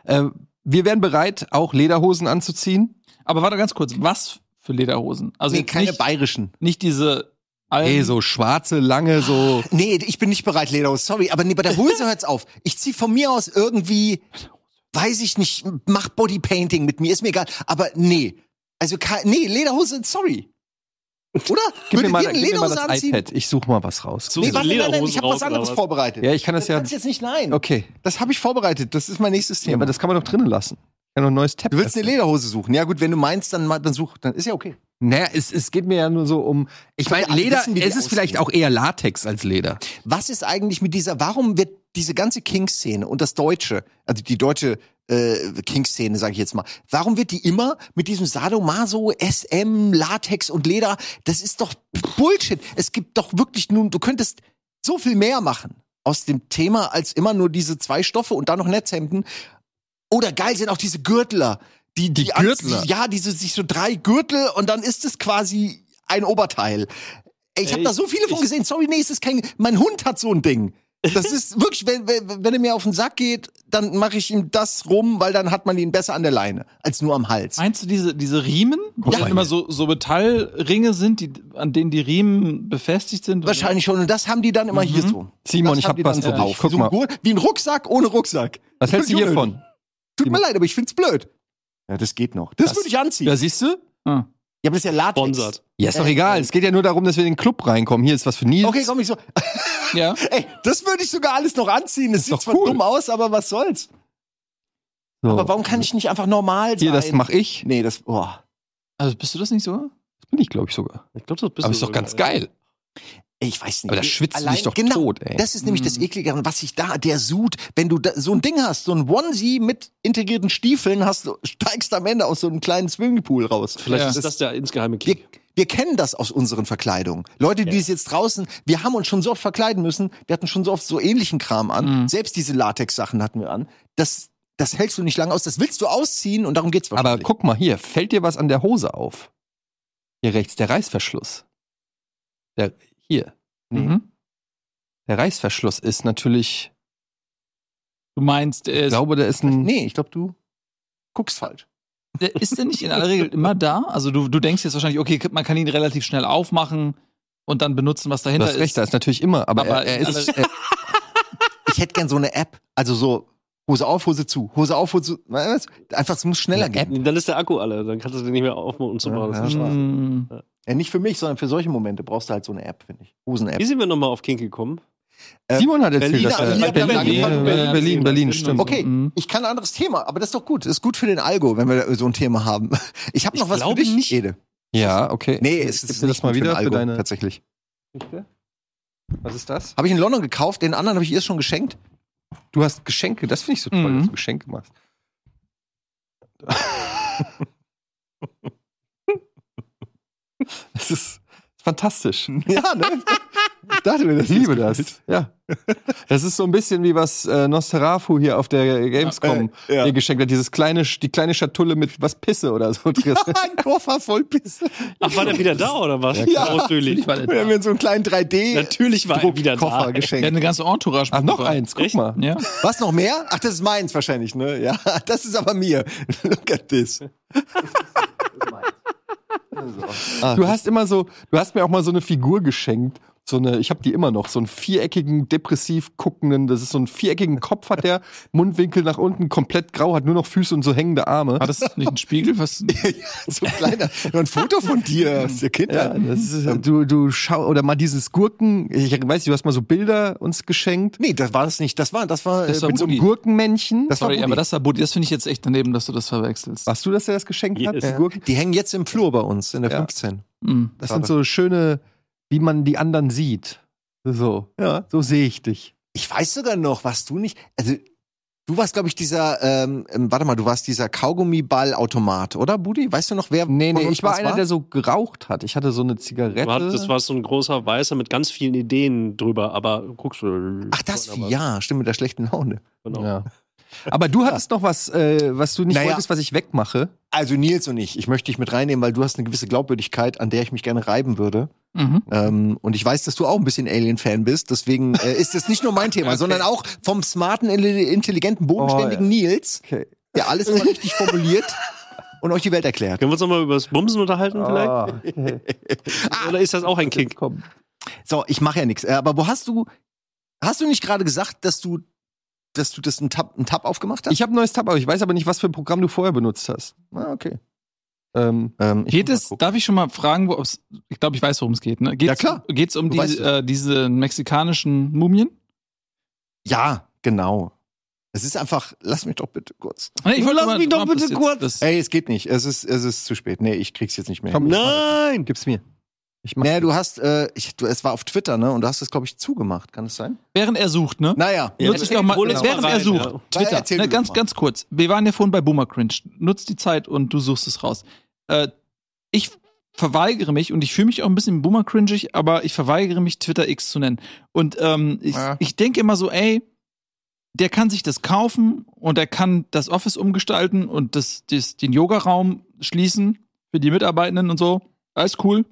Speaker 1: Äh, wir wären bereit, auch Lederhosen anzuziehen.
Speaker 2: Aber warte ganz kurz, was für Lederhosen? Also
Speaker 5: nee,
Speaker 2: jetzt
Speaker 5: keine
Speaker 2: nicht,
Speaker 5: bayerischen.
Speaker 2: nicht diese
Speaker 5: Ähm.
Speaker 2: Alm-
Speaker 1: Ey, so schwarze, lange, so.
Speaker 5: Nee, ich bin nicht bereit, Lederhose, sorry, aber nee, bei der Hose hört's auf. Ich zieh von mir aus irgendwie, weiß ich nicht, mach Bodypainting mit mir, ist mir egal, aber nee. Also, kei- nee, Lederhose, sorry. Oder?
Speaker 1: Gib mir,
Speaker 5: Würdet
Speaker 1: mal,
Speaker 5: ihr eine
Speaker 1: gib mir mal das
Speaker 5: Lederhose anziehen?
Speaker 1: iPad. Ich suche mal was raus.
Speaker 4: So
Speaker 5: Nee, warte, nein, nein,
Speaker 4: Lederhosen
Speaker 5: ich habe was
Speaker 4: raus oder
Speaker 5: anderes
Speaker 4: was?
Speaker 5: vorbereitet.
Speaker 1: Ja, ich kann das ja.
Speaker 5: kannst jetzt nicht nein.
Speaker 1: Okay.
Speaker 5: Das habe ich vorbereitet, das ist mein nächstes
Speaker 1: Ja,
Speaker 5: Thema.
Speaker 1: aber das kann man doch drinnen lassen. Ich kann doch ein neues Tab.
Speaker 5: du willst eine
Speaker 1: öffnen.
Speaker 5: Lederhose suchen. Ja gut, wenn du meinst, dann, ma- dann such, dann ist ja okay.
Speaker 1: Naja, es, es geht mir ja nur so um. Ich meine,
Speaker 5: will alle
Speaker 1: Leder,
Speaker 5: wissen, wie die
Speaker 1: es ist vielleicht
Speaker 5: aussehen.
Speaker 1: auch eher Latex als Leder.
Speaker 5: Was ist eigentlich mit dieser, warum wird diese ganze King-Szene und das Deutsche, also die deutsche äh, King-Szene, sage ich jetzt mal. Warum wird die immer mit diesem Sadomaso, SM, Latex und Leder? Das ist doch Bullshit. Es gibt doch wirklich nun, du könntest so viel mehr machen aus dem Thema als immer nur diese zwei Stoffe und dann noch Netzhemden. Oder geil sind auch diese Gürtler. Die, die,
Speaker 1: Die Gürtler?
Speaker 5: Die, ja, diese sich so drei Gürtel und dann ist es quasi ein Oberteil. Ey, ich habe
Speaker 4: Ey,
Speaker 5: da so viele von
Speaker 4: ich-
Speaker 5: gesehen. Sorry, nee, es ist kein. Mein Hund hat so ein Ding.
Speaker 1: [LAUGHS]
Speaker 5: Das ist wirklich, wenn, wenn, wenn er mir auf den Sack geht, dann mache ich ihm das rum, weil dann hat man ihn besser an der Leine als nur am Hals.
Speaker 2: Meinst du diese, diese Riemen, wo
Speaker 5: Ja.
Speaker 2: dann immer so, so Metallringe sind, die, an denen die Riemen befestigt sind?
Speaker 5: Wahrscheinlich schon. Und das haben die dann immer hier so.
Speaker 1: Mhm. Simon,
Speaker 5: das
Speaker 1: ich
Speaker 5: haben
Speaker 1: hab
Speaker 5: die
Speaker 1: was
Speaker 5: dann
Speaker 1: für
Speaker 5: so
Speaker 1: dich.
Speaker 5: auf.
Speaker 1: Guck
Speaker 5: so
Speaker 1: mal.
Speaker 5: ein Gurt- Wie ein Rucksack ohne Rucksack.
Speaker 1: Was hältst du
Speaker 5: Junge,
Speaker 1: hiervon?
Speaker 5: Tut mir leid, aber ich find's blöd. Ja, das geht noch. Das, würde ich anziehen.
Speaker 1: Ja, siehst du?
Speaker 2: Ah.
Speaker 5: ja, aber das ist ja Latex.
Speaker 4: Sponsert.
Speaker 1: Ja, ist doch egal. Es geht ja nur darum, dass wir in den Club reinkommen. Hier ist was für Nils.
Speaker 5: Okay, komm ich so.
Speaker 2: Ja.
Speaker 5: Ey, das würde ich sogar alles noch anziehen. Das sieht
Speaker 1: doch
Speaker 5: zwar
Speaker 1: cool.
Speaker 5: dumm aus, aber was soll's?
Speaker 1: So.
Speaker 5: Aber warum kann ich nicht einfach normal sein?
Speaker 1: Hier, das mache ich.
Speaker 5: Nee, das. oh, Boah.
Speaker 2: Also bist du das nicht so?
Speaker 1: Das bin ich, glaube ich, sogar.
Speaker 4: Ich glaube, das bist
Speaker 1: Aber
Speaker 4: du
Speaker 1: ist doch
Speaker 4: sogar.
Speaker 1: ganz geil.
Speaker 5: Ey, Ich weiß nicht.
Speaker 1: Aber da schwitzt du
Speaker 5: Allein-
Speaker 1: dich doch
Speaker 5: genau,
Speaker 1: tot, ey.
Speaker 5: Das ist nämlich
Speaker 2: Mhm.
Speaker 5: das Ekligere, was sich da, der Sud, wenn du da, so ein Ding hast, so ein Onesie mit integrierten Stiefeln, hast du, steigst am Ende aus so einem kleinen Swimmingpool raus.
Speaker 4: Vielleicht
Speaker 2: Ja.
Speaker 4: ist das der insgeheime
Speaker 5: Wir,
Speaker 4: Kick.
Speaker 5: wir kennen das aus unseren Verkleidungen. Leute, die es jetzt draußen, wir haben uns schon so oft verkleiden müssen, wir hatten schon so oft so ähnlichen Kram an.
Speaker 2: Mhm.
Speaker 5: Selbst diese Latex-Sachen hatten wir an. Das, das hältst du nicht lange aus, das willst du ausziehen und darum geht's
Speaker 1: Aber
Speaker 5: wahrscheinlich.
Speaker 1: guck mal hier, fällt dir was an der Hose auf? Hier rechts, der Reißverschluss. Der, hier, Nee.
Speaker 2: Mhm.
Speaker 1: der Reißverschluss ist natürlich,
Speaker 2: Du meinst, äh, er
Speaker 1: ich
Speaker 2: ist,
Speaker 1: glaube, der ist ein,
Speaker 5: nee, ich glaube, du guckst falsch.
Speaker 2: der ist der nicht in aller Regel immer da? Also du, du denkst jetzt wahrscheinlich, okay, man kann ihn relativ schnell aufmachen und dann benutzen, was
Speaker 1: du
Speaker 2: dahinter
Speaker 1: hast recht, da ist natürlich immer, aber,
Speaker 2: Aber
Speaker 1: er, er ist,
Speaker 2: alle-
Speaker 1: er,
Speaker 5: Ich hätte gern so eine App, also so Hose auf, Hose zu, Hose auf, Hose zu. Was? Einfach, es muss schneller
Speaker 1: Eine
Speaker 5: gehen.
Speaker 4: Nee, Dann ist der Akku alle, dann kannst du den nicht mehr aufmachen und so
Speaker 5: Ja,
Speaker 4: machen.
Speaker 5: ja.
Speaker 4: Das ist schade.
Speaker 2: Mhm.
Speaker 5: Ja, nicht für mich, sondern für solche Momente brauchst du halt so eine App, finde ich.
Speaker 4: Wie
Speaker 5: Hosen-App.
Speaker 4: sind wir nochmal auf Kink gekommen?
Speaker 1: Simon hat erzählt,
Speaker 4: Berlin,
Speaker 1: dass er,
Speaker 5: Berlin,
Speaker 1: Berlin, Berlin,
Speaker 5: Berlin,
Speaker 1: Berlin,
Speaker 2: Berlin,
Speaker 1: Berlin, Berlin,
Speaker 2: Berlin,
Speaker 1: stimmt.
Speaker 5: Okay,
Speaker 2: Mhm.
Speaker 5: ich kann ein anderes Thema, aber das ist doch gut. Das ist gut für den Algo, wenn wir so ein Thema haben. Ich habe noch was für
Speaker 4: glaube
Speaker 5: dich,
Speaker 4: nicht.
Speaker 5: Ede.
Speaker 1: Ja, okay.
Speaker 5: Nee,
Speaker 1: Jetzt
Speaker 5: es
Speaker 1: gibst
Speaker 5: ist
Speaker 1: du
Speaker 5: nicht
Speaker 1: das mal
Speaker 5: gut für
Speaker 1: wieder
Speaker 5: den
Speaker 1: für
Speaker 5: Algo,
Speaker 1: deine
Speaker 5: tatsächlich.
Speaker 1: Was ist das?
Speaker 5: Habe ich in London gekauft, den anderen habe ich ihr schon geschenkt.
Speaker 1: Du hast Geschenke, das finde ich so toll,
Speaker 2: Mhm.
Speaker 1: dass du Geschenke machst. das ist fantastisch.
Speaker 5: [LAUGHS] Ja, ne? ich dachte mir, das
Speaker 1: Ich liebe das. Ja. Das ist so ein bisschen wie was äh, Nosferatu hier auf der Gamescom
Speaker 5: Äh, ja.
Speaker 1: dir geschenkt hat. Dieses kleine, die kleine Schatulle mit was Pisse oder so drin.
Speaker 5: Ein Koffer voll Pisse.
Speaker 4: Ach, war der wieder da oder was? Oh,
Speaker 5: Ja, klar.
Speaker 4: natürlich.
Speaker 2: war der
Speaker 5: Wir haben
Speaker 2: da.
Speaker 5: mir so einen kleinen 3D
Speaker 4: Natürlich war er wieder
Speaker 5: Koffer
Speaker 4: da.
Speaker 2: Der hat
Speaker 5: geschenkt.
Speaker 2: eine ganze Entourage.
Speaker 1: Ach, noch
Speaker 2: mitgebracht.
Speaker 1: eins, guck
Speaker 4: Echt?
Speaker 1: mal.
Speaker 2: Ja.
Speaker 5: Was noch mehr? Ach, das ist meins wahrscheinlich, ne? Ja, [LAUGHS] das ist aber mir. [LAUGHS] Look at this. Ah,
Speaker 1: Du hast immer so, du hast mir auch mal so eine Figur geschenkt. So eine, ich habe die immer noch, so einen viereckigen, depressiv guckenden, das ist so ein viereckigen Kopf hat [LAUGHS] der, Mundwinkel nach unten, komplett grau, hat nur noch Füße und so hängende Arme.
Speaker 2: War das nicht ein
Speaker 1: [LAUGHS]
Speaker 2: Spiegel? Was?
Speaker 5: so ein kleiner. Nur ein Foto von dir aus der
Speaker 1: Ja, ne.
Speaker 5: Kindheit.
Speaker 1: das ist, du, du schau, oder mal dieses Gurken, ich weiß nicht, du hast mal so Bilder uns geschenkt.
Speaker 5: Nee, das war es nicht. Das war, das war,
Speaker 2: Das
Speaker 5: äh,
Speaker 2: war
Speaker 1: Mit so einem
Speaker 2: Booty.
Speaker 1: Gurkenmännchen.
Speaker 5: Das war
Speaker 2: Sorry,
Speaker 5: Booty.
Speaker 2: aber das war Buddy. Das finde ich jetzt echt daneben, dass du das verwechselst.
Speaker 1: Warst du, dass er das geschenkt hat?
Speaker 4: Yes.
Speaker 1: Die Gurken?
Speaker 5: die hängen jetzt im Flur bei uns, in der
Speaker 1: Ja.
Speaker 5: 15.
Speaker 2: Mhm.
Speaker 1: Das sind so schöne, wie man die anderen sieht. So,
Speaker 5: Ja.
Speaker 1: so sehe ich dich.
Speaker 5: Ich weiß sogar noch, was du nicht, also, du warst, glaube ich, dieser, ähm, ähm, warte mal, du warst dieser Kaugummi-Ball-Automat, oder, Budi? Weißt du noch, wer?
Speaker 1: Nee,
Speaker 5: von
Speaker 1: nee,
Speaker 5: uns
Speaker 1: ich war
Speaker 5: was
Speaker 1: einer, der so geraucht hat. Ich hatte so eine Zigarette.
Speaker 4: War- Das war so ein großer Weißer mit ganz vielen Ideen drüber, aber guckst du.
Speaker 5: Ach, das Vieh, ja, stimmt, mit der schlechten Laune.
Speaker 4: Genau.
Speaker 1: ja. Aber du hattest noch was, äh, was du nicht
Speaker 5: Naja.
Speaker 1: wolltest, was ich wegmache.
Speaker 5: Also Nils und ich, ich möchte dich mit reinnehmen, weil du hast eine gewisse Glaubwürdigkeit, an der ich mich gerne reiben würde.
Speaker 2: Mhm.
Speaker 5: Ähm, und ich weiß, dass du auch ein bisschen Alien-Fan bist. Deswegen äh, ist das nicht nur mein Thema,
Speaker 2: Okay.
Speaker 5: sondern auch vom smarten, intelli- intelligenten, bodenständigen Nils,
Speaker 1: Okay.
Speaker 5: der alles immer richtig formuliert und euch die Welt erklärt.
Speaker 4: Können wir uns nochmal über das Bumsen
Speaker 1: Ah,
Speaker 4: unterhalten vielleicht? Ah. Oder ist das auch ein Kick?
Speaker 1: Komm.
Speaker 5: So, ich mache ja nichts. Äh, aber wo hast du, hast du nicht gerade gesagt, dass du, dass du das einen Tab, einen Tab aufgemacht hast?
Speaker 1: Ich habe ein neues Tab, aber ich weiß aber nicht, was für ein Programm du vorher benutzt hast.
Speaker 5: ah, okay.
Speaker 1: Ähm,
Speaker 5: Ähm, ich
Speaker 2: Geht
Speaker 5: muss mal
Speaker 2: es,
Speaker 5: gucken.
Speaker 2: darf ich schon mal fragen, wo, ob's, ich glaube, ich weiß, worum es geht. Ne? Geht's,
Speaker 5: Ja, klar.
Speaker 2: Geht es um
Speaker 5: Du
Speaker 2: die,
Speaker 5: weißt es.
Speaker 2: äh, diese mexikanischen Mumien?
Speaker 5: Ja, genau. Es ist einfach, lass mich doch bitte kurz.
Speaker 2: Nee, ich wollte
Speaker 4: Lass
Speaker 2: mal-
Speaker 4: mich doch
Speaker 2: ob das
Speaker 4: bitte
Speaker 2: jetzt
Speaker 4: kurz.
Speaker 2: Das,
Speaker 5: Ey, es geht nicht. Es ist, es ist zu spät. Nee, ich krieg's jetzt nicht mehr.
Speaker 1: Komm,
Speaker 5: hin.
Speaker 1: ich mach
Speaker 4: Nein!
Speaker 1: Gib's mir. Ich mach
Speaker 5: Naja, du hast, äh, ich, du, es war auf Twitter, ne? Und du hast es, glaube ich, zugemacht. Kann das sein?
Speaker 2: Während er sucht, ne?
Speaker 5: Naja.
Speaker 2: Nutzt ich
Speaker 4: erzähl-
Speaker 2: doch mal,
Speaker 4: hol jetzt mal
Speaker 2: während
Speaker 4: rein,
Speaker 2: er sucht.
Speaker 4: ja.
Speaker 5: Ja,
Speaker 2: Twitter,
Speaker 5: erzähl
Speaker 2: ne,
Speaker 5: du doch
Speaker 2: ganz,
Speaker 5: mal.
Speaker 2: ganz kurz. Wir waren ja vorhin bei Boomer Cringe. Nutz die Zeit und du suchst es raus. Äh, ich verweigere mich und ich fühle mich auch ein bisschen Boomer Cringig, aber ich verweigere mich, Twitter X zu nennen. Und ähm, ich,
Speaker 7: Ja.
Speaker 2: ich denke immer so, ey, der kann sich das kaufen und er kann das Office umgestalten und das, das, den Yoga-Raum schließen für die Mitarbeitenden und so. Alles cool.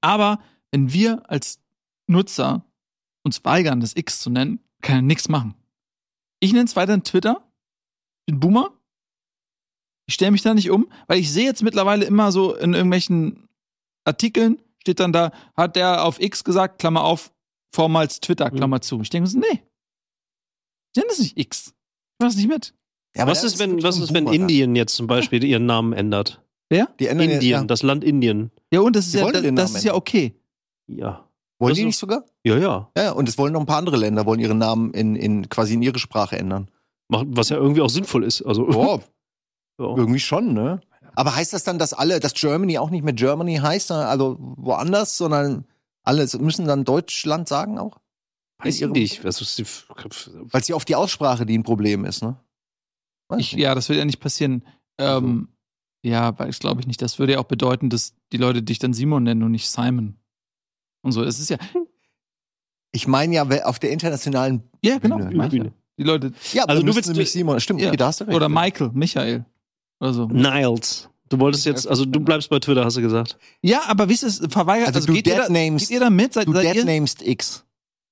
Speaker 2: Aber wenn wir als Nutzer uns weigern, das X zu nennen, kann er nichts machen. Ich nenne es weiterhin Twitter. Ich bin Boomer. Ich stelle mich da nicht um, weil ich sehe jetzt mittlerweile immer so in irgendwelchen Artikeln, steht dann da, hat der auf X gesagt, Klammer auf, vormals
Speaker 5: Mhm.
Speaker 2: Twitter, Klammer zu. Ich denke mir so, nee. Ich nenne es nicht X. Ich mach es nicht mit.
Speaker 5: Ja, aber
Speaker 4: was
Speaker 5: da
Speaker 4: ist, wenn,
Speaker 5: wirklich
Speaker 4: was
Speaker 5: so ein
Speaker 4: ist, wenn
Speaker 5: Boomer da.
Speaker 4: Indien jetzt zum Beispiel ihren Namen ändert?
Speaker 5: Die ändern
Speaker 4: Indien,
Speaker 5: Ja, ja.
Speaker 4: das Land Indien.
Speaker 2: Ja, und das ist,
Speaker 5: Wir
Speaker 2: ja,
Speaker 5: wollen den
Speaker 2: das
Speaker 5: Namen
Speaker 2: ist ja
Speaker 5: ändern.
Speaker 2: okay.
Speaker 4: Ja.
Speaker 5: Wollen
Speaker 4: das
Speaker 5: die
Speaker 4: ist-
Speaker 5: nicht sogar?
Speaker 4: Ja, ja.
Speaker 5: Ja, ja, und es wollen noch ein paar andere Länder, wollen ihren Namen in, in quasi in ihre
Speaker 4: [LAUGHS]
Speaker 5: Sprache ändern.
Speaker 4: Macht- Was ja irgendwie auch sinnvoll ist. Also,
Speaker 5: Boah,
Speaker 4: [LAUGHS] ja.
Speaker 5: irgendwie schon, ne? Aber heißt das dann, dass alle, dass Germany auch nicht mehr Germany heißt, sondern also woanders, sondern alle müssen dann Deutschland sagen auch?
Speaker 4: weiß ich
Speaker 5: ihrem-
Speaker 4: nicht. Was ist die F- F-
Speaker 5: Weil es ja oft die Aussprache, die ein Problem ist, ne? Weiß
Speaker 2: Ich,
Speaker 5: nicht.
Speaker 2: ja, das würde ja nicht passieren. Ähm, Ja, weiß glaube ich nicht. Das würde ja auch bedeuten, dass die Leute dich dann Simon nennen und nicht Simon. Und so. Es ist ja.
Speaker 5: ich meine ja we- auf der internationalen.
Speaker 2: Ja, genau.
Speaker 5: Bühne.
Speaker 2: meine ich ja. Die Leute.
Speaker 5: Ja,
Speaker 4: Also
Speaker 5: dann
Speaker 4: du
Speaker 5: müssten
Speaker 4: willst-
Speaker 5: sie mich Simon. Stimmt,
Speaker 2: Ja.
Speaker 5: okay, da hast du recht.
Speaker 2: Oder Michael, Michael. Oder so.
Speaker 4: Niles. Du wolltest jetzt, also du bleibst bei Twitter, hast du gesagt.
Speaker 2: Ja, aber wisst ihr, verweigert.
Speaker 5: Also
Speaker 2: Also,
Speaker 5: du
Speaker 2: geht, ihr da,
Speaker 5: deadnamest-
Speaker 2: geht ihr da mit? Seid,
Speaker 5: Du
Speaker 2: seid ihr,
Speaker 5: deadnamest X.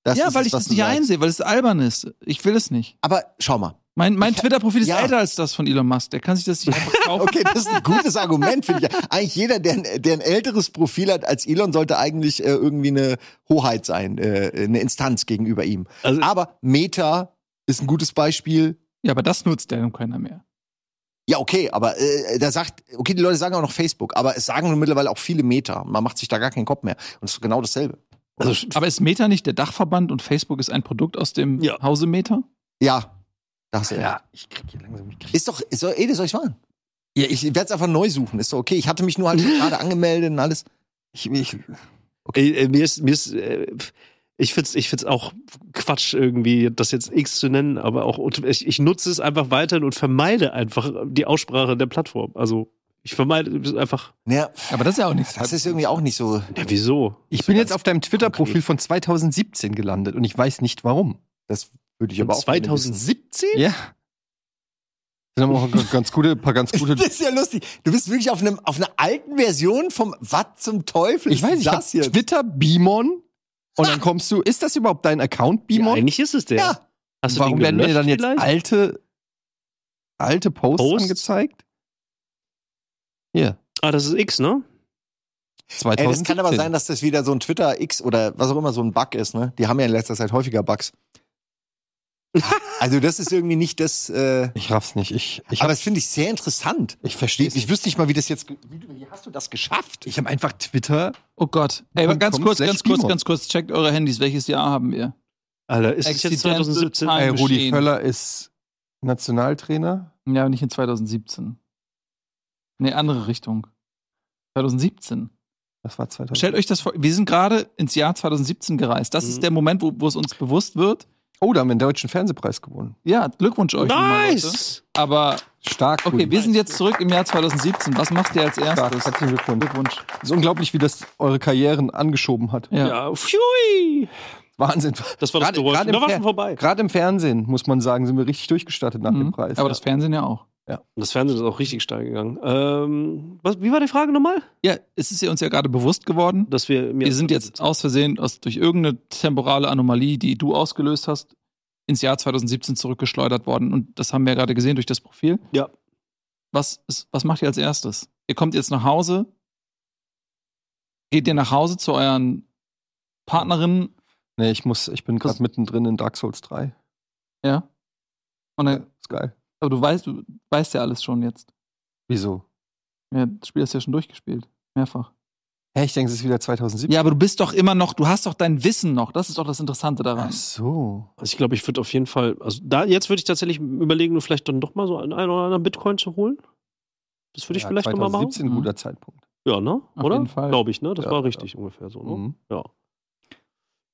Speaker 5: Das
Speaker 2: ja,
Speaker 5: ist
Speaker 2: weil
Speaker 5: es,
Speaker 2: ich
Speaker 5: was
Speaker 2: das
Speaker 5: du
Speaker 2: nicht
Speaker 5: sagst.
Speaker 2: einsehe, weil es albern ist. Ich will es nicht.
Speaker 5: Aber schau mal.
Speaker 2: Mein, mein
Speaker 5: Ich-
Speaker 2: Twitter-Profil ist
Speaker 5: ja.
Speaker 2: älter als das von Elon Musk. Der kann sich
Speaker 5: [LAUGHS]
Speaker 2: das nicht einfach kaufen.
Speaker 5: Okay, das ist ein gutes Argument, finde ich. Eigentlich jeder, der, ein- der ein älteres Profil hat als Elon, sollte eigentlich äh, irgendwie eine Hoheit sein, äh, eine Instanz gegenüber ihm.
Speaker 4: Also-
Speaker 5: Aber Meta ist ein gutes Beispiel.
Speaker 2: Ja, aber das nutzt der nun keiner mehr.
Speaker 5: Ja, okay, aber äh, da sagt, okay, die Leute sagen auch noch Facebook, aber es sagen mittlerweile auch viele Meta. Man macht sich da gar keinen Kopf mehr. Und es ist genau dasselbe.
Speaker 4: Also,
Speaker 2: Aber ist Meta nicht der Dachverband und Facebook ist ein Produkt aus dem
Speaker 4: Ja.
Speaker 2: Hause Meta?
Speaker 5: Ja, da hast du recht.
Speaker 1: ich krieg hier langsam. Ich krieg
Speaker 5: Ist doch, ist doch, Ede, soll ich machen? Ja, ich werde es einfach neu suchen. Ist doch okay. Ich hatte mich [LAUGHS] nur halt gerade angemeldet und alles.
Speaker 1: ich, ich,
Speaker 4: Ey, äh, mir ist, mir ist, äh, ich find's, ich find's auch Quatsch irgendwie, das jetzt X zu nennen, aber auch, und ich, ich nutze es einfach weiterhin und vermeide einfach die Aussprache der Plattform. Also, ich vermeide es einfach.
Speaker 5: Naja,
Speaker 2: Aber das ist ja
Speaker 5: [LAUGHS]
Speaker 2: auch nichts.
Speaker 5: das ist irgendwie auch nicht so.
Speaker 4: Ja, wieso?
Speaker 1: ich bin jetzt auf deinem
Speaker 4: konkret.
Speaker 1: Twitter-Profil von 2017 gelandet und ich weiß nicht warum.
Speaker 5: Das würde ich
Speaker 4: Von
Speaker 5: aber auch gerne wissen.
Speaker 4: 2017?
Speaker 1: Ja. Sind aber auch [LAUGHS] ein ganz gute, paar ganz gute.
Speaker 5: [LAUGHS] Das ist ja lustig. Du bist wirklich auf, einem, auf einer alten Version vom Was zum Teufel
Speaker 1: Ich weiß,
Speaker 5: ist
Speaker 1: ich hab
Speaker 5: das hier?
Speaker 1: Twitter Beamon und dann kommst du, ist das überhaupt dein Account
Speaker 4: Ja,
Speaker 1: Beamon?
Speaker 4: eigentlich ist es der.
Speaker 5: Ja.
Speaker 4: Hast du
Speaker 1: Warum
Speaker 4: den
Speaker 1: werden mir
Speaker 4: gelöscht
Speaker 1: dann jetzt
Speaker 4: vielleicht?
Speaker 1: alte, alte Posts,
Speaker 4: Posts?
Speaker 1: angezeigt? Hier,
Speaker 4: Ah, das ist X, ne?
Speaker 1: 2017.
Speaker 5: Ey, das kann aber sein, dass das wieder so ein Twitter X oder was auch immer so ein Bug ist, ne? Die haben ja in letzter Zeit häufiger [LAUGHS] Bugs. also das ist irgendwie nicht das. Äh,
Speaker 1: Ich raff's nicht. Ich, ich,
Speaker 5: aber
Speaker 1: hab-
Speaker 5: das finde ich sehr interessant.
Speaker 1: ich
Speaker 5: Ich,
Speaker 1: verstehe
Speaker 5: ich wüsste nicht mal, wie das jetzt. ge- Wie, du- wie hast du das geschafft?
Speaker 1: Ich habe einfach Twitter.
Speaker 2: Oh Gott. Ey, aber ganz
Speaker 1: Komm,
Speaker 2: kurz,
Speaker 1: slash
Speaker 2: ganz kurz,
Speaker 1: Timon.
Speaker 2: ganz kurz, checkt eure Handys. Welches Jahr haben wir?
Speaker 4: Alter,
Speaker 1: Äh,
Speaker 4: ist es jetzt
Speaker 2: Accidental
Speaker 4: 2017?
Speaker 2: Time.
Speaker 1: Ey, Rudi
Speaker 2: Bestehen.
Speaker 1: äh, Völler ist Nationaltrainer.
Speaker 2: Ja, nicht in 2017. Nee, andere Richtung. 2017.
Speaker 1: Das war 2000.
Speaker 2: Stellt euch das vor, wir sind gerade ins Jahr 2017 gereist. Das
Speaker 4: Mhm.
Speaker 2: ist der Moment, wo, wo es uns bewusst wird.
Speaker 1: Oh, da haben wir den Deutschen Fernsehpreis gewonnen.
Speaker 2: Ja, Glückwunsch euch. nochmal, Leute.
Speaker 4: Nice!
Speaker 2: Aber
Speaker 1: Stark.
Speaker 2: okay,
Speaker 1: Rudi.
Speaker 2: wir sind jetzt zurück im Jahr 2017. Was macht ihr als
Speaker 1: Stark.
Speaker 2: erstes?
Speaker 1: Herzlichen Glückwunsch.
Speaker 2: Glückwunsch.
Speaker 1: Es ist unglaublich, wie das eure Karrieren angeschoben hat.
Speaker 2: Ja.
Speaker 4: Ja, pfui!
Speaker 1: Wahnsinn. [LAUGHS]
Speaker 4: Das war das
Speaker 1: Gerade-
Speaker 4: Geräusch.
Speaker 1: gerade
Speaker 4: Da
Speaker 1: im
Speaker 4: war
Speaker 1: Fer-
Speaker 4: schon vorbei.
Speaker 1: Gerade im Fernsehen, muss man sagen, sind wir richtig durchgestattet nach dem
Speaker 2: Mhm.
Speaker 1: Preis.
Speaker 2: Aber
Speaker 1: Ja.
Speaker 2: das Fernsehen ja auch.
Speaker 4: Das Fernsehen ist auch richtig steil gegangen. Ähm, was, wie war die Frage nochmal?
Speaker 2: Ja, es ist ja uns ja gerade bewusst geworden.
Speaker 4: Dass wir, mir
Speaker 2: Wir sind jetzt aus Versehen aus, durch irgendeine temporale Anomalie, die du ausgelöst hast, ins Jahr 2017 zurückgeschleudert worden. Und das haben wir ja gerade gesehen durch das Profil.
Speaker 4: Ja.
Speaker 2: Was, ist, was macht ihr als erstes? Ihr kommt jetzt nach Hause. Geht ihr nach Hause zu euren Partnerinnen?
Speaker 1: Nee, ich muss, ich bin
Speaker 2: Das-
Speaker 1: gerade mittendrin in Dark Souls 3.
Speaker 2: Ja. Und dann,
Speaker 1: Ist geil.
Speaker 2: aber du weißt, du weißt ja alles schon jetzt.
Speaker 1: Wieso?
Speaker 2: Ja, das Spiel hast du ja schon durchgespielt. Mehrfach.
Speaker 1: Hä, ich denke, es ist wieder 2017.
Speaker 2: Ja, aber du bist doch immer noch, du hast doch dein Wissen noch. Das ist doch das Interessante daran.
Speaker 1: Ach so.
Speaker 4: Also ich glaube, ich würde auf jeden Fall, also da jetzt würde ich tatsächlich überlegen, nur vielleicht dann doch mal so einen, einen oder anderen Bitcoin zu holen. Das würde ich
Speaker 1: Ja,
Speaker 4: vielleicht nochmal machen.
Speaker 2: Mhm.
Speaker 1: 2017 ein guter Zeitpunkt.
Speaker 4: Ja, ne?
Speaker 2: Auf
Speaker 4: Oder?
Speaker 2: jeden Fall.
Speaker 4: Glaube ich, ne? Das
Speaker 1: Ja,
Speaker 4: war richtig ungefähr so, ne?
Speaker 1: Mhm.
Speaker 4: Ja.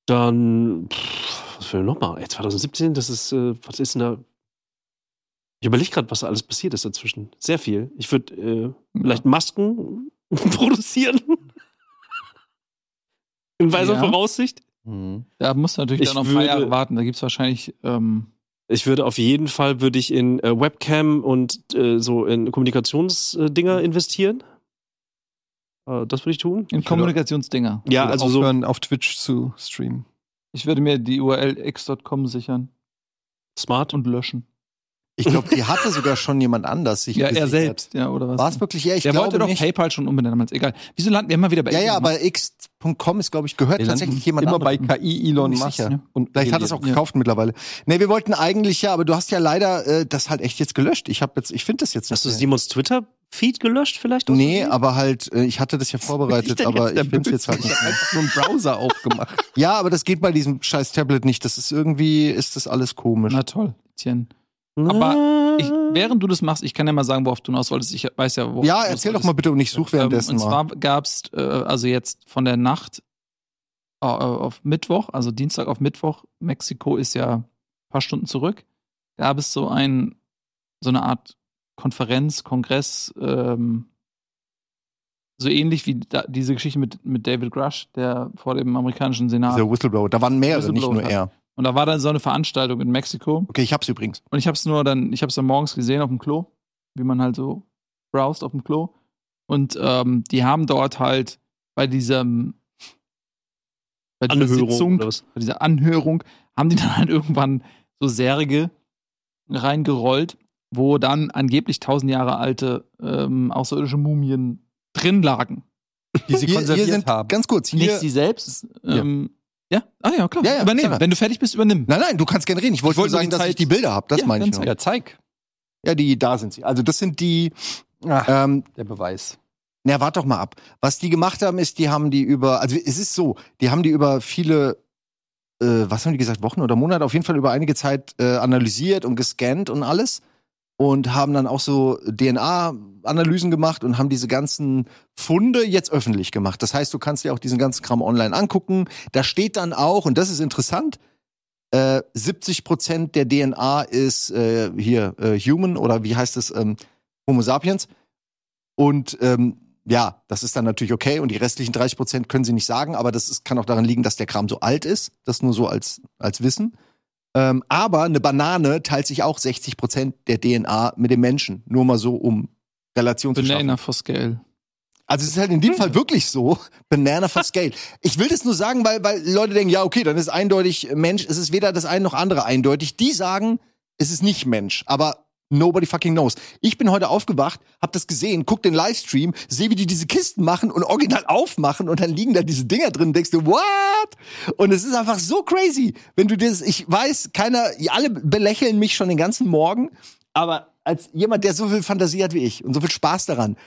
Speaker 4: Dann, pff, was will ich noch mal? Ey, 2017, das ist, äh, was ist denn da? Ich überlege gerade, was da alles passiert ist dazwischen. Sehr viel. Ich würde äh, vielleicht Masken [LAUGHS] produzieren. In weiser
Speaker 2: Ja.
Speaker 4: Voraussicht.
Speaker 1: Mhm.
Speaker 2: Da musst du natürlich
Speaker 4: Ich
Speaker 2: dann noch ein paar
Speaker 4: würde-
Speaker 2: Jahre warten. Da gibt es wahrscheinlich. Ähm,
Speaker 4: Ich würde auf jeden Fall würde ich in äh, Webcam und äh, so in Kommunikationsdinger investieren. Äh, das würde ich tun.
Speaker 2: Mhm. in Kommunikationsdinger.
Speaker 4: Ja, also so
Speaker 1: aufhören, auf Twitch zu streamen.
Speaker 2: Ich würde mir die URL x.com sichern
Speaker 4: smart.
Speaker 2: und löschen.
Speaker 5: Ich glaube, die hatte sogar schon jemand anders. Sich
Speaker 2: ja, er
Speaker 5: gesichert.
Speaker 2: selbst, ja, oder was?
Speaker 5: War es wirklich er? Ich
Speaker 2: Der wollte
Speaker 5: glaube
Speaker 2: doch
Speaker 5: nicht.
Speaker 2: PayPal schon unbedingt damals. Egal. Wieso landen wir immer wieder bei
Speaker 5: Ja, ja,
Speaker 2: Elon Musk?
Speaker 5: aber x.com ist, glaube ich, gehört
Speaker 1: Wir
Speaker 5: tatsächlich
Speaker 1: landen
Speaker 5: jemand
Speaker 1: immer
Speaker 5: anderem.
Speaker 1: bei KI Elon
Speaker 5: Bin ich
Speaker 1: Musk.
Speaker 5: sicher.
Speaker 1: Und
Speaker 5: Vielleicht hat er es auch gekauft mittlerweile. Nee, wir wollten eigentlich ja, aber du hast ja leider äh, das halt echt jetzt gelöscht. Ich habe jetzt, ich finde das jetzt
Speaker 4: Hast du
Speaker 5: mehr.
Speaker 4: Simons Twitter-Feed gelöscht vielleicht? aus
Speaker 5: Nee,
Speaker 4: Versehen?
Speaker 5: aber halt, äh, ich hatte das ja vorbereitet,
Speaker 4: denn
Speaker 5: aber
Speaker 4: jetzt
Speaker 5: ich
Speaker 4: der
Speaker 5: finde es jetzt halt
Speaker 1: Ich
Speaker 5: nicht.
Speaker 1: habe [LAUGHS] einfach nur einen Browser aufgemacht.
Speaker 5: Ja, aber das geht bei diesem scheiß Tablet nicht. Das ist irgendwie, ist das alles komisch.
Speaker 2: Na toll, Tien. aber Ich, während du das machst, ich kann ja mal sagen, worauf du hinaus wolltest. Ich weiß ja, worauf
Speaker 5: ja,
Speaker 2: du
Speaker 5: erzähl
Speaker 2: hinaus
Speaker 5: doch mal
Speaker 2: wolltest.
Speaker 5: bitte und ich suche währenddessen
Speaker 2: Ähm, und
Speaker 5: mal.
Speaker 2: zwar gab es, äh, also jetzt von der Nacht äh, auf Mittwoch, also Dienstag auf Mittwoch, Mexiko ist ja ein paar Stunden zurück, gab es so ein, so eine Art Konferenz, Kongress, ähm, so ähnlich wie da, diese Geschichte mit, mit David Grush, der vor dem amerikanischen Senat.
Speaker 5: Dieser Whistleblower. Da waren mehrere, nicht
Speaker 2: Whistleblower,
Speaker 5: nur
Speaker 2: ja.
Speaker 5: er.
Speaker 2: Und da war dann so eine Veranstaltung in Mexiko.
Speaker 5: Okay, ich hab's übrigens.
Speaker 2: Und ich habe es nur dann, ich habe es dann morgens gesehen auf dem Klo, wie man halt so browst auf dem Klo. Und ähm, die haben dort halt bei diesem bei dieser
Speaker 4: Anhörung.
Speaker 2: Sitzung,
Speaker 4: oder was?
Speaker 2: bei dieser Anhörung, haben die [LAUGHS] dann halt irgendwann so Särge reingerollt, wo dann angeblich tausend Jahre alte ähm, außerirdische Mumien drin lagen.
Speaker 1: Die sie
Speaker 5: Hier, hier
Speaker 1: konserviert
Speaker 5: sind,
Speaker 1: haben.
Speaker 5: ganz kurz, hier.
Speaker 2: Nicht sie selbst. Ähm, ja. ah ja, klar.
Speaker 5: Ja, ja,
Speaker 2: übernimm.
Speaker 5: klar.
Speaker 2: Wenn du fertig bist, übernimm.
Speaker 5: Nein, nein, du kannst gerne reden. Ich wollte
Speaker 1: Ich wollte
Speaker 5: nur
Speaker 1: nur die
Speaker 5: sagen, dass ich
Speaker 1: Zeit-
Speaker 5: die Bilder hab. Das
Speaker 2: Ja,
Speaker 5: meine ich
Speaker 2: ganz
Speaker 5: nur.
Speaker 1: ja, zeig.
Speaker 5: Ja, die, da sind sie. Also das sind die, ähm,
Speaker 1: Der Beweis.
Speaker 5: Na, warte doch mal ab. Was die gemacht haben, ist, die haben die über, also es ist so, die haben die über viele, äh, was haben die gesagt, Wochen oder Monate, auf jeden Fall über einige Zeit äh, analysiert und gescannt und alles. Und haben dann auch so DNA-Analysen gemacht und haben diese ganzen Funde jetzt öffentlich gemacht. Das heißt, du kannst dir auch diesen ganzen Kram online angucken. Da steht dann auch, und das ist interessant, äh, 70 Prozent der DNA ist äh, hier äh, Human oder wie heißt es, ähm, Homo sapiens. Und ähm, ja, das ist dann natürlich okay. Und die restlichen 30 Prozent können sie nicht sagen, aber das ist, kann auch daran liegen, dass der Kram so alt ist. Das nur so als, als Wissen. Ähm, aber eine Banane teilt sich auch 60 Prozent der DNA mit dem Menschen. Nur mal so, um Relation zu schaffen.
Speaker 2: Banana for Scale.
Speaker 5: Also es ist halt in dem Fall wirklich so, [LAUGHS] Banana for Scale. Ich will das nur sagen, weil, weil Leute denken, ja, okay, dann ist eindeutig Mensch, es ist weder das eine noch andere eindeutig. Die sagen, es ist nicht Mensch, aber nobody fucking knows. Ich bin heute aufgewacht, hab das gesehen, guck den Livestream, sehe, wie die diese Kisten machen und original aufmachen und dann liegen da diese Dinger drin und denkst du, what? Und es ist einfach so crazy, wenn du das, ich weiß, keiner, alle belächeln mich schon den ganzen Morgen, aber als jemand, der so viel Fantasie hat wie ich und so viel Spaß daran,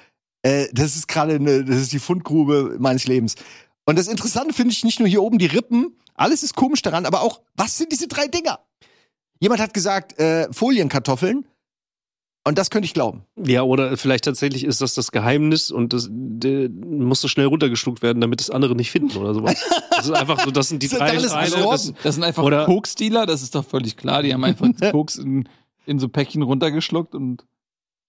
Speaker 5: äh, das ist gerade eine, das ist die Fundgrube meines Lebens. Und das Interessante finde ich nicht nur hier oben die Rippen, alles ist komisch daran, aber auch, was sind diese drei Dinger? Jemand hat gesagt, äh, Folienkartoffeln. Und das könnte ich glauben.
Speaker 4: Ja, oder vielleicht tatsächlich ist das das Geheimnis und das de, muss so schnell runtergeschluckt werden, damit das andere nicht finden oder sowas. das ist einfach so, das sind
Speaker 2: [LAUGHS]
Speaker 4: die
Speaker 5: Sind
Speaker 4: drei
Speaker 5: alles
Speaker 4: Steine.
Speaker 5: Ressourcen?
Speaker 4: Das,
Speaker 2: Das sind einfach
Speaker 4: Oder-
Speaker 2: Koks-Dealer, das ist doch völlig klar. Die haben einfach Koks in, in so Päckchen runtergeschluckt und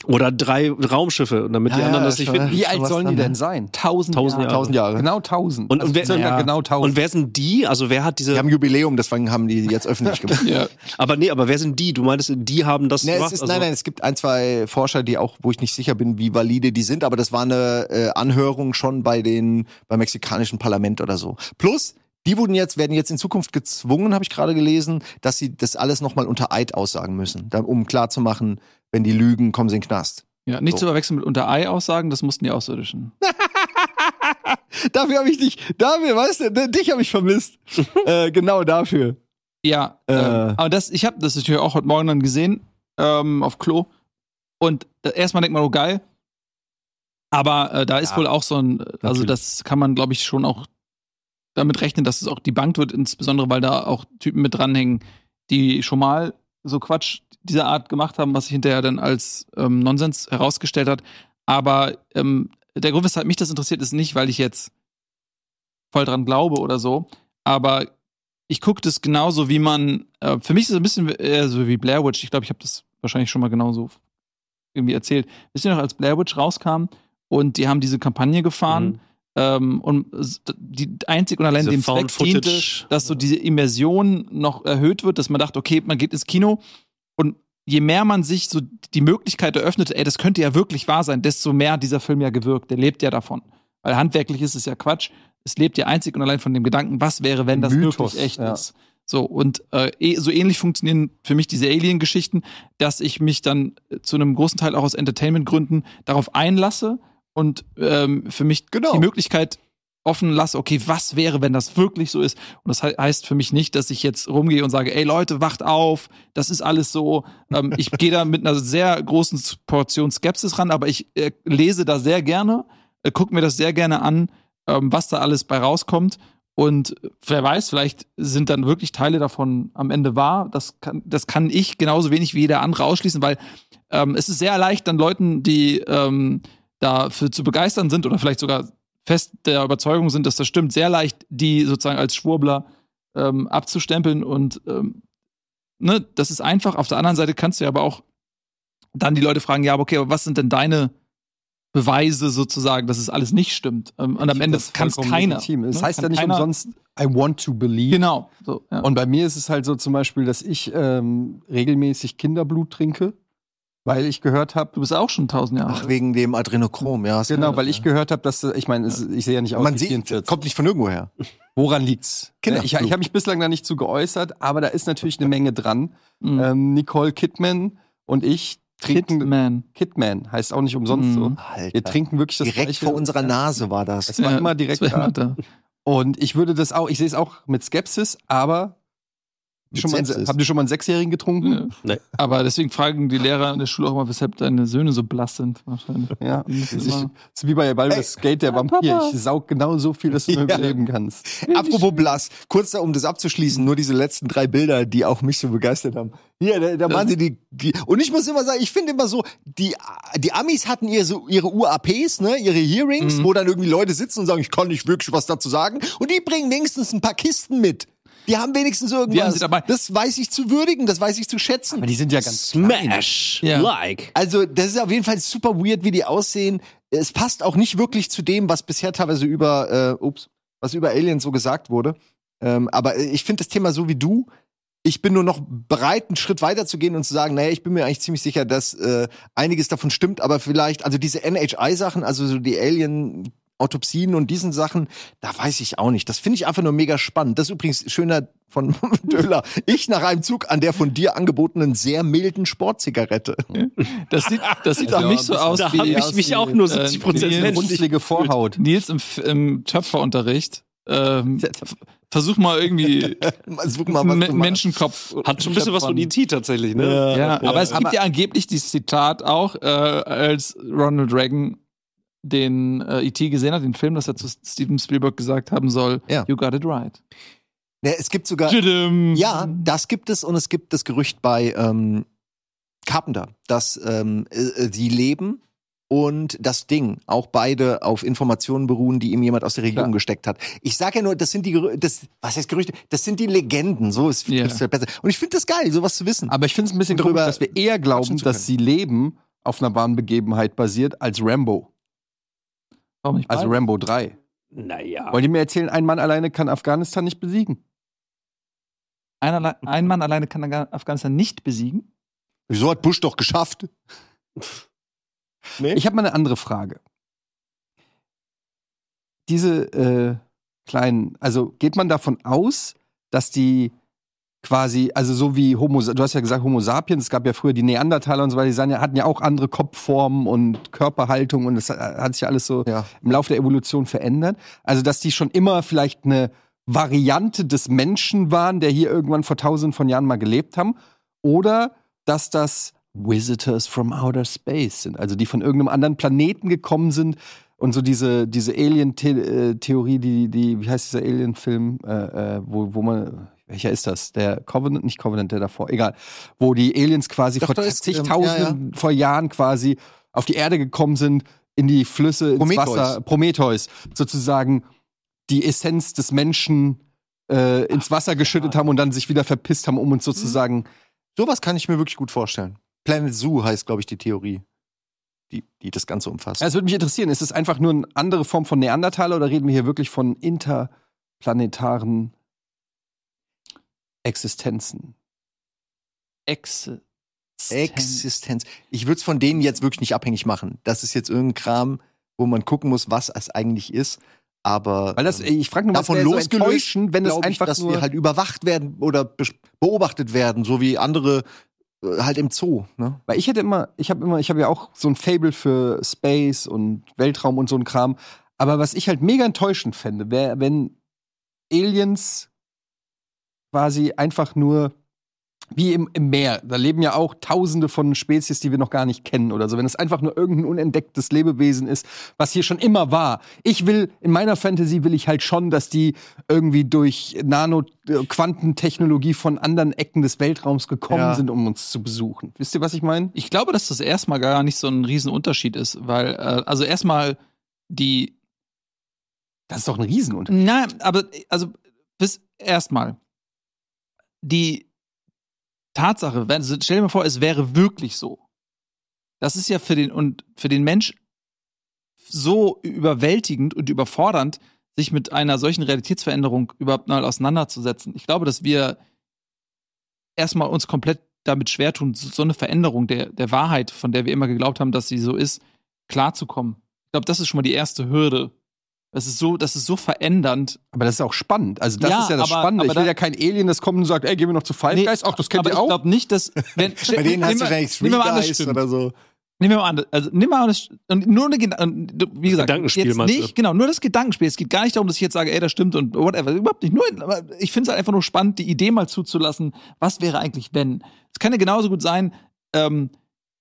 Speaker 4: oder drei Raumschiffe, und damit die anderen das nicht finden.
Speaker 1: Wie alt sollen die denn sein?
Speaker 2: tausend,
Speaker 4: Tausend Jahre.
Speaker 5: Tausend Jahre.
Speaker 1: Genau 1000.
Speaker 4: Und- und wer-
Speaker 1: circa
Speaker 4: ja.
Speaker 1: genau 1000.
Speaker 4: Und wer sind die? Also wer hat
Speaker 5: Die
Speaker 4: diese?
Speaker 5: haben Jubiläum, deswegen haben die jetzt öffentlich gemacht.
Speaker 2: Ja.
Speaker 4: Aber nee, aber wer sind die? Du meintest, die haben das
Speaker 5: Nee, es
Speaker 4: gemacht.
Speaker 5: ist,
Speaker 4: also,
Speaker 5: nein, nein, es gibt ein, zwei Forscher, die auch, wo ich nicht sicher bin, wie valide die sind, aber das war eine äh, Anhörung schon bei den beim mexikanischen Parlament oder so. Plus, die wurden jetzt, werden jetzt in Zukunft gezwungen, habe ich gerade gelesen, dass sie das alles nochmal unter Eid aussagen müssen, dann, um klarzumachen, wenn die lügen, kommen sie in den Knast.
Speaker 2: ja, nicht
Speaker 5: So.
Speaker 2: zu verwechseln mit Unter-Ei-Aussagen, das mussten die Außerirdischen.
Speaker 5: Dafür habe ich dich, dafür, weißt du, ne, dich habe ich vermisst. äh, genau dafür.
Speaker 2: Ja,
Speaker 5: Äh.
Speaker 2: ähm, aber das, ich habe das natürlich auch heute Morgen dann gesehen, ähm, auf Klo. Und da- erstmal denkt man, oh geil. Aber äh, da ist wohl auch so ein, also
Speaker 4: Natürlich.
Speaker 2: das kann man, glaube ich, schon auch damit rechnen, dass es auch debankt wird, insbesondere weil da auch Typen mit dranhängen, die schon mal so Quatsch dieser Art gemacht haben, was sich hinterher dann als ähm, Nonsens herausgestellt hat. Aber ähm, der Grund, weshalb mich das interessiert, ist nicht, weil ich jetzt voll dran glaube oder so, aber ich gucke das genauso, wie man, äh, für mich ist es ein bisschen äh, so wie Blair Witch, ich glaube, ich habe das wahrscheinlich schon mal genauso irgendwie erzählt. Wisst ihr noch, als Blair Witch rauskam und die haben diese Kampagne
Speaker 4: Mhm.
Speaker 2: gefahren ähm, und s- die einzig und allein
Speaker 4: Diese
Speaker 2: dem Zweck
Speaker 4: Found
Speaker 2: diente,
Speaker 4: Footage.
Speaker 2: dass so diese Immersion noch erhöht wird, dass man dachte, okay, man geht ins Kino und je mehr man sich so die Möglichkeit eröffnet, ey, das könnte ja wirklich wahr sein, desto mehr hat dieser Film ja gewirkt. Der lebt ja davon. Weil handwerklich ist es ja Quatsch. Es lebt ja einzig und allein von dem Gedanken, was wäre, wenn das
Speaker 1: Mythos,
Speaker 2: wirklich echt
Speaker 1: ja.
Speaker 2: ist. So, und äh, eh- so ähnlich funktionieren für mich diese Alien-Geschichten, dass ich mich dann äh, zu einem großen Teil auch aus Entertainment-Gründen darauf einlasse und ähm, für mich
Speaker 1: Genau.
Speaker 2: die Möglichkeit offen lasse, okay, was wäre, wenn das wirklich so ist? Und das he- heißt für mich nicht, dass ich jetzt rumgehe und sage, ey Leute, wacht auf, das ist alles so. Ähm, ich gehe da mit einer sehr großen Portion Skepsis ran, aber ich äh, lese da sehr gerne, äh, gucke mir das sehr gerne an, ähm, was da alles bei rauskommt. Und wer weiß, vielleicht sind dann wirklich Teile davon am Ende wahr. Das kann, das kann ich genauso wenig wie jeder andere ausschließen, weil ähm, es ist sehr leicht, dann Leuten, die ähm, dafür zu begeistern sind oder vielleicht sogar fest der Überzeugung sind, dass das stimmt, sehr leicht, die sozusagen als Schwurbler ähm, abzustempeln und ähm, ne, das ist einfach. Auf der anderen Seite kannst du ja aber auch dann die Leute fragen, ja, aber okay, aber was sind denn deine Beweise sozusagen, dass es alles nicht stimmt? Ähm, und am Ende
Speaker 1: Das
Speaker 2: kann es
Speaker 1: vollkommen
Speaker 2: keiner.
Speaker 1: legitim. Es
Speaker 2: ne?
Speaker 1: heißt
Speaker 2: Kann
Speaker 1: ja nicht
Speaker 2: keiner-
Speaker 1: umsonst, I want to believe.
Speaker 2: Genau. So, ja.
Speaker 1: Und bei mir ist es halt so zum Beispiel, dass ich ähm, regelmäßig Kinderblut trinke, weil ich gehört habe,
Speaker 2: du bist auch schon tausend Jahre
Speaker 5: Ach,
Speaker 2: alt.
Speaker 5: wegen dem Adrenochrom, ja. hast
Speaker 1: Genau,
Speaker 5: gehört,
Speaker 1: weil
Speaker 5: ja.
Speaker 1: ich gehört habe, dass äh, ich meine, es- ich sehe ja nicht aus
Speaker 5: Man
Speaker 1: wie
Speaker 5: sieht,
Speaker 1: 44.
Speaker 5: kommt nicht von irgendwo her.
Speaker 1: Woran liegt's? Äh,
Speaker 5: Kinder-
Speaker 1: Ich, ich habe mich bislang da nicht zu geäußert, aber da ist natürlich eine Menge dran.
Speaker 2: Mhm.
Speaker 1: Ähm, Nicole Kidman und ich trinken Kidman,
Speaker 2: Hitman.
Speaker 1: heißt auch nicht umsonst
Speaker 2: Mhm.
Speaker 1: so.
Speaker 5: Alter.
Speaker 1: Wir trinken wirklich das
Speaker 5: Direkt
Speaker 1: Gleiche.
Speaker 5: vor unserer Nase war das.
Speaker 1: Es war immer direkt
Speaker 2: das war
Speaker 1: da.
Speaker 2: immer da.
Speaker 1: Und ich würde das auch, ich sehe es auch mit Skepsis, aber
Speaker 5: Mit
Speaker 1: schon mal,
Speaker 5: Sepsis.
Speaker 1: habt ihr schon mal einen Sechsjährigen getrunken?
Speaker 2: Ja.
Speaker 4: Nee.
Speaker 2: Mhm. Aber deswegen fragen die Lehrer in der Schule auch mal, weshalb deine Söhne so blass sind. Wahrscheinlich.
Speaker 1: Ja,
Speaker 5: Mhm.
Speaker 2: Die
Speaker 1: das
Speaker 2: müssen
Speaker 1: ist,
Speaker 2: immer-
Speaker 1: das ist wie bei Baldur's Skate, der Vampir.
Speaker 2: Papa.
Speaker 1: Ich saug genau so viel, dass du mir
Speaker 5: [LAUGHS] Ja.
Speaker 1: überleben kannst.
Speaker 5: [LAUGHS] Apropos blass, kurz da, um das abzuschließen, nur diese letzten drei Bilder, die auch mich so begeistert haben. Hier, da, da waren sie die, die. Und ich muss immer sagen, ich finde immer so, die, die Amis hatten ihre, so, ihre UAPs, ne, ihre
Speaker 2: Mhm.
Speaker 5: Hearings, wo dann irgendwie Leute sitzen und sagen, ich kann nicht wirklich was dazu sagen. Und die bringen wenigstens ein paar Kisten mit. Die haben wenigstens irgendwas.
Speaker 2: Die haben sie dabei.
Speaker 5: Das weiß ich zu würdigen, das weiß ich zu schätzen.
Speaker 1: Aber die sind ja ganz
Speaker 4: Smash!
Speaker 2: Ja.
Speaker 4: Like!
Speaker 5: Also, das ist auf jeden Fall super weird, wie die aussehen. Es passt auch nicht wirklich zu dem, was bisher teilweise über, äh, ups, was über Aliens so gesagt wurde. Ähm, aber ich finde das Thema so wie du. Ich bin nur noch bereit, einen Schritt weiter zu gehen und zu sagen, naja, ich bin mir eigentlich ziemlich sicher, dass äh, einiges davon stimmt, aber vielleicht, also diese NHI-Sachen, also so die Alien. Autopsien und diesen Sachen, da weiß ich auch nicht. Das finde ich einfach nur mega spannend. Das ist übrigens schöner von [LAUGHS] Döller. Ich nach einem Zug an der von dir angebotenen sehr milden Sportzigarette.
Speaker 2: Das sieht, das sieht
Speaker 1: Ja,
Speaker 2: auch nicht so
Speaker 1: das-
Speaker 2: aus
Speaker 4: Da
Speaker 2: wie
Speaker 4: habe ich
Speaker 2: aus
Speaker 4: mich
Speaker 2: wie,
Speaker 4: auch nur
Speaker 2: äh,
Speaker 4: 70 Prozent
Speaker 2: Nils-
Speaker 4: menschlich.
Speaker 1: runzlige Vorhaut.
Speaker 2: Nils im, F- im Töpferunterricht. Ähm, f- versuch mal irgendwie
Speaker 5: Mal Such Also mal was. du
Speaker 2: einen
Speaker 5: machst.
Speaker 2: Menschenkopf.
Speaker 4: Hat schon ein bisschen was von
Speaker 2: Töpfern.
Speaker 4: E.T. tatsächlich, ne?
Speaker 2: Ja, aber es gibt
Speaker 1: Aber-
Speaker 2: ja angeblich dieses Zitat auch, äh, als Ronald Reagan den äh, E.T. gesehen hat, den Film, dass er zu Steven Spielberg gesagt haben soll,
Speaker 5: Ja.
Speaker 2: you got it right.
Speaker 5: Ja, Ne, es gibt sogar. Ja, das gibt es und es gibt das Gerücht bei ähm, Carpenter, dass ähm, äh, äh, die leben und das Ding auch beide auf Informationen beruhen, die ihm jemand aus der Regierung
Speaker 1: Klar.
Speaker 5: gesteckt hat. Ich sage ja nur, das sind die Gerü das was heißt Gerüchte? Das sind die Legenden, so ist
Speaker 2: Ja.
Speaker 5: ist besser. Und ich finde das geil, sowas zu wissen.
Speaker 1: Aber ich finde es ein bisschen
Speaker 5: Drüber
Speaker 1: komisch, dass wir eher glauben,
Speaker 5: zu
Speaker 1: dass sie leben auf einer wahren Begebenheit basiert als Rambo.
Speaker 2: Warum nicht
Speaker 1: Also
Speaker 2: beide?
Speaker 1: Rambo 3.
Speaker 4: Naja.
Speaker 1: Wollt ihr mir erzählen, ein Mann alleine kann Afghanistan nicht besiegen?
Speaker 2: Ein, alle- ein Mann alleine kann Afga- Afghanistan nicht besiegen.
Speaker 5: Wieso hat Bush doch geschafft?
Speaker 1: Ich habe mal eine andere Frage. Diese äh, kleinen, also geht man davon aus, dass die quasi, also so wie Homo, du hast ja gesagt Homo sapiens, es gab ja früher die Neandertaler und so weiter, die sahen ja, hatten ja auch andere Kopfformen und Körperhaltung und das hat, hat sich ja alles so
Speaker 5: Ja.
Speaker 1: im Laufe der Evolution verändert. Also dass die schon immer vielleicht eine Variante des Menschen waren, der hier irgendwann vor tausenden von Jahren mal gelebt haben. Oder dass das Visitors from Outer Space sind, also die von irgendeinem anderen Planeten gekommen sind und so diese, diese Alien-Theorie, die, die, wie heißt dieser Alien-Film, äh, äh, wo, wo man, welcher ist das? Der Covenant, nicht Covenant, der davor, egal, wo die Aliens quasi
Speaker 5: Doch,
Speaker 1: vor
Speaker 5: da ist, ähm,
Speaker 1: zigtausenden vor Jahren quasi auf die Erde gekommen sind, in die Flüsse, ins
Speaker 5: Prometheus.
Speaker 1: Wasser, Prometheus, sozusagen die Essenz des Menschen äh, ins Wasser geschüttet haben und dann sich wieder verpisst haben, um
Speaker 5: Mhm.
Speaker 1: uns sozusagen
Speaker 5: Sowas kann ich mir wirklich gut vorstellen. Planet Zoo heißt, glaube ich, die Theorie, die, die das Ganze umfasst.
Speaker 1: Ja, Es würde mich interessieren, ist es einfach nur eine andere Form von Neandertaler oder reden wir hier wirklich von interplanetaren Existenzen?
Speaker 2: Exe.
Speaker 5: Existenz. Ich würde es von denen jetzt wirklich nicht abhängig machen. Das ist jetzt irgendein Kram, wo man gucken muss, was es eigentlich ist. Aber
Speaker 1: Weil das,
Speaker 5: ähm,
Speaker 1: ich frage nur, was
Speaker 5: davon
Speaker 1: wäre so
Speaker 5: losgelöst,
Speaker 1: enttäuschend, wenn das
Speaker 5: glaub ich,
Speaker 1: einfach
Speaker 5: dass
Speaker 1: nur
Speaker 5: wir halt überwacht werden oder bes- beobachtet werden, so wie andere äh, halt im Zoo. Ne?
Speaker 1: Weil ich hätte immer, ich habe immer, ich habe ja auch so ein Fable für Space und Weltraum und so ein Kram. Aber was ich halt mega enttäuschend fände, wäre, wenn Aliens quasi einfach nur wie im, im Meer, da leben ja auch tausende von Spezies, die wir noch gar nicht kennen oder so. Wenn es einfach nur irgendein unentdecktes Lebewesen ist, was hier schon immer war. Ich will, in meiner Fantasy will ich halt schon, dass die irgendwie durch Nano-Quantentechnologie von anderen Ecken des Weltraums gekommen
Speaker 5: Ja.
Speaker 1: sind, um uns zu besuchen. Wisst ihr, was ich meine?
Speaker 2: Ich glaube, dass das erstmal gar nicht so ein Riesenunterschied ist, weil, äh, also erstmal die
Speaker 1: Das ist doch ein Riesenunterschied.
Speaker 2: Nein, aber also bis erstmal die Tatsache, wenn, also stell dir mal vor, es wäre wirklich so. Das ist ja für den und für den Mensch so überwältigend und überfordernd, sich mit einer solchen Realitätsveränderung überhaupt mal auseinanderzusetzen. Ich glaube, dass wir erstmal uns komplett damit schwer tun, so so eine Veränderung der, der Wahrheit, von der wir immer geglaubt haben, dass sie so ist, klarzukommen. Ich glaube, das ist schon mal die erste Hürde. Das ist so, das ist so verändernd.
Speaker 1: Aber das ist auch spannend. Also das
Speaker 2: Ja,
Speaker 1: ist ja das
Speaker 2: aber-
Speaker 1: Spannende.
Speaker 2: aber
Speaker 1: ich will
Speaker 2: da-
Speaker 1: ja kein Alien, das kommt und sagt, ey, gehen wir noch zu Five
Speaker 2: Nee,
Speaker 1: Guys. Ach, das kennt
Speaker 2: aber
Speaker 1: ihr auch.
Speaker 2: ich glaube nicht, dass wenn,
Speaker 5: [LAUGHS] Bei denen
Speaker 2: nehmen
Speaker 5: heißt
Speaker 2: wir-
Speaker 5: wahrscheinlich Three
Speaker 2: nehmen wir mal an, das
Speaker 5: Guys
Speaker 2: stimmt.
Speaker 5: oder so.
Speaker 2: Nehmen wir mal an, also nimm mal an, das, und nur eine, Gedan- und du- wie gesagt,
Speaker 4: Gedankenspiel
Speaker 2: jetzt
Speaker 4: meinst du?
Speaker 2: nicht, genau, nur das Gedankenspiel. Es geht gar nicht darum, dass ich jetzt sage, ey, das stimmt und whatever. Überhaupt nicht. Nur, aber ich finde es halt einfach nur spannend, die Idee mal zuzulassen. Was wäre eigentlich, wenn? Es kann ja genauso gut sein, ähm,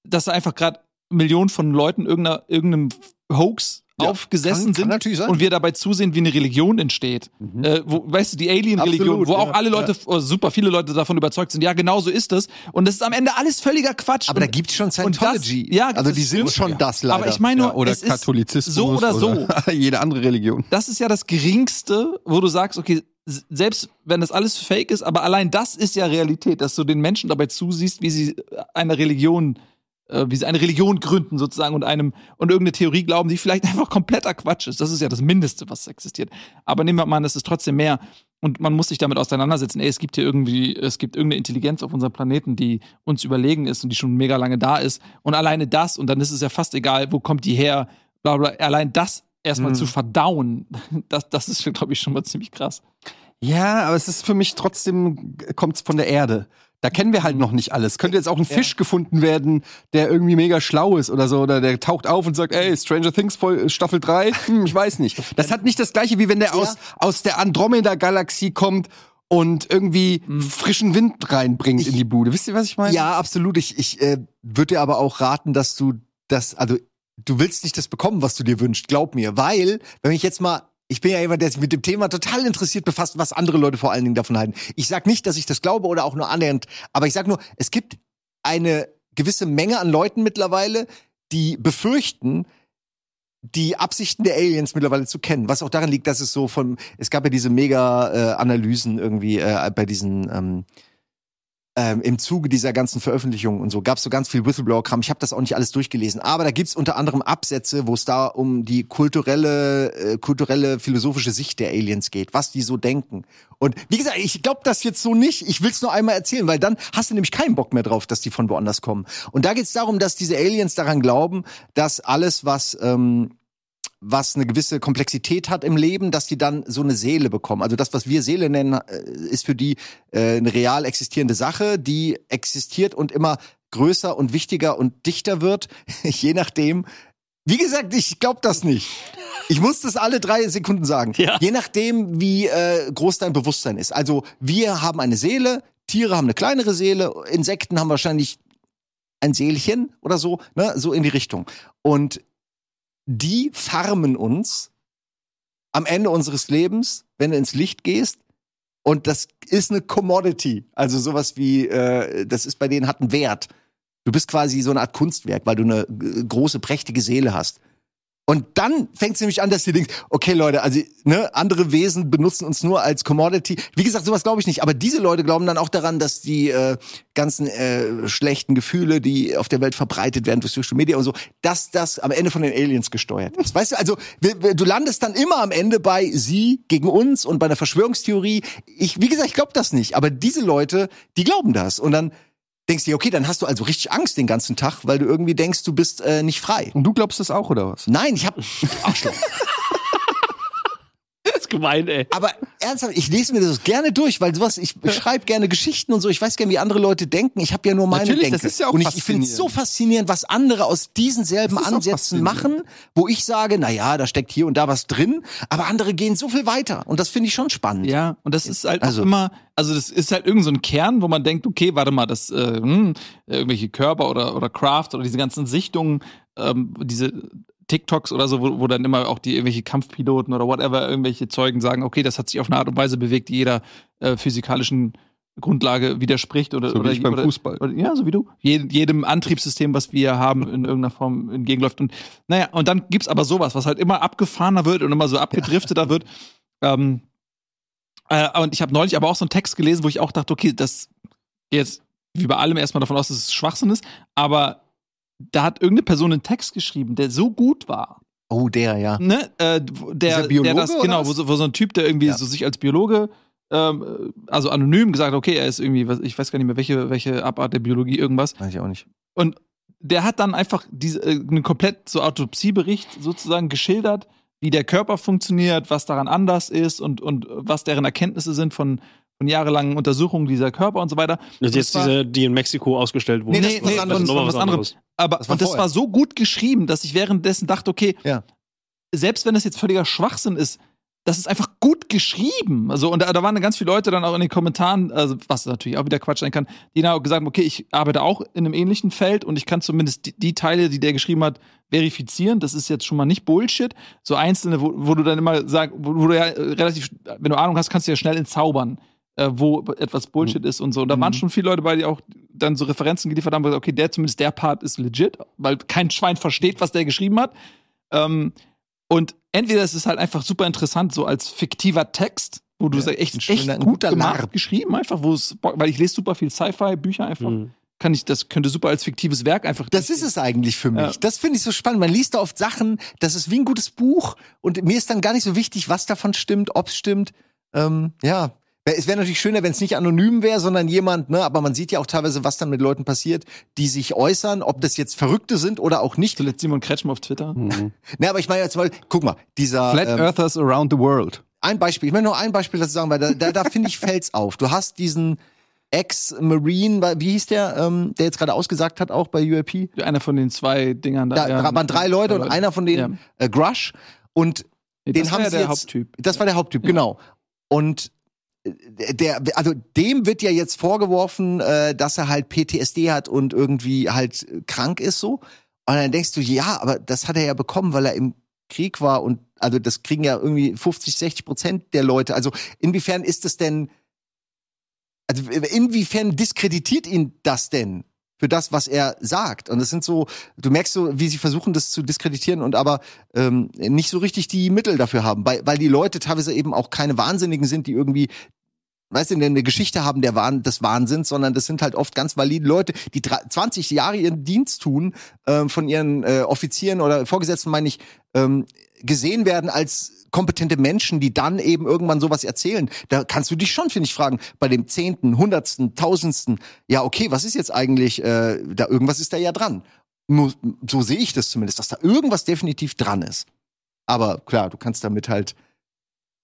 Speaker 2: dass da einfach gerade Millionen von Leuten irgendeiner, irgendeinem Hoax
Speaker 5: Ja,
Speaker 2: aufgesessen
Speaker 5: kann
Speaker 2: sind
Speaker 5: natürlich sein.
Speaker 2: und wir dabei zusehen, wie eine Religion entsteht. Äh, wo, weißt du, die Alien-Religion,
Speaker 5: Mhm. Absolut,
Speaker 2: wo auch
Speaker 5: ja,
Speaker 2: alle Leute, oder super viele Leute davon überzeugt sind, ja, genau so ist das. Und das ist am Ende alles völliger Quatsch.
Speaker 5: Aber da
Speaker 2: Und-
Speaker 5: gibt's schon
Speaker 2: und das-
Speaker 5: Scientology.
Speaker 2: ja,
Speaker 5: also
Speaker 2: das
Speaker 5: die sind
Speaker 2: stimmt.
Speaker 5: schon das leider.
Speaker 2: Aber ich meine nur,
Speaker 1: ja, oder
Speaker 2: es ist,
Speaker 1: Katholizismus.
Speaker 2: so oder so.
Speaker 1: [LAUGHS] jede andere Religion.
Speaker 2: das ist ja das Geringste, wo du sagst, okay, s- selbst wenn das alles fake ist, aber allein das ist ja Realität, dass du den Menschen dabei zusiehst, wie sie äh, eine Religion, äh, wie sie eine Religion gründen sozusagen und einem und irgendeine Theorie glauben, die vielleicht [LAUGHS] einfach kompletter Quatsch ist. Das ist ja das Mindeste, was existiert. Aber nehmen wir mal an, das ist trotzdem mehr. Und man muss sich damit auseinandersetzen. Ey, es gibt hier irgendwie, es gibt irgendeine Intelligenz auf unserem Planeten, die uns überlegen ist und die schon mega lange da ist. Und alleine das, und dann ist es ja fast egal, wo kommt die her, bla bla, allein das erstmal zu verdauen, [LAUGHS] das, das ist, glaube ich, schon mal ziemlich krass.
Speaker 1: Ja, aber es ist für mich trotzdem, kommt's von der Erde. Da kennen wir
Speaker 2: Mhm.
Speaker 1: halt noch nicht alles. Könnte jetzt auch ein Fisch gefunden werden, der irgendwie mega schlau ist oder so, oder der taucht auf und sagt, ey, Stranger Things Vol- Staffel 3, hm, ich weiß nicht. Das hat nicht das gleiche, wie wenn der aus, aus der Andromeda-Galaxie kommt und irgendwie
Speaker 2: Mhm.
Speaker 1: frischen Wind reinbringt in die Bude. Wisst ihr, was ich meine?
Speaker 5: Ja, absolut. Ich, ich äh, würde dir aber auch raten, dass du das, also du willst nicht das bekommen, was du dir wünschst, glaub mir. Weil, wenn ich jetzt mal, ich bin ja jemand, der sich mit dem Thema total interessiert befasst, was andere Leute vor allen Dingen davon halten. Ich sag nicht, dass ich das glaube oder auch nur annähernd, aber ich sag nur, es gibt eine gewisse Menge an Leuten mittlerweile, die befürchten, die Absichten der Aliens mittlerweile zu kennen. Was auch daran liegt, dass es so von, es gab ja diese Mega-Analysen irgendwie äh, bei diesen ähm, ähm, im Zuge dieser ganzen Veröffentlichungen und so gab es so ganz viel Whistleblower-Kram. Ich habe das auch nicht alles durchgelesen, aber da gibt's unter anderem Absätze, wo es da um die kulturelle, äh, kulturelle, philosophische Sicht der Aliens geht, was die so denken. Und wie gesagt, ich glaube das jetzt so nicht. Ich will's nur einmal erzählen, weil dann hast du nämlich keinen Bock mehr drauf, dass die von woanders kommen. Und da geht's darum, dass diese Aliens daran glauben, dass alles, was ähm, was eine gewisse Komplexität hat im Leben, dass die dann so eine Seele bekommen. Also das, was wir Seele nennen, äh, ist für die äh, eine real existierende Sache, die existiert und immer größer und wichtiger und dichter wird, [LAUGHS] je nachdem. Wie gesagt, ich glaube das nicht. Ich muss das alle drei Sekunden sagen.
Speaker 4: Ja.
Speaker 5: Je nachdem, wie äh, groß dein Bewusstsein ist. Also wir haben eine Seele, Tiere haben eine kleinere Seele, Insekten haben wahrscheinlich ein Seelchen oder so, ne? so in die Richtung. Und die farmen uns am Ende unseres Lebens, wenn du ins Licht gehst. Und das ist eine Commodity. Also sowas wie, äh, das ist bei denen hat einen Wert. Du bist quasi so eine Art Kunstwerk, weil du eine äh, große, prächtige Seele hast. Und dann fängt es nämlich an, dass du denkst, okay Leute, also ne, andere Wesen benutzen uns nur als Commodity. Wie gesagt, sowas glaube ich nicht. Aber diese Leute glauben dann auch daran, dass die äh, ganzen äh, schlechten Gefühle, die auf der Welt verbreitet werden durch Social Media und so, dass das am Ende von den Aliens gesteuert ist. Weißt du, also wir, wir, du landest dann immer am Ende bei sie gegen uns und bei einer Verschwörungstheorie. Ich, wie gesagt, ich glaube das nicht. Aber diese Leute, die glauben das. Und dann denkst du dir, okay, dann hast du also richtig Angst den ganzen Tag, weil du irgendwie denkst, du bist äh, nicht frei.
Speaker 1: Und du glaubst das auch, oder was?
Speaker 5: Nein, ich habe Arschloch.
Speaker 4: Das ist gemein, ey.
Speaker 5: Aber ernsthaft, ich lese mir das gerne durch, weil sowas, ich schreibe gerne Geschichten und so. Ich weiß gerne, wie andere Leute denken. Ich habe ja nur meine
Speaker 1: Natürlich, das
Speaker 5: Denke.
Speaker 1: ist ja auch
Speaker 5: und ich, ich finde es so faszinierend, was andere aus diesen selben
Speaker 1: Das ist auch
Speaker 5: Ansätzen machen, wo ich sage, na ja, da steckt hier und da was drin, aber andere gehen so viel weiter. Und das finde ich schon spannend.
Speaker 2: Ja, und das ist halt
Speaker 5: Also-
Speaker 2: auch immer, also das ist halt irgend so ein Kern, wo man denkt, okay, warte mal, das äh, hm, irgendwelche Körper oder oder Craft oder diese ganzen Sichtungen, ähm, diese TikToks oder so, wo, wo dann immer auch die irgendwelche Kampfpiloten oder whatever irgendwelche Zeugen sagen, okay, das hat sich auf eine Art und Weise bewegt, die jeder äh, physikalischen Grundlage widerspricht oder
Speaker 1: So wie
Speaker 2: oder,
Speaker 1: ich beim
Speaker 2: oder,
Speaker 1: Fußball.
Speaker 2: oder ja, so wie du, Jed, jedem Antriebssystem, was wir haben, in irgendeiner Form entgegenläuft und naja, und dann gibt's aber sowas, was halt immer abgefahrener wird und immer so
Speaker 1: [LAUGHS]
Speaker 2: abgedrifteter wird. Ähm, äh, und ich habe neulich aber auch so einen Text gelesen, wo ich auch dachte, okay, das geht jetzt wie bei allem erstmal davon aus, dass es Schwachsinn ist, aber da hat irgendeine Person einen Text geschrieben, der so gut war,
Speaker 5: Oh, der, ja.
Speaker 2: ne? Äh, wo- der,
Speaker 5: Dieser Biologe
Speaker 2: der das,
Speaker 5: oder
Speaker 2: genau,
Speaker 5: was?
Speaker 2: wo, so- wo so ein Typ, der irgendwie
Speaker 5: Ja.
Speaker 2: so sich als Biologe, ähm, also anonym gesagt, hat, okay, er ist irgendwie, was- ich weiß gar nicht mehr, welche, welche Abart der Biologie, irgendwas,
Speaker 5: Weiß ich auch nicht.
Speaker 2: der hat dann einfach diese, äh, einen komplett so Autopsiebericht sozusagen geschildert, wie der Körper funktioniert, was daran anders ist und, und was deren Erkenntnisse sind von, von jahrelangen Untersuchungen dieser Körper und so weiter.
Speaker 4: Das ist jetzt
Speaker 2: Das war-
Speaker 4: diese, die in Mexiko ausgestellt wurde.
Speaker 5: Nee, das ist was anderes.
Speaker 4: noch mal
Speaker 2: Das ist was anderes. Aber
Speaker 5: Das war
Speaker 2: das war, und das
Speaker 5: vorher.
Speaker 2: war so gut geschrieben, dass ich währenddessen dachte, okay,
Speaker 5: Ja.
Speaker 2: selbst wenn das jetzt völliger Schwachsinn ist, das ist einfach gut geschrieben. Also, und da, da waren ganz viele Leute dann auch in den Kommentaren, also, was natürlich auch wieder Quatsch sein kann, die dann auch gesagt haben, okay, ich arbeite auch in einem ähnlichen Feld und ich kann zumindest die, die Teile, die der geschrieben hat, verifizieren. Das ist jetzt schon mal nicht Bullshit. So einzelne, wo, wo du dann immer sagst, wo, wo du ja äh, relativ, wenn du Ahnung hast, kannst du ja schnell entzaubern, äh, wo etwas Bullshit
Speaker 5: Mhm.
Speaker 2: ist und so. Und da waren schon viele Leute bei, die auch dann so Referenzen geliefert haben, wo okay, der zumindest der Part ist legit, weil kein Schwein versteht, was der geschrieben hat. Ähm, und entweder es ist halt einfach super interessant, so als fiktiver Text, wo du
Speaker 5: Ja,
Speaker 2: sagst, echt,
Speaker 5: ein schöner,
Speaker 2: echt
Speaker 5: ein
Speaker 2: gut
Speaker 5: guter
Speaker 2: gemacht,
Speaker 5: Larp.
Speaker 2: geschrieben, einfach, wo es, Bock- weil ich lese super viel Sci-Fi-Bücher einfach.
Speaker 4: Mhm.
Speaker 2: Kann ich, das könnte super als fiktives Werk einfach.
Speaker 5: Das ist es eigentlich für mich.
Speaker 2: Ja.
Speaker 5: Das finde ich so spannend. Man liest da oft Sachen, das ist wie ein gutes Buch und mir ist dann gar nicht so wichtig, was davon stimmt, ob es stimmt. Ähm, ja. Wär- Es wäre natürlich schöner, wenn es nicht anonym wäre, sondern jemand, ne, aber man sieht ja auch teilweise, was dann mit Leuten passiert, die sich äußern, ob das jetzt Verrückte sind oder auch nicht.
Speaker 2: Zuletzt Simon Kretschmer auf Twitter.
Speaker 5: Ne, aber ich meine ja zum Beispiel, guck mal, dieser
Speaker 1: Flat
Speaker 5: ähm,
Speaker 1: Earthers around the world.
Speaker 5: ein Beispiel, ich möchte nur ein Beispiel dazu sagen, weil da, da, da finde ich [LAUGHS] fällt's auf. Du hast diesen Ex-Marine, weil- wie hieß der, ähm, der jetzt gerade ausgesagt hat, auch bei UAP?
Speaker 2: Einer von den zwei Dingern
Speaker 5: Da,
Speaker 2: ja.
Speaker 5: da waren drei Leute und einer von denen,
Speaker 2: Ja.
Speaker 5: äh, Grush. Und
Speaker 2: Nee,
Speaker 5: den
Speaker 2: das
Speaker 5: haben
Speaker 2: war ja
Speaker 5: sie
Speaker 2: der
Speaker 5: jetzt-
Speaker 2: Haupttyp.
Speaker 5: Das war der Haupttyp, genau. Und äh, der, also dem wird ja jetzt vorgeworfen, äh, dass er halt PTSD hat und irgendwie halt äh, krank ist so. Und dann denkst du, ja, aber das hat er ja bekommen, weil er im Krieg war und also das kriegen ja irgendwie 50, 60 Prozent der Leute. Also inwiefern ist das denn, also inwiefern diskreditiert ihn das denn für das, was er sagt? Und das sind so, du merkst so, wie sie versuchen, das zu diskreditieren und aber ähm, nicht so richtig die Mittel dafür haben, weil, weil die Leute teilweise eben auch keine Wahnsinnigen sind, die irgendwie, weißt du, eine Geschichte haben der Wahn, des Wahnsinns, sondern das sind halt oft ganz valide Leute, die dra- 20 Jahre ihren Dienst tun, ähm, von ihren äh, Offizieren oder Vorgesetzten, meine ich, ähm, gesehen werden als kompetente Menschen, die dann eben irgendwann sowas erzählen. Da kannst du dich schon, finde ich, fragen, bei dem Zehnten, Hundertsten, Tausendsten, ja, okay, was ist jetzt eigentlich, äh, da irgendwas ist da ja dran. Mu- So sehe ich das zumindest, dass da irgendwas definitiv dran ist. Aber klar, du kannst damit halt,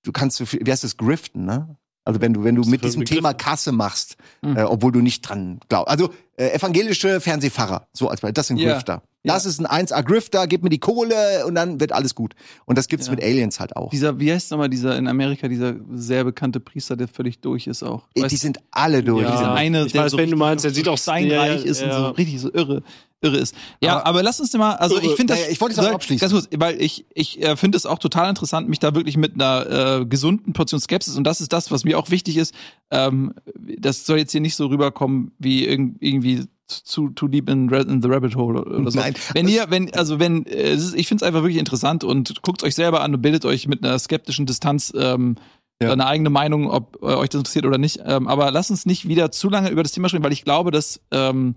Speaker 5: du kannst so viel, wie heißt das, griften, ne? Also wenn du, wenn du
Speaker 4: Das ist
Speaker 5: mit
Speaker 4: für
Speaker 5: diesem
Speaker 4: Begriffe.
Speaker 5: Thema Kasse machst,
Speaker 2: Mhm.
Speaker 5: äh, obwohl du nicht dran glaubst. Also äh, evangelische Fernsehfahrer, so als Beispiel, das sind
Speaker 2: Ja.
Speaker 5: Grifter. Das ist ein 1A Grifter, gib mir die Kohle und dann wird alles gut. Und das gibt's
Speaker 2: Ja.
Speaker 5: mit Aliens halt auch.
Speaker 2: Dieser, wie heißt nochmal dieser in Amerika, dieser sehr bekannte Priester, der völlig durch ist auch.
Speaker 5: Äh,
Speaker 2: Weißt
Speaker 5: die
Speaker 2: du,
Speaker 5: sind alle durch.
Speaker 4: Ja.
Speaker 5: Die sind
Speaker 2: dieser eine,
Speaker 4: Ich weiß, wenn du
Speaker 2: richtig
Speaker 4: meinst, der
Speaker 2: so
Speaker 4: sieht auch-
Speaker 2: steinreich
Speaker 4: ja, ja,
Speaker 2: ist und
Speaker 4: ja.
Speaker 2: so richtig so irre, irre ist. Ja,
Speaker 5: Aber-
Speaker 2: aber, lass uns den mal, also
Speaker 5: Irre.
Speaker 2: ich finde das,
Speaker 5: Naja, ich wollte es auch
Speaker 2: soll-
Speaker 5: abschließen.
Speaker 2: Ganz kurz, weil ich, ich äh, finde es auch total interessant, mich da wirklich mit einer äh, gesunden Portion Skepsis und das ist das, was mir auch wichtig ist. Ähm, das soll jetzt hier nicht so rüberkommen, wie irg irgendwie too, too deep in, ra- in the rabbit hole oder so.
Speaker 5: Nein.
Speaker 2: Wenn ihr, wenn, also wenn, äh, es ist- ich finde es einfach wirklich interessant und guckt euch selber an und bildet euch mit einer skeptischen Distanz ähm,
Speaker 1: Ja.
Speaker 2: eine eigene Meinung, ob äh, euch das interessiert oder nicht. Ähm, aber lasst uns nicht wieder zu lange über das Thema sprechen, weil ich glaube, dass ähm,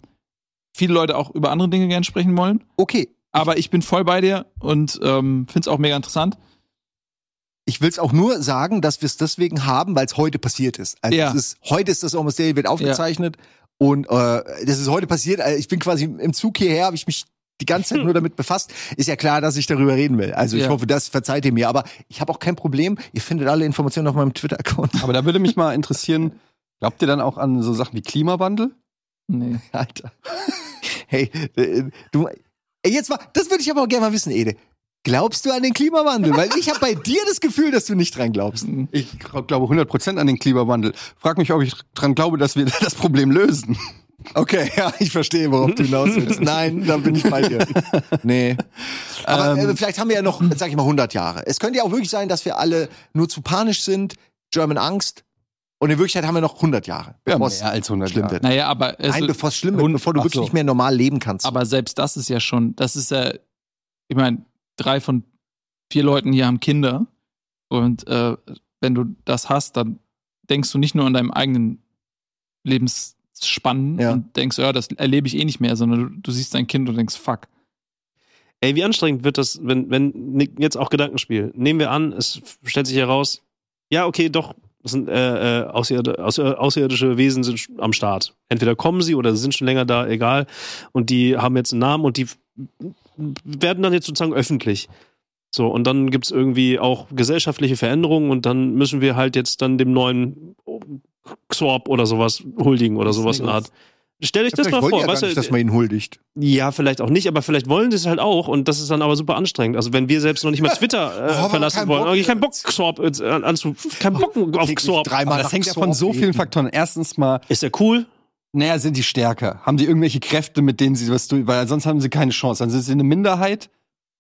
Speaker 2: viele Leute auch über andere Dinge gerne sprechen wollen.
Speaker 5: Okay,
Speaker 2: Aber ich bin voll bei dir und ähm, finde es auch mega interessant.
Speaker 5: Ich will es auch nur sagen, dass wir es deswegen haben, weil es heute passiert ist. Also
Speaker 2: Ja.
Speaker 5: es ist heute ist das Almost Daily wird aufgezeichnet und äh, das ist heute passiert. Also ich bin quasi im Zug hierher, habe ich mich die ganze Zeit nur
Speaker 2: [LAUGHS]
Speaker 5: damit befasst. Ist ja klar, dass ich darüber reden will. Also ich
Speaker 2: Ja.
Speaker 5: hoffe, das verzeiht ihr mir. Aber ich habe auch kein Problem. Ihr findet alle Informationen auf meinem Twitter-Account.
Speaker 1: Aber da würde mich mal interessieren, glaubt ihr dann auch an so Sachen wie Klimawandel?
Speaker 2: Nee.
Speaker 5: Alter. Hey, äh, du. Ey, Jetzt mal, das würde ich aber auch gerne mal wissen, Ede. Glaubst du an den Klimawandel? Weil ich habe bei dir das Gefühl, dass du nicht dran glaubst.
Speaker 1: Ich glaub- glaube 100% an den Klimawandel. Frag mich, ob ich dran glaube, dass wir [LAUGHS] das Problem lösen.
Speaker 5: Okay, ja, ich verstehe, worauf du hinaus willst. Nein, da bin ich bei dir. Nee. Aber äh, vielleicht haben wir ja noch, sag ich mal, 100 Jahre. Es könnte ja auch wirklich sein, dass wir alle nur zu panisch sind, German Angst. Und in Wirklichkeit haben wir noch 100 Jahre. Bevor's
Speaker 1: als 100
Speaker 5: schlimm wird.
Speaker 2: Naja, aber es,
Speaker 5: Nein, bevor es schlimm wird,
Speaker 2: Hund-
Speaker 5: bevor du
Speaker 1: Ach
Speaker 5: wirklich
Speaker 1: so.
Speaker 5: nicht mehr normal leben kannst.
Speaker 2: aber selbst das ist ja schon, das ist ja, ich meine, drei von vier Leuten hier haben Kinder. Und äh, wenn du das hast, dann denkst du nicht nur an deinem eigenen Lebensspannen
Speaker 5: Ja.
Speaker 2: und denkst, ja, das erlebe ich eh nicht mehr, sondern du, du siehst dein Kind und denkst, fuck.
Speaker 4: Ey, wie anstrengend wird das, wenn, wenn ne- jetzt auch Gedankenspiel. Nehmen wir an, es f- stellt sich heraus, ja, okay, doch, es sind äh, äh, Außerirdische, außerirdische Wesen sind sch- am Start. Entweder kommen sie oder sie sind schon länger da, egal. Und die haben jetzt einen Namen und die f- werden dann jetzt sozusagen öffentlich. So, und dann gibt es irgendwie auch gesellschaftliche Veränderungen und dann müssen wir halt jetzt dann dem neuen Xorb oder sowas huldigen oder
Speaker 2: Das ist
Speaker 4: sowas in
Speaker 2: nicht
Speaker 4: der Art. Stell euch das
Speaker 5: Vielleicht
Speaker 4: mal
Speaker 5: wollt
Speaker 4: vor,
Speaker 5: ihr ja
Speaker 4: weißt
Speaker 5: gar
Speaker 4: du,
Speaker 5: nicht, dass man ihn huldigt.
Speaker 4: ja, vielleicht auch nicht, aber vielleicht wollen sie es halt auch und das ist dann aber super anstrengend. Also wenn wir selbst noch nicht mal Twitter
Speaker 5: aber
Speaker 4: äh, verlassen
Speaker 5: kein
Speaker 4: wollen,
Speaker 5: Bock.
Speaker 4: aber ich kein Bock Xorb äh, anzu, kein Bock auf
Speaker 5: Täglich
Speaker 4: Xorb.
Speaker 5: Dreimal
Speaker 1: Aber das hängt ja von so vielen Faktoren. Erstens mal,
Speaker 4: Ist ja cool.
Speaker 1: naja, sind die stärker? Haben die irgendwelche Kräfte, mit denen sie was tun? Weil sonst haben sie keine Chance. Dann sind sie eine Minderheit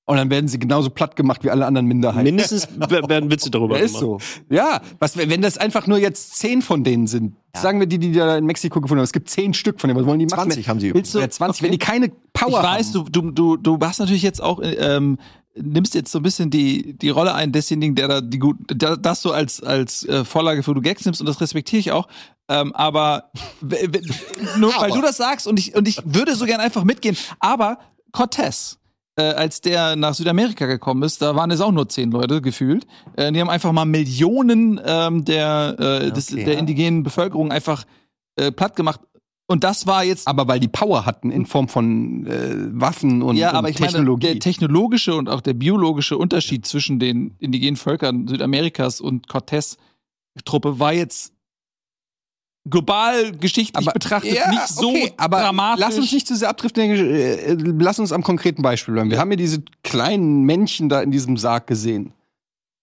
Speaker 1: und dann werden sie genauso platt gemacht wie alle anderen Minderheiten.
Speaker 4: Mindestens w- werden Witze darüber
Speaker 1: Ja, ist so. Ja, was, wenn das einfach nur jetzt zehn von denen sind, sagen wir die, die da in Mexiko gefunden haben, es gibt zehn Stück von denen, was wollen die machen?
Speaker 5: 20 haben sie
Speaker 1: Willst du, ja, 20, wenn die keine Power
Speaker 2: ich weiß,
Speaker 1: haben.
Speaker 2: du, du, du, du hast natürlich jetzt auch, ähm, nimmst jetzt so ein bisschen die, die Rolle ein desjenigen, der da die gut, da, das so als, als äh, Vorlage für du Gags nimmst und das respektiere ich auch. Ähm, aber w- w- nur weil
Speaker 5: Aber.
Speaker 2: du das sagst und ich, und ich würde so gern einfach mitgehen, aber Cortez. Äh, als der nach Südamerika gekommen ist, da waren es auch nur zehn Leute gefühlt. Äh, die haben einfach mal Millionen ähm, der, äh, des,
Speaker 5: Okay,
Speaker 2: der
Speaker 5: ja.
Speaker 2: indigenen Bevölkerung einfach äh, platt gemacht. Und das war jetzt
Speaker 1: aber weil die Power hatten in Form von äh, Waffen und,
Speaker 2: ja,
Speaker 1: und
Speaker 2: aber ich
Speaker 1: Technologie.
Speaker 2: meine, der technologische und auch der biologische Unterschied zwischen den indigenen Völkern Südamerikas und Cortés-Truppe war jetzt global geschichtlich betrachtet
Speaker 1: Ja,
Speaker 2: nicht so
Speaker 1: okay, aber
Speaker 2: dramatisch.
Speaker 1: Lass uns nicht zu sehr abdriften, Herr Gesch- äh, äh, lass uns am konkreten Beispiel bleiben. Wir haben ja diese kleinen Männchen da in diesem Sarg gesehen.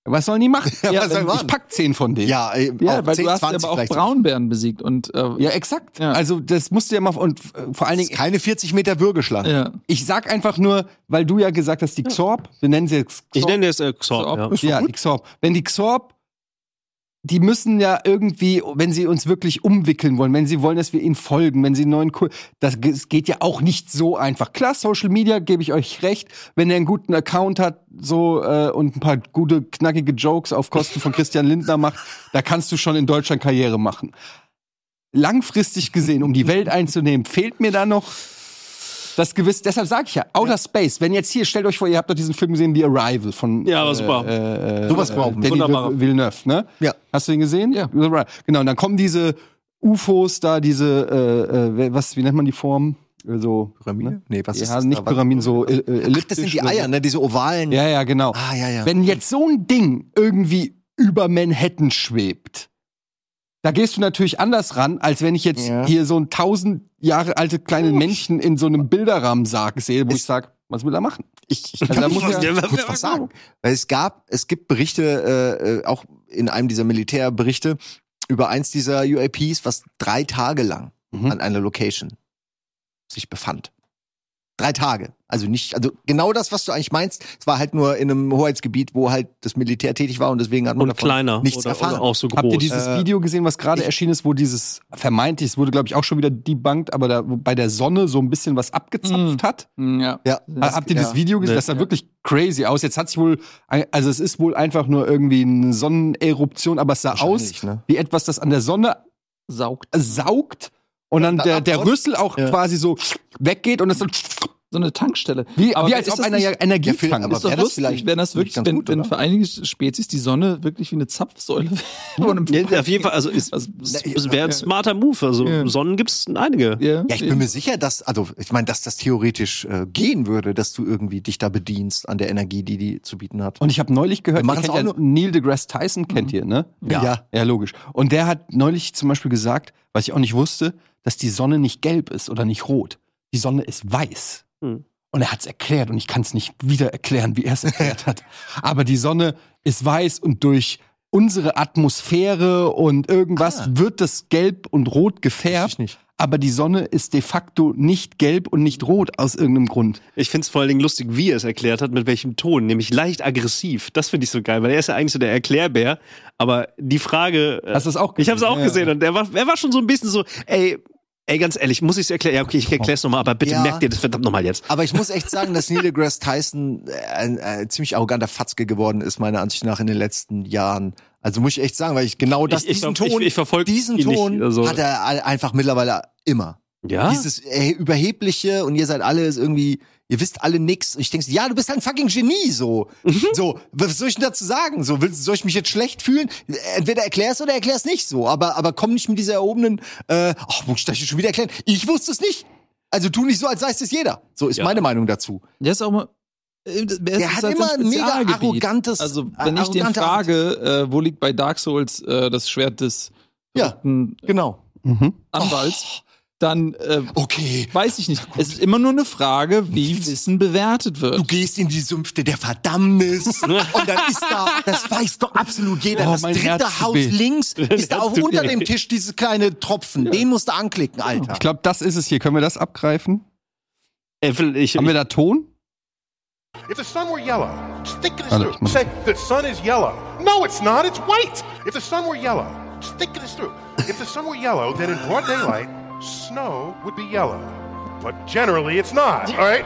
Speaker 1: Was sollen die machen?
Speaker 5: was sollen die
Speaker 1: ich
Speaker 5: machen?
Speaker 1: pack zehn von denen.
Speaker 5: Ja, äh,
Speaker 2: ja,
Speaker 1: Oh,
Speaker 5: auch
Speaker 2: weil
Speaker 5: 10,
Speaker 2: du hast
Speaker 5: 20
Speaker 2: aber auch
Speaker 5: vielleicht.
Speaker 2: Braunbären besiegt und äh,
Speaker 1: Ja, exakt.
Speaker 2: Ja.
Speaker 1: Also das musst du ja mal und äh, vor allen
Speaker 5: Das ist
Speaker 1: Dingen,
Speaker 5: keine 40 Meter Bürgerschlacht.
Speaker 2: ja.
Speaker 1: ich sag einfach nur, weil du ja gesagt hast, die Xorb, wir nennen sie jetzt Xorb.
Speaker 4: Ich nenne es äh, Xorb. Ja.
Speaker 1: ja, die Xorb. Wenn die Xorb, die müssen ja irgendwie, wenn sie uns wirklich umwickeln wollen, wenn sie wollen, dass wir ihnen folgen, wenn sie einen neuen Kurs, das ge- es geht ja auch nicht so einfach. Klar, Social Media gebe ich euch recht, wenn er einen guten Account hat, so äh, und ein paar gute knackige Jokes auf Kosten von Christian Lindner macht, da kannst du schon in Deutschland Karriere machen. Langfristig gesehen, um die Welt einzunehmen, fehlt mir da noch das gewisse. Deshalb sage ich ja, Outer Space. Wenn jetzt hier, stellt euch vor, ihr habt doch diesen Film gesehen, The Arrival von
Speaker 4: Ja, aber super.
Speaker 1: äh, äh,
Speaker 5: Sowas
Speaker 1: äh,
Speaker 5: brauchen wir.
Speaker 1: Danny
Speaker 4: Wunderbar.
Speaker 1: Vill- Villeneuve, ne?
Speaker 5: Ja.
Speaker 1: Hast du den gesehen?
Speaker 2: Ja.
Speaker 1: Right. Genau, und dann kommen diese UFOs da, diese, äh, äh, was, wie nennt man die Form? Äh, So,
Speaker 5: Pyramide? Nee, was
Speaker 1: ja,
Speaker 5: ist das?
Speaker 1: nicht
Speaker 5: da? Was-
Speaker 1: Pyramiden, so äh, äh,
Speaker 5: Ach,
Speaker 1: elliptisch.
Speaker 5: das sind die Eier, ne? Diese ovalen.
Speaker 1: Ja, ja, genau.
Speaker 5: Ah, ja, ja.
Speaker 1: Wenn jetzt so ein Ding irgendwie über Manhattan schwebt, da gehst du natürlich anders ran, als wenn ich jetzt
Speaker 5: Ja.
Speaker 1: hier so ein tausend Jahre alte kleine Menschen in so einem Bilderrahmensarg sehe, wo ich sag, was will er machen?
Speaker 5: ich, ich
Speaker 1: Also da muss ja-
Speaker 5: kurz was sagen. Weil es gab, es gibt Berichte, äh, äh, auch in einem dieser Militärberichte, über eins dieser UAPs, was drei Tage lang
Speaker 1: Mhm.
Speaker 5: an einer Location sich befand. Drei Tage. Also nicht, also genau das, was du eigentlich meinst. Es war halt nur in einem Hoheitsgebiet, wo halt das Militär tätig war und deswegen hat man
Speaker 4: Und
Speaker 5: davon
Speaker 4: kleiner.
Speaker 5: nichts
Speaker 4: oder,
Speaker 5: erfahren.
Speaker 4: oder auch so groß.
Speaker 1: Habt ihr dieses
Speaker 5: Äh,
Speaker 1: Video gesehen, was gerade
Speaker 5: ich-
Speaker 1: erschienen ist, wo dieses vermeintlich, es wurde glaube ich auch schon wieder debunked, aber da wo bei der Sonne so ein bisschen was abgezapft hat?
Speaker 2: Ja.
Speaker 5: Hm. Ja.
Speaker 1: Ha- Habt ihr Hm, das Video gesehen?
Speaker 4: Nee.
Speaker 1: Das sah wirklich crazy aus. Jetzt hat sich wohl, also es ist wohl einfach nur irgendwie eine Sonneneruption, aber es sah aus
Speaker 5: Wahrscheinlich, ne?
Speaker 1: wie etwas, das an der Sonne
Speaker 2: Saugt.
Speaker 1: saugt und dann
Speaker 5: Ja,
Speaker 1: der,
Speaker 5: dann
Speaker 1: der
Speaker 5: abhaut.
Speaker 1: Rüssel auch
Speaker 4: Ja.
Speaker 1: quasi so weggeht und das dann
Speaker 2: So eine Tankstelle.
Speaker 1: wie,
Speaker 2: Aber
Speaker 1: wie als
Speaker 2: ist
Speaker 1: ob
Speaker 2: das
Speaker 1: einer
Speaker 2: nicht-
Speaker 1: ja Energie
Speaker 5: Ja, Phil,
Speaker 1: tankt.
Speaker 5: aber
Speaker 2: ist doch
Speaker 5: wär das
Speaker 2: lustig,
Speaker 5: vielleicht
Speaker 2: wenn das wirklich,
Speaker 5: ganz
Speaker 2: wenn,
Speaker 5: gut,
Speaker 2: wenn
Speaker 5: oder?
Speaker 2: für einige Spezies die Sonne wirklich wie eine Zapfsäule [LAUGHS] wäre. von einem
Speaker 4: Ja, auf jeden Fall, also es,
Speaker 2: Also,
Speaker 4: es wäre ein smarter Move. Also
Speaker 2: Ja.
Speaker 4: Sonnen gibt es einige.
Speaker 2: ja,
Speaker 5: Ja, ich bin mir sicher, dass, also ich meine, dass das theoretisch äh, gehen würde, dass du irgendwie dich da bedienst an der Energie, die die zu bieten hat.
Speaker 1: Und ich habe neulich gehört,
Speaker 5: Wir
Speaker 1: ihr
Speaker 5: machen
Speaker 1: kennt
Speaker 5: es
Speaker 1: ja,
Speaker 5: auch
Speaker 1: Neil deGrasse Tyson kennt ihr, ne?
Speaker 5: Ja.
Speaker 1: ja. Ja, logisch. Und der hat neulich zum Beispiel gesagt, was ich auch nicht wusste, dass die Sonne nicht gelb ist oder nicht rot. Die Sonne ist weiß.
Speaker 4: Hm.
Speaker 1: Und er hat es erklärt und ich kann es nicht wieder erklären, wie er es erklärt hat. Aber die Sonne ist weiß und durch unsere Atmosphäre und irgendwas
Speaker 5: Ah.
Speaker 1: wird das gelb und rot gefärbt.
Speaker 5: nicht.
Speaker 1: Aber die Sonne ist de facto nicht gelb und nicht rot aus irgendeinem Grund.
Speaker 4: Ich finde es vor allen Dingen lustig, wie er es erklärt hat, mit welchem Ton, nämlich leicht aggressiv. Das finde ich so geil, weil er ist ja eigentlich so der Erklärbär. Aber die Frage. äh,
Speaker 1: Hast du das auch
Speaker 4: Ich habe es auch
Speaker 1: Ja,
Speaker 4: gesehen
Speaker 1: ja.
Speaker 4: und er war, er war schon so ein bisschen so, ey, ey, ganz ehrlich, muss ich es erklären? Ja, okay, ich erkläre es nochmal, aber bitte
Speaker 5: Oh. Ja.
Speaker 4: merkt ihr das verdammt nochmal jetzt.
Speaker 5: Aber ich muss echt sagen, dass Neil deGrasse Tyson äh, ein, ein ziemlich arroganter Fatzke geworden ist, meiner Ansicht nach, in den letzten Jahren. Also muss ich echt sagen, weil ich genau das,
Speaker 4: Ich- ich
Speaker 5: diesen
Speaker 4: glaub, ich-
Speaker 5: Ton,
Speaker 4: ich verfolg
Speaker 5: diesen
Speaker 4: ihn nicht,
Speaker 5: Ton
Speaker 4: also-
Speaker 5: hat er all- einfach mittlerweile immer.
Speaker 4: Ja.
Speaker 5: Dieses äh, überhebliche und ihr seid alle ist irgendwie, ihr wisst alle nix. Und ich denke, ja, du bist ein fucking Genie, so.
Speaker 4: Mhm.
Speaker 5: So, was soll ich denn dazu sagen? So, willst, soll ich mich jetzt schlecht fühlen? Entweder erklär's oder erklär's nicht so. Aber, aber komm nicht mit dieser erhobenen, äh, ach, muss ich das jetzt schon wieder erklären? Ich wusste es nicht. Also tu nicht so, als sei es das jeder. So ist
Speaker 4: Ja.
Speaker 5: meine Meinung dazu.
Speaker 2: Der ist auch mal. äh,
Speaker 5: Der
Speaker 2: ist
Speaker 5: hat
Speaker 2: halt
Speaker 5: immer
Speaker 2: sein
Speaker 5: ein mega
Speaker 2: Spezialgebiet.
Speaker 5: arrogantes.
Speaker 2: Also,
Speaker 5: äh,
Speaker 2: wenn ich den
Speaker 5: arrogante Art.
Speaker 2: frage, äh, wo liegt bei Dark Souls äh, das Schwert des
Speaker 5: Ja,
Speaker 2: verrückten
Speaker 5: genau.
Speaker 1: Mhm.
Speaker 2: Anwalts,
Speaker 5: Oh.
Speaker 2: dann äh,
Speaker 5: Okay.
Speaker 2: weiß ich nicht. Es ist immer nur eine Frage, wie Wissen bewertet
Speaker 5: Du
Speaker 2: wird.
Speaker 5: gehst in die Sümpfte
Speaker 1: [LAUGHS]
Speaker 5: der Verdammnis und dann ist da, das weiß doch absolut jeder,
Speaker 1: Oh,
Speaker 5: das
Speaker 1: mein
Speaker 5: dritte
Speaker 1: Herz
Speaker 5: Haus
Speaker 1: weht. [LAUGHS]
Speaker 5: links ist da auch unter dem Tisch dieses kleine Tropfen. Den musst du anklicken, Alter.
Speaker 1: Ich glaube, das ist es hier. Können wir das abgreifen?
Speaker 4: Äh, will ich,
Speaker 1: Haben wir da Ton?
Speaker 7: If the sun were yellow, just think of this
Speaker 1: Hello.
Speaker 7: through. Say the sun is yellow. No, it's not. It's white. If the sun were yellow, just think of this through. If the sun were yellow, then in broad daylight, snow would be yellow. But generally, it's not. All right.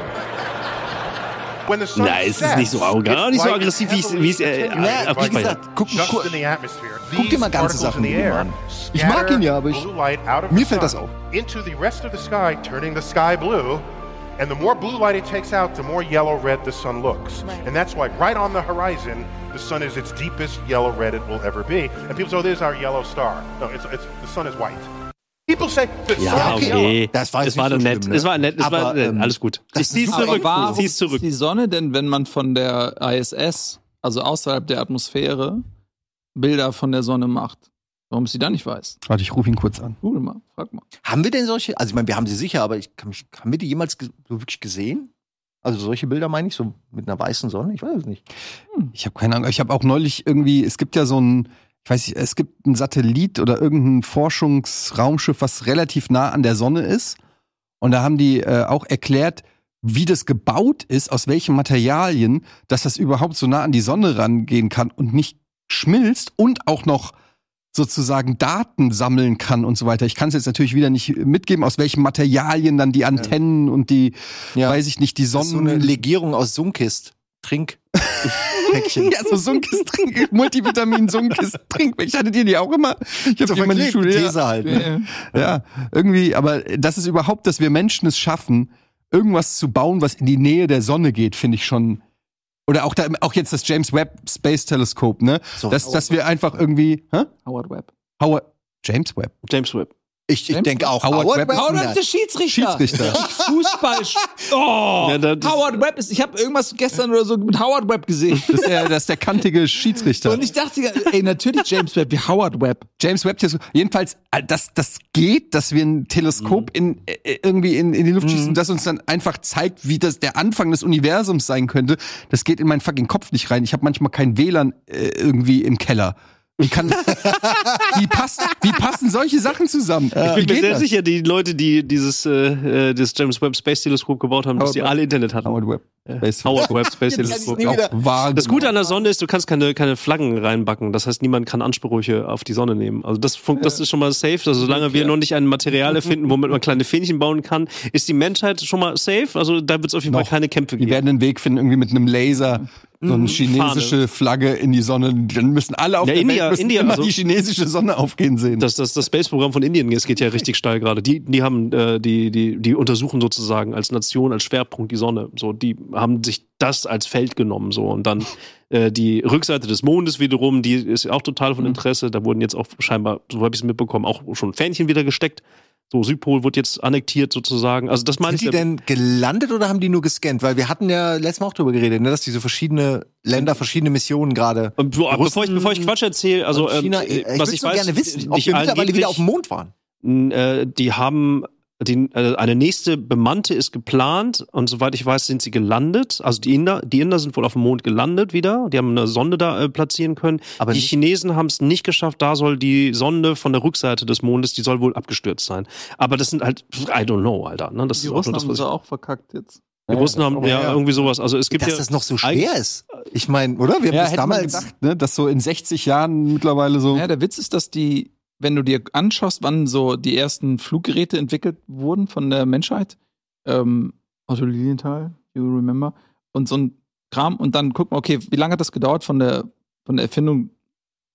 Speaker 7: When the sun
Speaker 4: Na, es ist
Speaker 7: sets,
Speaker 4: nicht so arrogant,
Speaker 7: it's
Speaker 4: auch nicht so
Speaker 7: light
Speaker 4: aggressiv, wie es-
Speaker 7: heavily
Speaker 4: wie es, äh,
Speaker 7: attenuated
Speaker 5: äh,
Speaker 7: by
Speaker 5: wie gesagt,
Speaker 7: light
Speaker 5: guck-
Speaker 7: just
Speaker 5: guck-
Speaker 7: in the atmosphere.
Speaker 5: guck dir mal
Speaker 7: These
Speaker 5: ganze
Speaker 7: particles
Speaker 5: Sachen
Speaker 7: in the
Speaker 5: mit ihm
Speaker 7: air
Speaker 5: an. Ich mag ihn ja, aber ich-
Speaker 7: scatter blue light out of
Speaker 5: mir
Speaker 7: the
Speaker 5: fällt
Speaker 7: sun
Speaker 5: das auf.
Speaker 7: into the rest of the sky, turning the sky blue. And the more blue light it takes out, the more yellow red the sun looks. And that's why, right on the horizon, the sun is its deepest yellow red it will ever be. And people say, oh, there's our yellow star. No, it's, it's, the sun is white. People say, the
Speaker 4: ja,
Speaker 7: sun is yellow.
Speaker 4: okay.
Speaker 5: Das war jetzt
Speaker 4: es war
Speaker 5: nicht
Speaker 4: doch
Speaker 5: so
Speaker 4: nett.
Speaker 5: schlimm, ne?
Speaker 4: Es war nett, es war
Speaker 5: Aber,
Speaker 4: nett.
Speaker 5: ähm,
Speaker 4: Alles gut.
Speaker 5: das
Speaker 4: Ich zieh's
Speaker 5: ist
Speaker 4: zurück.
Speaker 5: aber wahr,
Speaker 4: Ich
Speaker 2: warum
Speaker 4: zieh's
Speaker 2: ist
Speaker 4: zurück.
Speaker 2: die Sonne denn, wenn man von der ISS, also außerhalb der Atmosphäre, Bilder von der Sonne macht? Warum ist sie da nicht weiß?
Speaker 1: Warte, ich rufe ihn kurz an.
Speaker 2: Google mal, frag mal.
Speaker 5: Haben wir denn solche? Also ich meine, wir haben sie sicher, aber ich kann mich, haben wir die jemals ge so wirklich gesehen? Also solche Bilder meine ich, so mit einer weißen Sonne? Ich weiß es nicht.
Speaker 1: Ich habe keine Ahnung. Ich habe auch neulich irgendwie, es gibt ja so ein, ich weiß nicht, es gibt einen Satellit oder irgendein Forschungsraumschiff, was relativ nah an der Sonne ist. Und da haben die äh, auch erklärt, wie das gebaut ist, aus welchen Materialien, dass das überhaupt so nah an die Sonne rangehen kann und nicht schmilzt und auch noch sozusagen Daten sammeln kann und so weiter. Ich kann es jetzt natürlich wieder nicht mitgeben, aus welchen Materialien dann die Antennen und die,
Speaker 5: Ja.
Speaker 1: weiß ich nicht, die
Speaker 5: Das
Speaker 1: Sonnen.
Speaker 5: ist so eine Legierung aus Sunkist.
Speaker 1: [LAUGHS]
Speaker 5: Trink. Päckchen.
Speaker 1: Ja, so Sunkis trink, Multivitamin Sunkis trink. Ich hatte die die auch immer. Ich habe
Speaker 5: So
Speaker 1: die immer in die
Speaker 5: verklebt, die
Speaker 1: Schule. Ja,
Speaker 5: These halt. Ne?
Speaker 1: ja, irgendwie, aber das ist überhaupt, dass wir Menschen es schaffen, irgendwas zu bauen, was in die Nähe der Sonne geht, finde ich schon. Oder auch da, auch jetzt das James Webb Space Telescope, ne?
Speaker 5: So,
Speaker 1: Dass, dass wir einfach irgendwie, hä?
Speaker 2: Howard Webb.
Speaker 1: Howard James Webb.
Speaker 5: Oh.
Speaker 4: James Webb.
Speaker 5: ich ich denke auch.
Speaker 1: Howard Webb-
Speaker 2: Howard Webb
Speaker 5: Webb-
Speaker 2: ist der
Speaker 5: [LAUGHS]
Speaker 2: Schiedsrichter.
Speaker 1: Schiedsrichter.
Speaker 2: Fußball. Oh,
Speaker 4: Ja, da- das-
Speaker 2: Howard Webb ist. Ich habe irgendwas gestern oder so mit Howard Webb [LAUGHS] gesehen.
Speaker 1: Das ist, der, das ist der kantige Schiedsrichter.
Speaker 2: Und ich dachte, ey, natürlich James Webb wie Howard Webb.
Speaker 1: James Webb Teleskop. Jedenfalls, äh, das, das geht, dass wir ein Teleskop
Speaker 4: Mhm.
Speaker 1: in, äh, irgendwie in, in die Luft schießen, das uns dann einfach zeigt, wie das der Anfang des Universums sein könnte. Das geht in meinen fucking Kopf nicht rein. Ich habe manchmal kein WLAN äh, irgendwie im Keller. Wie, kann, [LAUGHS] wie, passt, wie passen solche Sachen zusammen?
Speaker 4: Ich
Speaker 1: wie
Speaker 4: bin mir
Speaker 1: geht
Speaker 4: sehr
Speaker 1: das?
Speaker 4: sicher, die Leute, die dieses äh, äh, das James Webb Space Teleskop gebaut haben, dass
Speaker 1: Howard
Speaker 4: die
Speaker 1: Webb.
Speaker 4: alle Internet hatten.
Speaker 1: Howard Webb. Space
Speaker 4: Howard Webb Space
Speaker 5: Jetzt kann ich's
Speaker 4: Teleskop.
Speaker 5: nie
Speaker 1: Auch
Speaker 5: wieder-
Speaker 1: wahr
Speaker 4: Das
Speaker 1: gemacht.
Speaker 4: Gute an der Sonne ist, du kannst keine, keine Flaggen reinbacken. Das heißt, niemand kann Ansprüche auf die Sonne nehmen. Also das, fun- das ist schon mal safe. Also solange wir noch nicht ein
Speaker 1: [LAUGHS]
Speaker 4: Material erfinden, womit man kleine Fähnchen bauen kann, ist die Menschheit schon mal safe. Also da wird es auf jeden Fall
Speaker 1: Noch.
Speaker 4: keine Kämpfe
Speaker 1: Die
Speaker 4: geben.
Speaker 1: werden einen Weg finden, irgendwie mit einem Laser so eine
Speaker 4: Mhm.
Speaker 1: chinesische Flagge in die Sonne. Dann müssen alle auf
Speaker 4: Ja,
Speaker 1: der
Speaker 4: India-
Speaker 1: Welt müssen
Speaker 4: India,
Speaker 1: immer
Speaker 4: also-
Speaker 1: die chinesische Sonne aufgehen
Speaker 5: Mhm.
Speaker 1: sehen.
Speaker 4: Das, das, das Space-Programm von Indien, es geht ja richtig steil gerade. Die, die haben, äh, die, die, die untersuchen sozusagen als Nation, als Schwerpunkt die Sonne. So, die haben sich das als Feld genommen. So. Und
Speaker 5: [LAUGHS]
Speaker 4: dann äh, die Rückseite des Mondes wiederum, die ist auch total
Speaker 5: Mhm.
Speaker 4: von Interesse. Da wurden jetzt auch scheinbar, so habe ich es mitbekommen, auch schon Fähnchen wieder gesteckt. So, Südpol wird jetzt annektiert sozusagen. Also das meine
Speaker 5: Sind
Speaker 4: ich.
Speaker 5: die
Speaker 4: damit.
Speaker 5: denn gelandet oder haben die nur gescannt? Weil wir hatten ja letztes Mal auch drüber geredet, ne, dass diese verschiedene Länder, verschiedene Missionen gerade.
Speaker 4: Und Ähm, so,
Speaker 5: Russen-
Speaker 4: bevor, ich, bevor ich Quatsch erzähle, also ähm,
Speaker 5: China,
Speaker 4: äh,
Speaker 5: ich
Speaker 4: was
Speaker 5: würde
Speaker 4: ich
Speaker 5: so
Speaker 4: weiß,
Speaker 5: gerne wissen, ob
Speaker 4: nicht
Speaker 5: wir mittlerweile
Speaker 4: angeblich-
Speaker 5: wieder auf dem Mond waren.
Speaker 4: N- äh, die haben die, äh, eine nächste bemannte ist geplant und soweit ich weiß, sind sie gelandet. Also die Inder, die Inder sind wohl auf dem Mond gelandet wieder. Die haben eine Sonde da äh, platzieren können.
Speaker 5: Aber
Speaker 4: die
Speaker 5: nicht-
Speaker 4: Chinesen haben es nicht geschafft. Da soll die Sonde von der Rückseite des Mondes, die soll wohl abgestürzt sein. Aber das sind halt, I don't know, Alter. Ne? Das
Speaker 2: Die
Speaker 4: ist auch nur
Speaker 2: Russen
Speaker 4: das,
Speaker 2: haben
Speaker 4: was
Speaker 2: sie
Speaker 4: ich,
Speaker 2: auch verkackt jetzt.
Speaker 4: die Russen haben ja,
Speaker 5: ja.
Speaker 4: irgendwie sowas. Also es gibt
Speaker 5: Dass
Speaker 4: ja
Speaker 5: das noch so schwer ist. Ich meine, oder? Wir haben
Speaker 1: ja,
Speaker 5: das
Speaker 1: hätte damals
Speaker 5: damals.
Speaker 1: man gedacht, ne, dass so in 60 Jahren mittlerweile so.
Speaker 2: Ja, der Witz ist, dass die, wenn du dir anschaust, wann so die ersten Fluggeräte entwickelt wurden von der Menschheit, ähm, Otto Lilienthal, you remember, und so ein Kram, und dann gucken, okay, wie lange hat das gedauert von der, von der Erfindung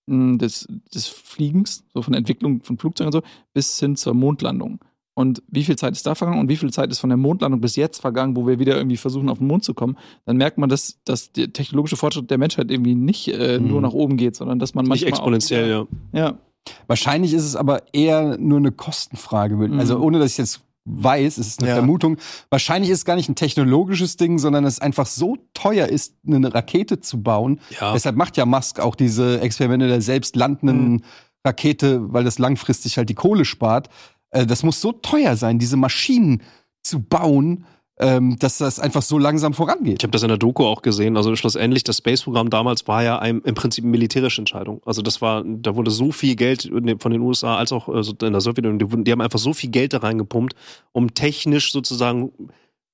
Speaker 2: mh, des, des Fliegens, so von der Entwicklung von Flugzeugen und so, bis hin zur Mondlandung. Und wie viel Zeit ist da vergangen und wie viel Zeit ist von der Mondlandung bis jetzt vergangen, wo wir wieder irgendwie versuchen, auf den Mond zu kommen, dann merkt man, dass, dass der technologische Fortschritt der Menschheit irgendwie nicht äh, nur
Speaker 5: Mhm.
Speaker 2: nach oben geht, sondern dass man
Speaker 4: nicht
Speaker 2: manchmal. auch
Speaker 4: exponentiell,
Speaker 2: wieder-
Speaker 4: ja.
Speaker 2: ja.
Speaker 1: Wahrscheinlich ist es aber eher nur eine Kostenfrage. würde-
Speaker 2: Mhm.
Speaker 1: Also ohne dass ich jetzt weiß, es ist eine
Speaker 5: Ja.
Speaker 1: Vermutung. Wahrscheinlich ist es gar nicht ein technologisches Ding, sondern es einfach so teuer ist, eine Rakete zu bauen.
Speaker 4: ja.
Speaker 1: Deshalb macht ja Musk auch diese Experimente der selbst landenden Rakete, weil das langfristig halt die Kohle spart. Äh, das muss so teuer sein, diese Maschinen zu bauen, ähm, dass das einfach so langsam
Speaker 4: Ich
Speaker 1: vorangeht.
Speaker 4: habe das in der Doku auch gesehen. Also schlussendlich, das Space-Programm damals war ja ein, im Prinzip eine militärische Entscheidung. Also das war, da wurde so viel Geld in den- von den USA als auch äh, so in der Sowjetunion, die, wurden- die haben einfach so viel Geld da reingepumpt, um technisch sozusagen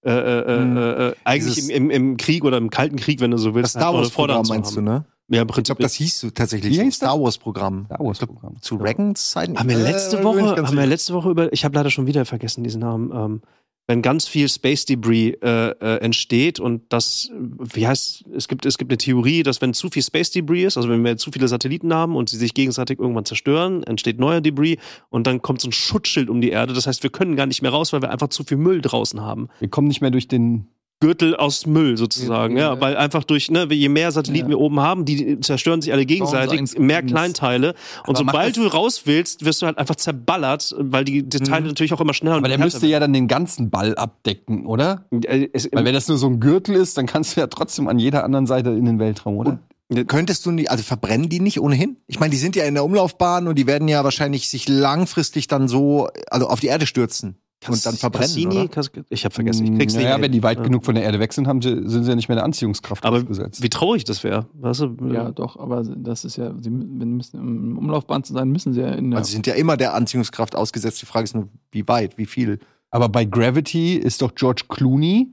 Speaker 4: äh, äh,
Speaker 5: Mhm.
Speaker 4: äh, äh, eigentlich
Speaker 5: Dieses-
Speaker 4: im, im, im Krieg oder im Kalten Krieg, wenn du so
Speaker 5: Das
Speaker 4: willst,
Speaker 5: Star
Speaker 4: vorne-
Speaker 5: Wars-Programm
Speaker 4: zu
Speaker 5: meinst du,
Speaker 4: haben.
Speaker 5: ne?
Speaker 4: Ja, im
Speaker 5: Ich
Speaker 4: Prinzip.
Speaker 5: glaube, das hieß so tatsächlich
Speaker 1: Wie
Speaker 5: so.
Speaker 1: hieß das?
Speaker 5: Star Wars-Programm.
Speaker 1: Star Wars-Programm.
Speaker 5: Zu Reagans Zeiten.
Speaker 4: haben wir letzte
Speaker 5: Äh,
Speaker 4: Woche,
Speaker 5: bin ich ganz
Speaker 4: haben wir
Speaker 5: sicher.
Speaker 4: letzte Woche über, ich habe leider schon wieder vergessen diesen Namen, ähm, wenn ganz viel Space Debris äh, äh, entsteht und das, äh, wie heißt, es gibt, es gibt eine Theorie, dass wenn zu viel Space Debris ist, also wenn wir zu viele Satelliten haben und sie sich gegenseitig irgendwann zerstören, entsteht neuer Debris und dann kommt so ein Schutzschild um die Erde. Das heißt, wir können gar nicht mehr raus, weil wir einfach zu viel Müll draußen haben.
Speaker 1: Wir kommen nicht mehr durch den.
Speaker 4: Gürtel aus Müll sozusagen, ja,
Speaker 2: Ja.
Speaker 4: weil einfach durch, ne, je mehr Satelliten wir oben haben, die zerstören sich alle
Speaker 2: eigenes
Speaker 4: gegenseitig, mehr
Speaker 2: Gefängnis.
Speaker 4: Kleinteile und
Speaker 1: Aber macht
Speaker 4: sobald
Speaker 1: das-
Speaker 4: du raus willst, wirst du halt einfach zerballert, weil die, die Teile natürlich auch immer schneller
Speaker 1: Aber
Speaker 4: und
Speaker 1: der
Speaker 4: härter
Speaker 1: müsste ja dann den ganzen Ball abdecken, oder?
Speaker 4: werden. Äh, es,
Speaker 1: Weil wenn das nur so ein Gürtel ist, dann kannst du ja trotzdem an jeder anderen Seite in den Weltraum, oder?
Speaker 5: Könntest du nicht, also verbrennen die nicht ohnehin? Ich meine, die sind ja in der Umlaufbahn und die werden ja wahrscheinlich sich langfristig dann so, also auf die Erde stürzen und dann verbrennen.
Speaker 4: Cassini,
Speaker 5: oder?
Speaker 4: Cas- ich habe vergessen, ich krieg's nicht.
Speaker 1: naja, Mm,
Speaker 4: hin.
Speaker 1: Hm, wenn die weit
Speaker 4: Ja.
Speaker 1: genug von der Erde weg sind, haben sie, sind sie ja nicht mehr der Anziehungskraft
Speaker 4: Aber
Speaker 1: ausgesetzt.
Speaker 4: wie traurig das wäre, weißt du?
Speaker 2: Ja, doch, aber das ist ja, sie mü- wenn müssen im Umlaufbahn zu sein, müssen sie ja in der.
Speaker 5: Also sie sind ja immer der Anziehungskraft ausgesetzt. Die Frage ist nur, wie weit, wie viel.
Speaker 1: Aber bei Gravity ist doch George Clooney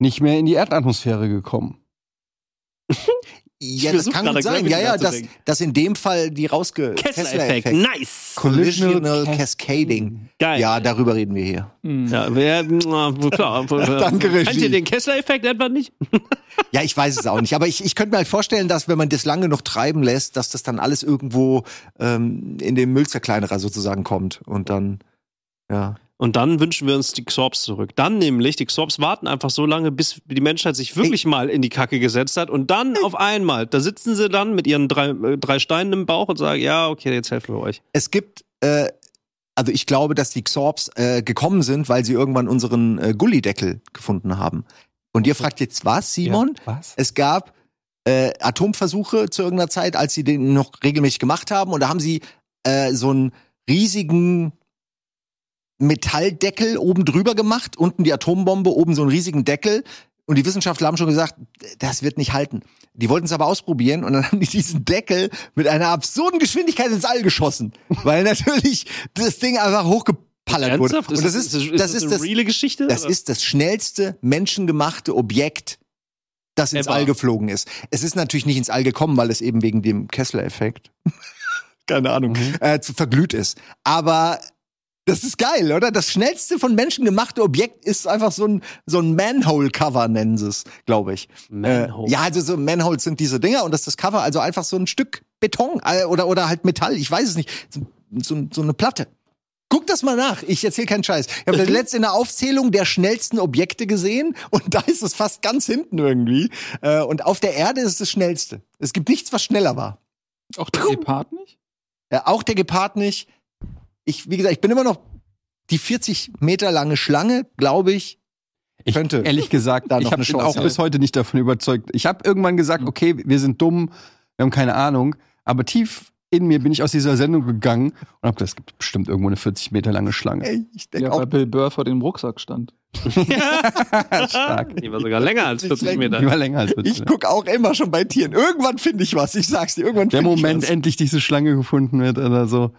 Speaker 1: nicht mehr in die Erdatmosphäre gekommen.
Speaker 5: Ja, das
Speaker 4: versuch
Speaker 5: kann
Speaker 4: gerade
Speaker 5: gut sein.
Speaker 4: Gravity
Speaker 5: Ja, ja, dass,
Speaker 4: nachzudenken.
Speaker 5: dass in dem Fall die rausge...
Speaker 4: Kessler-Effekt,
Speaker 5: Kessler-Effekt.
Speaker 4: nice!
Speaker 5: Collisional Cascading.
Speaker 4: Geil.
Speaker 5: Ja, darüber reden wir hier.
Speaker 2: Mhm.
Speaker 4: Ja, wer, na, [LAUGHS] klar.
Speaker 5: Danke, Regie.
Speaker 4: Kennt ihr den Kessler-Effekt etwa nicht?
Speaker 5: Ja, ich weiß es auch nicht. Aber ich, ich könnte mir halt vorstellen, dass wenn man das lange noch treiben lässt, dass das dann alles irgendwo ähm, in den Müllzerkleinerer sozusagen kommt. Und dann, ja.
Speaker 4: Und dann wünschen wir uns die Xorps zurück. Dann nämlich, die Xorps warten einfach so lange, bis die Menschheit sich wirklich mal in die Kacke gesetzt hat. Und dann auf einmal, da sitzen sie dann mit ihren drei, äh, drei Steinen im Bauch und sagen, ja, okay, jetzt helfen wir euch.
Speaker 5: Es gibt, äh, also ich glaube, dass die Xorps äh, gekommen sind, weil sie irgendwann unseren äh, Gullideckel gefunden haben. Und ihr fragt jetzt was, Simon?
Speaker 1: Was?
Speaker 5: Es gab äh, Atomversuche zu irgendeiner Zeit, als sie den noch regelmäßig gemacht haben. Und da haben sie äh, so einen riesigen Metalldeckel oben drüber gemacht, unten die Atombombe, oben so einen riesigen Deckel. Und die Wissenschaftler haben schon gesagt, das wird nicht halten. Die wollten es aber ausprobieren und dann haben die diesen Deckel mit einer absurden Geschwindigkeit ins All geschossen, weil natürlich das Ding einfach hochgeballert wurde.
Speaker 4: Ernsthaft?
Speaker 5: Und das ist, das ist
Speaker 4: eine
Speaker 5: das,
Speaker 4: reale Geschichte?
Speaker 5: das
Speaker 4: oder?
Speaker 5: ist das schnellste menschengemachte Objekt, das ins
Speaker 4: Ever.
Speaker 5: All geflogen ist. Es ist natürlich nicht ins All gekommen, weil es eben wegen dem Kessler-Effekt, keine Ahnung,
Speaker 4: Mhm.
Speaker 5: äh, zu verglüht ist. Aber das ist geil, oder? Das schnellste von Menschen gemachte Objekt ist einfach so ein, so ein Manhole-Cover, nennen sie es, glaube ich.
Speaker 4: Manhole.
Speaker 5: Äh, ja, also so Manholes sind diese Dinger und das ist das Cover, also einfach so ein Stück Beton äh, oder, oder halt Metall, ich weiß es nicht. So, so, so eine Platte. Guck das mal nach. Ich erzähle keinen Scheiß. Ich habe das letzte in der Aufzählung der schnellsten Objekte gesehen und [LAUGHS] da ist es fast ganz hinten irgendwie. Äh, und auf der Erde ist es das schnellste. Es gibt nichts, was schneller war.
Speaker 2: Auch der Gepard nicht?
Speaker 5: Äh, auch der Gepard nicht. Ich, wie gesagt, ich bin immer noch die 40 Meter lange Schlange, glaube ich.
Speaker 1: Ich,
Speaker 5: könnte.
Speaker 1: Ehrlich gesagt,
Speaker 5: Da noch
Speaker 1: ich
Speaker 5: eine
Speaker 1: habe ihn
Speaker 5: Chance
Speaker 1: auch
Speaker 5: haben.
Speaker 1: bis heute nicht davon überzeugt. Ich habe irgendwann gesagt, okay, wir sind dumm, wir haben keine Ahnung. Aber tief in mir bin ich aus dieser Sendung gegangen und habe das gibt bestimmt irgendwo eine 40 Meter lange Schlange.
Speaker 5: Ey, ich denke
Speaker 2: Ja,
Speaker 5: auch.
Speaker 2: weil Bill Burr vor dem Rucksack stand.
Speaker 1: Stark.
Speaker 4: Die war sogar länger als 40
Speaker 1: Die
Speaker 4: Meter.
Speaker 1: war länger als
Speaker 5: Ich
Speaker 1: bitte.
Speaker 5: guck auch immer schon bei Tieren. Irgendwann finde ich was. Ich sag's dir. Irgendwann
Speaker 1: Der
Speaker 5: find
Speaker 1: Moment,
Speaker 5: Ich was.
Speaker 1: endlich diese Schlange gefunden wird oder so.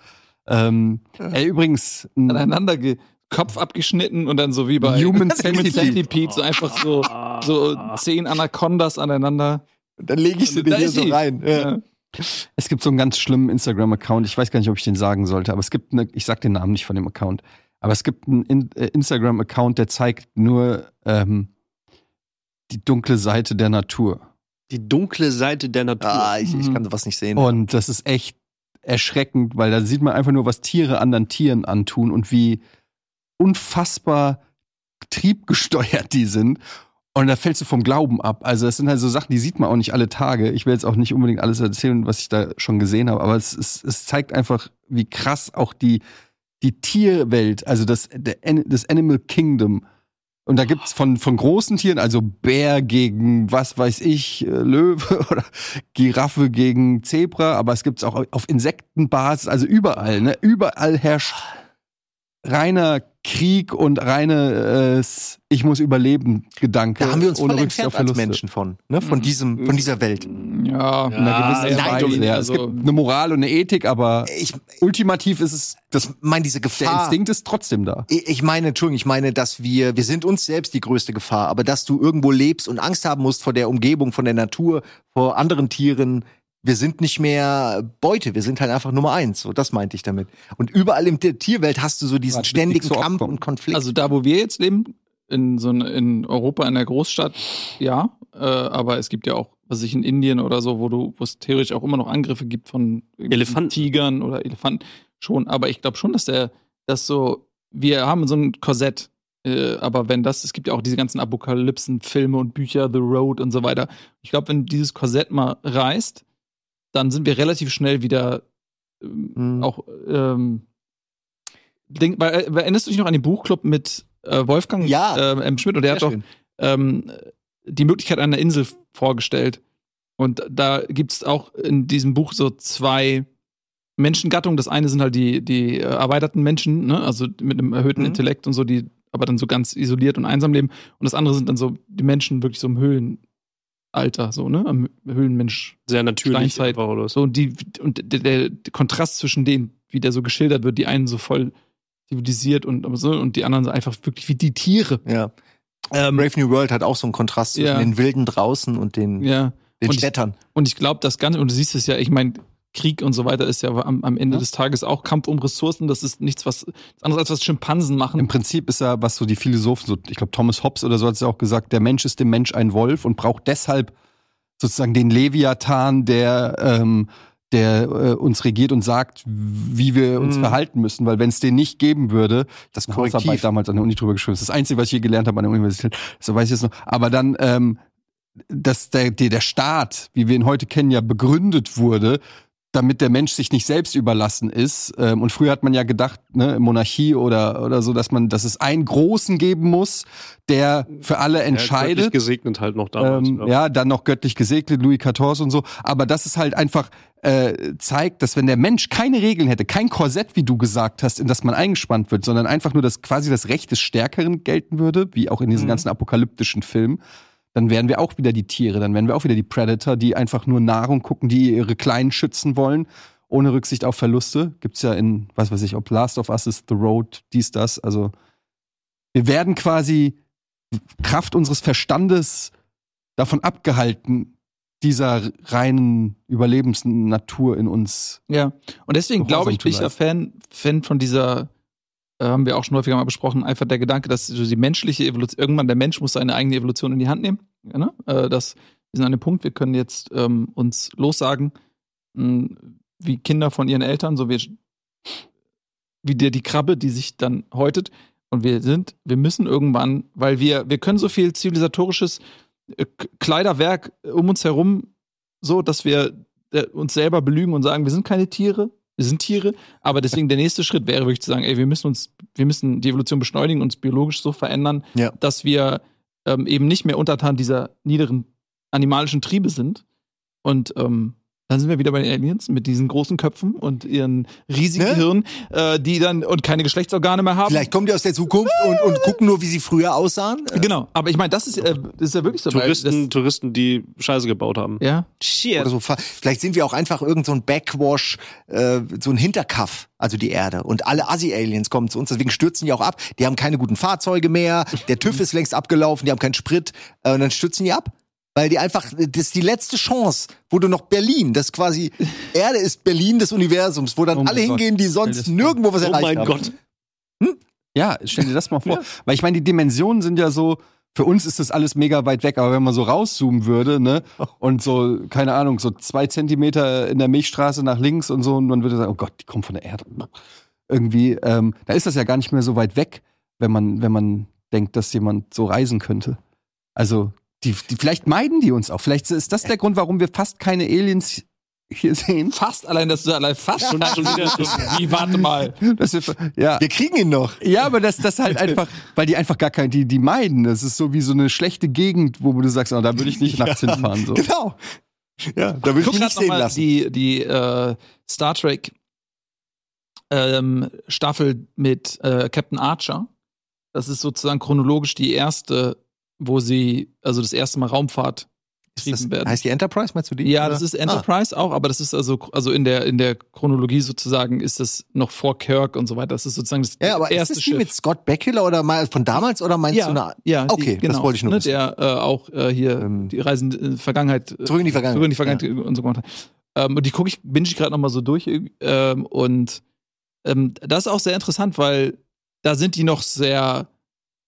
Speaker 1: Ähm, ey, übrigens, ein
Speaker 2: aneinander ge Kopf abgeschnitten und dann so wie bei [LAUGHS]
Speaker 1: Human Centipede.
Speaker 2: Centipede, so einfach so, so zehn Anacondas aneinander.
Speaker 5: Dann lege ich sie dir
Speaker 2: Da
Speaker 5: hier
Speaker 2: ist
Speaker 5: so
Speaker 2: sie.
Speaker 5: rein. Ja.
Speaker 2: Ja.
Speaker 1: Es gibt so einen ganz schlimmen Instagram-Account. Ich weiß gar nicht, ob ich den sagen sollte, aber es gibt eine, ich sag den Namen nicht von dem Account, aber es gibt einen In äh, Instagram-Account, der zeigt nur ähm, die dunkle Seite der Natur.
Speaker 4: Die dunkle Seite der Natur.
Speaker 5: Ah, ich, ich kann sowas nicht sehen.
Speaker 1: Und das ist echt erschreckend, weil da sieht man einfach nur, was Tiere anderen Tieren antun und wie unfassbar triebgesteuert die sind. Und da fällst du vom Glauben ab. Also, das sind halt so Sachen, die sieht man auch nicht alle Tage. Ich will jetzt auch nicht unbedingt alles erzählen, was ich da schon gesehen habe, aber es, es, es zeigt einfach, wie krass auch die, die Tierwelt, also das, der, An- das Animal Kingdom. Und da gibt's von, von großen Tieren, also Bär gegen was weiß ich, äh, Löwe [LAUGHS] oder Giraffe gegen Zebra, aber es gibt's auch auf Insektenbasis, also überall, ne? Überall herrscht reiner Krieg und reine äh, s- Ich muss überleben Gedanke.
Speaker 5: da haben wir uns
Speaker 1: ohne
Speaker 5: voll
Speaker 1: Rücksicht auf
Speaker 5: entfernt als
Speaker 1: Verluste.
Speaker 5: Menschen von. Ne? Von, diesem, von dieser Welt.
Speaker 2: Mhm. Ja,
Speaker 1: In einer gewissen
Speaker 5: nein,
Speaker 1: Weise, ja.
Speaker 2: also-
Speaker 1: Es gibt eine Moral und eine Ethik, aber
Speaker 5: Ich,
Speaker 1: ultimativ ist es,
Speaker 5: ich
Speaker 1: das,
Speaker 5: meine, diese
Speaker 1: der
Speaker 5: Gefahr.
Speaker 1: Instinkt ist trotzdem da.
Speaker 5: Ich ich meine, Entschuldigung, ich meine, dass wir, wir sind uns selbst die größte Gefahr, aber dass du irgendwo lebst und Angst haben musst vor der Umgebung, von der Natur, vor anderen Tieren, wir sind nicht mehr Beute, wir sind halt einfach Nummer eins. So, das meinte ich damit. Und überall in der Tierwelt hast du so diesen
Speaker 1: Warte, bis die
Speaker 5: ständigen
Speaker 1: zu Opfer
Speaker 5: Kampf
Speaker 1: kommen.
Speaker 5: und Konflikt.
Speaker 2: Also da, wo wir jetzt leben, in so einer- in Europa, in der Großstadt, ja, äh, aber es gibt ja auch, was weiß ich in Indien oder so, wo du, wo es theoretisch auch immer noch Angriffe gibt von irgendwelchen
Speaker 4: Elefanten.
Speaker 2: Tigern oder Elefanten schon. Aber ich glaube schon, dass der, dass so, wir haben so ein Korsett. Äh, aber wenn das, es gibt ja auch diese ganzen Apokalypsen-Filme und Bücher, The Road und so weiter. Ich glaube, wenn dieses Korsett mal reißt, dann sind wir relativ schnell wieder ähm,
Speaker 5: Mhm.
Speaker 2: auch ähm, Denk, weil, äh, erinnerst du dich noch an den Buchclub mit äh, Wolfgang
Speaker 5: Ja.
Speaker 2: ähm, M. Schmidt? Und der
Speaker 5: Sehr
Speaker 2: hat doch
Speaker 5: schön.
Speaker 2: ähm, die Möglichkeit einer Insel vorgestellt. Und da gibt es auch in diesem Buch so zwei Menschengattungen. Das eine sind halt die, die äh, erweiterten Menschen, ne? also mit einem erhöhten
Speaker 5: Mhm.
Speaker 2: Intellekt und so, die aber dann so ganz isoliert und einsam leben. Und das andere sind dann so die Menschen wirklich so im Höhlenalter, so, ne? Am Höhlenmensch.
Speaker 4: Sehr natürlich.
Speaker 2: Steinzeit.
Speaker 4: einfach Oder so.
Speaker 2: So, und, die, und der, der Kontrast zwischen denen, wie der so geschildert wird, die einen so voll zivilisiert und so, und die anderen so einfach wirklich wie die Tiere.
Speaker 5: ja. Ähm, Brave New World hat auch so einen Kontrast zwischen
Speaker 2: ja.
Speaker 5: den Wilden draußen und den,
Speaker 2: Ja.
Speaker 5: den
Speaker 2: und ich-
Speaker 5: Städtern.
Speaker 2: Und ich glaube, das Ganze, und du siehst es ja, ich meine, Krieg und so weiter ist ja am, am Ende
Speaker 1: Ja.
Speaker 2: des Tages auch Kampf um Ressourcen. Das ist nichts, was anderes als was Schimpansen
Speaker 1: Im
Speaker 2: machen.
Speaker 1: Prinzip ist ja, was so die Philosophen, so, ich glaube Thomas Hobbes oder so hat es ja auch gesagt, der Mensch ist dem Mensch ein Wolf und braucht deshalb sozusagen den Leviathan, der, ähm, der äh, uns regiert und sagt, wie wir uns
Speaker 5: Mhm.
Speaker 1: verhalten müssen. Weil wenn es den nicht geben würde,
Speaker 5: Das
Speaker 1: eine
Speaker 5: Korrektiv.
Speaker 1: Hausarbeit damals an der Uni drüber geschrieben. Das ist das Einzige, was ich je gelernt habe an der Universität. So weiß ich jetzt noch. Aber dann, ähm, dass der, der, der Staat, wie wir ihn heute kennen, ja begründet wurde, damit der Mensch sich nicht selbst überlassen ist. Ähm, und früher hat man ja gedacht, ne, Monarchie oder, oder so, dass man, dass es einen Großen geben muss, der für alle
Speaker 4: Ja, göttlich
Speaker 1: entscheidet.
Speaker 4: gesegnet halt noch damals.
Speaker 1: Ähm, ja, dann noch göttlich gesegnet, Louis XIV und so. Aber das ist halt einfach äh, zeigt, dass wenn der Mensch keine Regeln hätte, kein Korsett, wie du gesagt hast, in das man eingespannt wird, sondern einfach nur das quasi das Recht des Stärkeren gelten würde, wie auch in diesen ganzen apokalyptischen Filmen, dann wären wir auch wieder die Tiere, dann wären wir auch wieder die Predator, die einfach nur Nahrung gucken, die ihre Kleinen schützen wollen, ohne Rücksicht auf Verluste. Gibt's ja in, was weiß ich, ob Last of Us ist The Road, dies, das. Also wir werden quasi Kraft unseres Verstandes davon abgehalten, dieser reinen Überlebensnatur in uns.
Speaker 2: Ja, und deswegen glaube ich,
Speaker 1: Gehorsam
Speaker 2: bin ich
Speaker 1: zu
Speaker 2: ein Fan, Fan von dieser, äh, haben wir auch schon häufiger mal besprochen, einfach der Gedanke, dass so die menschliche Evolution, irgendwann der Mensch muss seine eigene Evolution in die Hand nehmen. Ja, ne? äh, dass wir sind an dem Punkt, wir können jetzt ähm, uns lossagen, mh, wie Kinder von ihren Eltern, so wie, wie der die Krabbe, die sich dann häutet. Und wir sind, wir müssen irgendwann, weil wir, wir können so viel zivilisatorisches äh, K- Kleiderwerk um uns herum, so, dass wir äh, uns selber belügen und sagen, wir sind keine Tiere, wir sind Tiere, aber deswegen der nächste Schritt wäre wirklich zu sagen, ey, wir müssen uns, wir müssen die Evolution beschleunigen, uns biologisch so verändern,
Speaker 5: Ja.
Speaker 2: dass wir ähm, eben nicht mehr untertan dieser niederen animalischen Triebe sind. Und ähm, dann sind wir wieder bei den Aliens mit diesen großen Köpfen und ihren riesigen
Speaker 5: Ne?
Speaker 2: Hirn, äh, die dann und keine Geschlechtsorgane mehr haben.
Speaker 5: Vielleicht kommen die aus der Zukunft und, und gucken nur, wie sie früher aussahen. Äh,
Speaker 2: Genau, aber ich meine, das ist, äh, das ist ja wirklich so. weil
Speaker 4: Touristen, Touristen, die Scheiße gebaut haben. Oh
Speaker 2: das, ja,
Speaker 5: Oder so. Fa- Vielleicht sind wir auch einfach irgend so ein Backwash, äh, so ein Hinterkaff, also die Erde. Und alle Assi-Aliens kommen zu uns, deswegen stürzen die auch ab. Die haben keine guten Fahrzeuge mehr, der
Speaker 2: Mhm.
Speaker 5: TÜV ist längst abgelaufen, die haben keinen Sprit. Äh, und dann stürzen die ab. Weil die einfach, das ist die letzte Chance, wo du noch Berlin, das quasi, Erde ist Berlin des Universums, wo dann
Speaker 1: Oh mein
Speaker 5: alle
Speaker 1: Gott.
Speaker 5: hingehen, die
Speaker 1: Stell
Speaker 5: sonst
Speaker 1: dir das
Speaker 5: nirgendwo was
Speaker 4: Oh
Speaker 5: erreicht
Speaker 4: mein
Speaker 5: haben.
Speaker 4: Gott.
Speaker 1: Ja, stell dir das mal vor. Weil ich meine, die Dimensionen sind ja so, für uns ist das alles mega weit weg, aber wenn man so rauszoomen würde, ne, und so, keine Ahnung, so zwei Zentimeter in der Milchstraße nach links und so, und man würde sagen, oh Gott, die kommen von der Erde. Irgendwie, ähm, da ist das ja gar nicht mehr so weit weg, wenn man, wenn man denkt, dass jemand so reisen könnte. Also, die, die, vielleicht meiden die uns auch. Vielleicht ist das der Grund, warum wir fast keine Aliens hier sehen.
Speaker 2: fast allein, dass du allein fast schon, schon [LAUGHS] wieder so, wie, warte mal.
Speaker 1: Dass wir, ja.
Speaker 5: Wir kriegen ihn noch.
Speaker 1: Ja, aber das, das halt einfach, weil die einfach gar kein, die, die meiden. Das ist so wie so eine schlechte Gegend, wo du sagst, oh, da würde ich nicht nachts hinfahren. So.
Speaker 5: Genau. Ja, da will ich
Speaker 2: Guck
Speaker 5: ihn nicht
Speaker 2: grad noch
Speaker 5: sehen
Speaker 2: mal
Speaker 5: lassen.
Speaker 2: die, die äh, Star Trek ähm, Staffel mit äh, Captain Archer. Das ist sozusagen chronologisch die erste, wo sie, also das erste Mal Raumfahrt
Speaker 5: Ist das-
Speaker 2: betrieben werden.
Speaker 5: heißt die Enterprise, meinst du die?
Speaker 2: ja,
Speaker 5: oder?
Speaker 2: das ist Enterprise auch, aber das ist also, also in der, in der Chronologie sozusagen ist das noch vor Kirk und so weiter. Das ist sozusagen das
Speaker 5: Ja, aber
Speaker 2: erste
Speaker 5: ist das die
Speaker 2: Schiff.
Speaker 5: mit Scott Bakula oder mal von damals oder meinst
Speaker 2: ja,
Speaker 5: du eine
Speaker 2: ja,
Speaker 5: Okay, das wollte ich nur
Speaker 2: Ne,
Speaker 5: wissen.
Speaker 2: der äh, auch äh, hier
Speaker 5: Ähm,
Speaker 2: die Reisen in die Vergangenheit äh,
Speaker 5: zurück in die Vergangenheit?
Speaker 2: Zurück in die Vergangenheit und so gemacht hat. Ähm, und die gucke ich, binge ich gerade nochmal so durch. Ähm, und ähm, das ist auch sehr interessant, weil da sind die noch sehr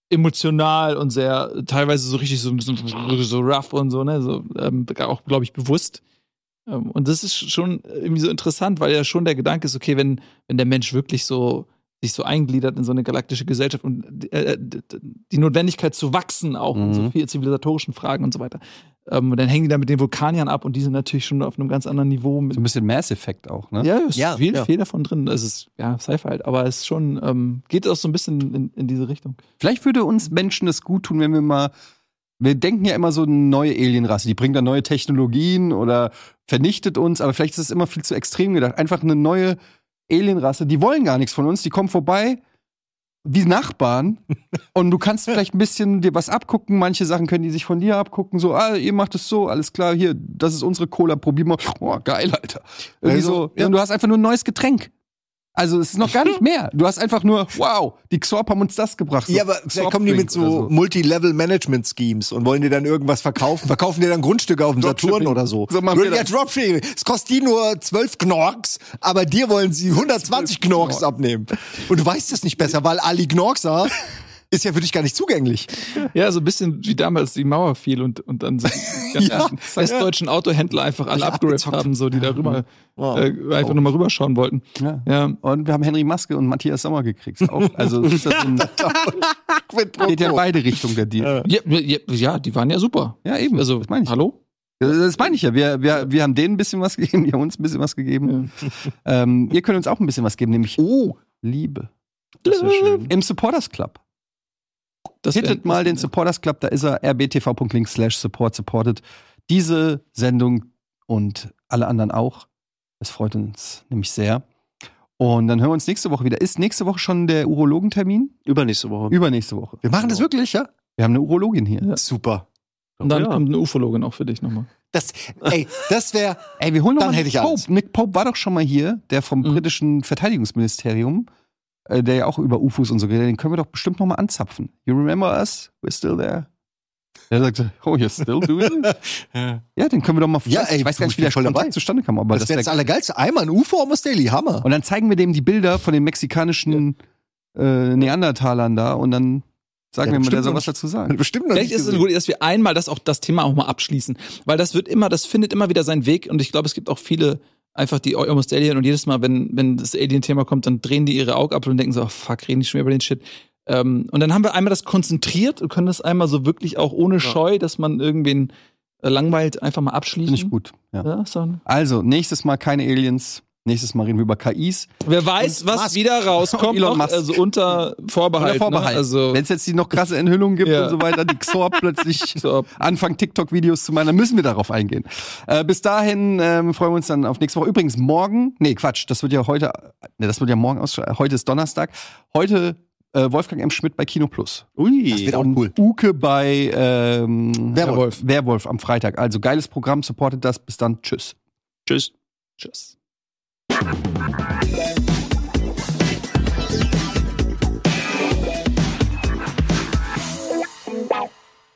Speaker 2: emotional und sehr teilweise so richtig so, so, so rough und so, ne? So, ähm, auch, glaube ich, bewusst. Ähm, und das ist schon irgendwie so interessant, weil ja schon der Gedanke ist, okay, wenn, wenn der Mensch wirklich so sich so eingliedert in so eine galaktische Gesellschaft und äh, d- d- die Notwendigkeit zu wachsen auch in so
Speaker 1: Mhm.
Speaker 2: viel zivilisatorischen Fragen und so weiter. Ähm, und dann hängen die da mit den Vulkaniern ab und die sind natürlich schon auf einem ganz anderen Niveau. Mit,
Speaker 1: So ein bisschen Mass Effect auch, ne?
Speaker 2: ja, ist
Speaker 5: Ja,
Speaker 2: viel,
Speaker 5: ja.
Speaker 2: viel davon drin. Es ist ja Sci-Fi halt, aber es ist schon, ähm, geht auch so ein bisschen in, in diese Richtung.
Speaker 1: Vielleicht würde
Speaker 5: Mhm.
Speaker 1: uns Menschen es gut tun, wenn wir mal. Wir denken ja immer so eine neue Alienrasse, die bringt dann neue Technologien oder vernichtet uns, aber vielleicht ist es immer viel zu extrem gedacht. Einfach eine neue Alienrasse, die wollen gar nichts von uns, die kommen vorbei wie
Speaker 5: [LAUGHS]
Speaker 1: Nachbarn und du kannst vielleicht ein bisschen dir was abgucken. Manche Sachen können die sich von dir abgucken, so, ah, ihr macht es so, alles klar, hier, das ist unsere Cola, probier mal. Oh, geil, Alter. Irgendwie
Speaker 5: Also,
Speaker 1: so,
Speaker 5: ja.
Speaker 1: Und du hast einfach nur ein neues Getränk. Also es ist noch gar nicht mehr. Du hast einfach nur, wow, die Xorp haben uns das gebracht. So
Speaker 5: Ja, aber vielleicht kommen die mit
Speaker 1: Softdrink
Speaker 5: so,
Speaker 1: oder
Speaker 5: Multi-Level-Management-Schemes und wollen dir dann irgendwas verkaufen. Verkaufen dir dann Grundstücke auf dem Saturn
Speaker 1: Dropshipping.
Speaker 5: oder so.
Speaker 1: So machen
Speaker 5: Würden
Speaker 1: wir
Speaker 5: ja
Speaker 1: das.
Speaker 5: Dropshipping. Es kostet die nur 12 Knorks, aber dir wollen sie 120 Knorks abnehmen. Und du weißt es nicht besser, weil
Speaker 1: [LAUGHS]
Speaker 5: Ali Knorkser ist ja für dich gar nicht zugänglich.
Speaker 2: Ja, so ein bisschen wie damals die Mauer fiel und, und dann so die
Speaker 5: Ja,
Speaker 2: ganzen westdeutschen Autohändler einfach alle
Speaker 5: Ja,
Speaker 2: abgerippt
Speaker 5: abgezockt.
Speaker 2: haben, so die da rüber,
Speaker 5: Wow.
Speaker 2: äh, einfach nochmal rüberschauen wollten.
Speaker 1: Ja.
Speaker 2: Ja.
Speaker 1: Und wir haben Henry Maske und Matthias Sommer gekriegt. Ist Auch, also es ist das
Speaker 5: [LAUGHS]
Speaker 1: so ein, geht ja in beide Richtungen der Deal.
Speaker 2: Ja, ja, ja, die waren ja super.
Speaker 1: Ja, eben.
Speaker 2: Also,
Speaker 1: das meine ich.
Speaker 2: hallo?
Speaker 1: Das meine ich ja. Wir, wir, wir haben denen ein bisschen was gegeben, die haben uns ein bisschen was gegeben. Ähm, ihr könnt uns auch ein bisschen was geben, nämlich oh. Liebe.
Speaker 4: Das wär schön.
Speaker 1: Im Supporters Club.
Speaker 2: Das
Speaker 1: Hittet
Speaker 2: wär-
Speaker 1: mal den Supporters Club, da ist er rbtv.link slash support supported. Diese Sendung und alle anderen auch. Es freut uns nämlich sehr. Und dann hören wir uns nächste Woche wieder. Ist nächste Woche schon der Urologentermin?
Speaker 4: Übernächste Woche.
Speaker 1: Übernächste Woche.
Speaker 5: Wir machen das wirklich, ja?
Speaker 1: Wir haben eine Urologin hier.
Speaker 2: Ja.
Speaker 5: Super.
Speaker 2: Und dann
Speaker 4: Ja.
Speaker 2: kommt eine Ufologin auch für dich nochmal.
Speaker 5: Das, ey, das wäre.
Speaker 1: Ey, wir holen doch
Speaker 5: Dann
Speaker 1: mal
Speaker 5: hätte
Speaker 1: Nick
Speaker 5: ich
Speaker 1: Pope.
Speaker 5: Angst.
Speaker 1: Nick Pope war doch schon mal hier, der vom
Speaker 2: Mhm.
Speaker 1: britischen Verteidigungsministerium, äh, der ja auch über UFOs und so redet. Den können wir doch bestimmt noch mal anzapfen. You remember us? We're still there. Der sagte, oh, you're still doing it? ja, den können wir doch mal.
Speaker 5: Ja, ey,
Speaker 1: ich weiß
Speaker 5: du,
Speaker 1: gar nicht,
Speaker 5: ich
Speaker 1: wie
Speaker 5: bin
Speaker 1: der
Speaker 5: voll
Speaker 1: Kontakt
Speaker 5: dabei.
Speaker 1: zustande kam, aber
Speaker 5: Das,
Speaker 1: das,
Speaker 5: wäre das
Speaker 1: wär-
Speaker 5: Allergeilste. Einmal ein UFO muss Daily Hammer.
Speaker 1: Und dann zeigen wir dem die Bilder von den mexikanischen äh, Neandertalern da und dann sagen wir mal,
Speaker 5: Ja,
Speaker 1: der
Speaker 5: bestimmt
Speaker 1: soll
Speaker 5: noch
Speaker 1: was dazu sagen.
Speaker 5: bestimmt noch
Speaker 2: [LAUGHS] Vielleicht ist es
Speaker 5: gesehen.
Speaker 2: gut, dass wir einmal das auch das Thema auch mal abschließen, weil das wird immer, das findet immer wieder seinen Weg und ich glaube, es gibt auch viele einfach die Almost Alien und jedes Mal, wenn wenn das Alien-Thema kommt, dann drehen die ihre Augen ab und denken so, oh, fuck, reden die schon wieder über den Shit. Ähm, und dann haben wir einmal das konzentriert und können das einmal so wirklich auch ohne Scheu, dass man irgendwen äh, langweilt, einfach mal abschließen.
Speaker 1: Finde ich gut. Ja.
Speaker 2: Ja, so.
Speaker 1: Also, nächstes Mal keine Aliens. Nächstes Mal reden wir über KIs.
Speaker 2: Wer weiß,
Speaker 1: Und
Speaker 2: was
Speaker 1: Musk.
Speaker 2: wieder rauskommt,
Speaker 1: Elon
Speaker 2: noch,
Speaker 1: Musk.
Speaker 2: also unter Vorbehalt.
Speaker 1: Oder Vorbehalt.
Speaker 2: Ne? Also,
Speaker 1: Wenn es jetzt die noch krasse Enthüllungen gibt
Speaker 2: Ja.
Speaker 1: und so weiter, die
Speaker 2: [LAUGHS]
Speaker 1: Xorb plötzlich
Speaker 2: so,
Speaker 1: anfangen, TikTok-Videos zu machen, dann müssen wir darauf eingehen. Äh, bis dahin ähm, freuen wir uns dann auf nächste Woche. Übrigens, morgen, nee, Quatsch, das wird ja heute, ne, das wird ja morgen aus, heute ist Donnerstag. Heute äh, Wolfgang M. Schmidt bei Kino Plus.
Speaker 5: Das wird auch
Speaker 1: Und
Speaker 5: cool.
Speaker 1: Uke bei ähm,
Speaker 5: Werwolf.
Speaker 1: Werwolf am Freitag. Also geiles Programm, supportet das. Bis dann. Tschüss.
Speaker 4: Tschüss.
Speaker 2: tschüss.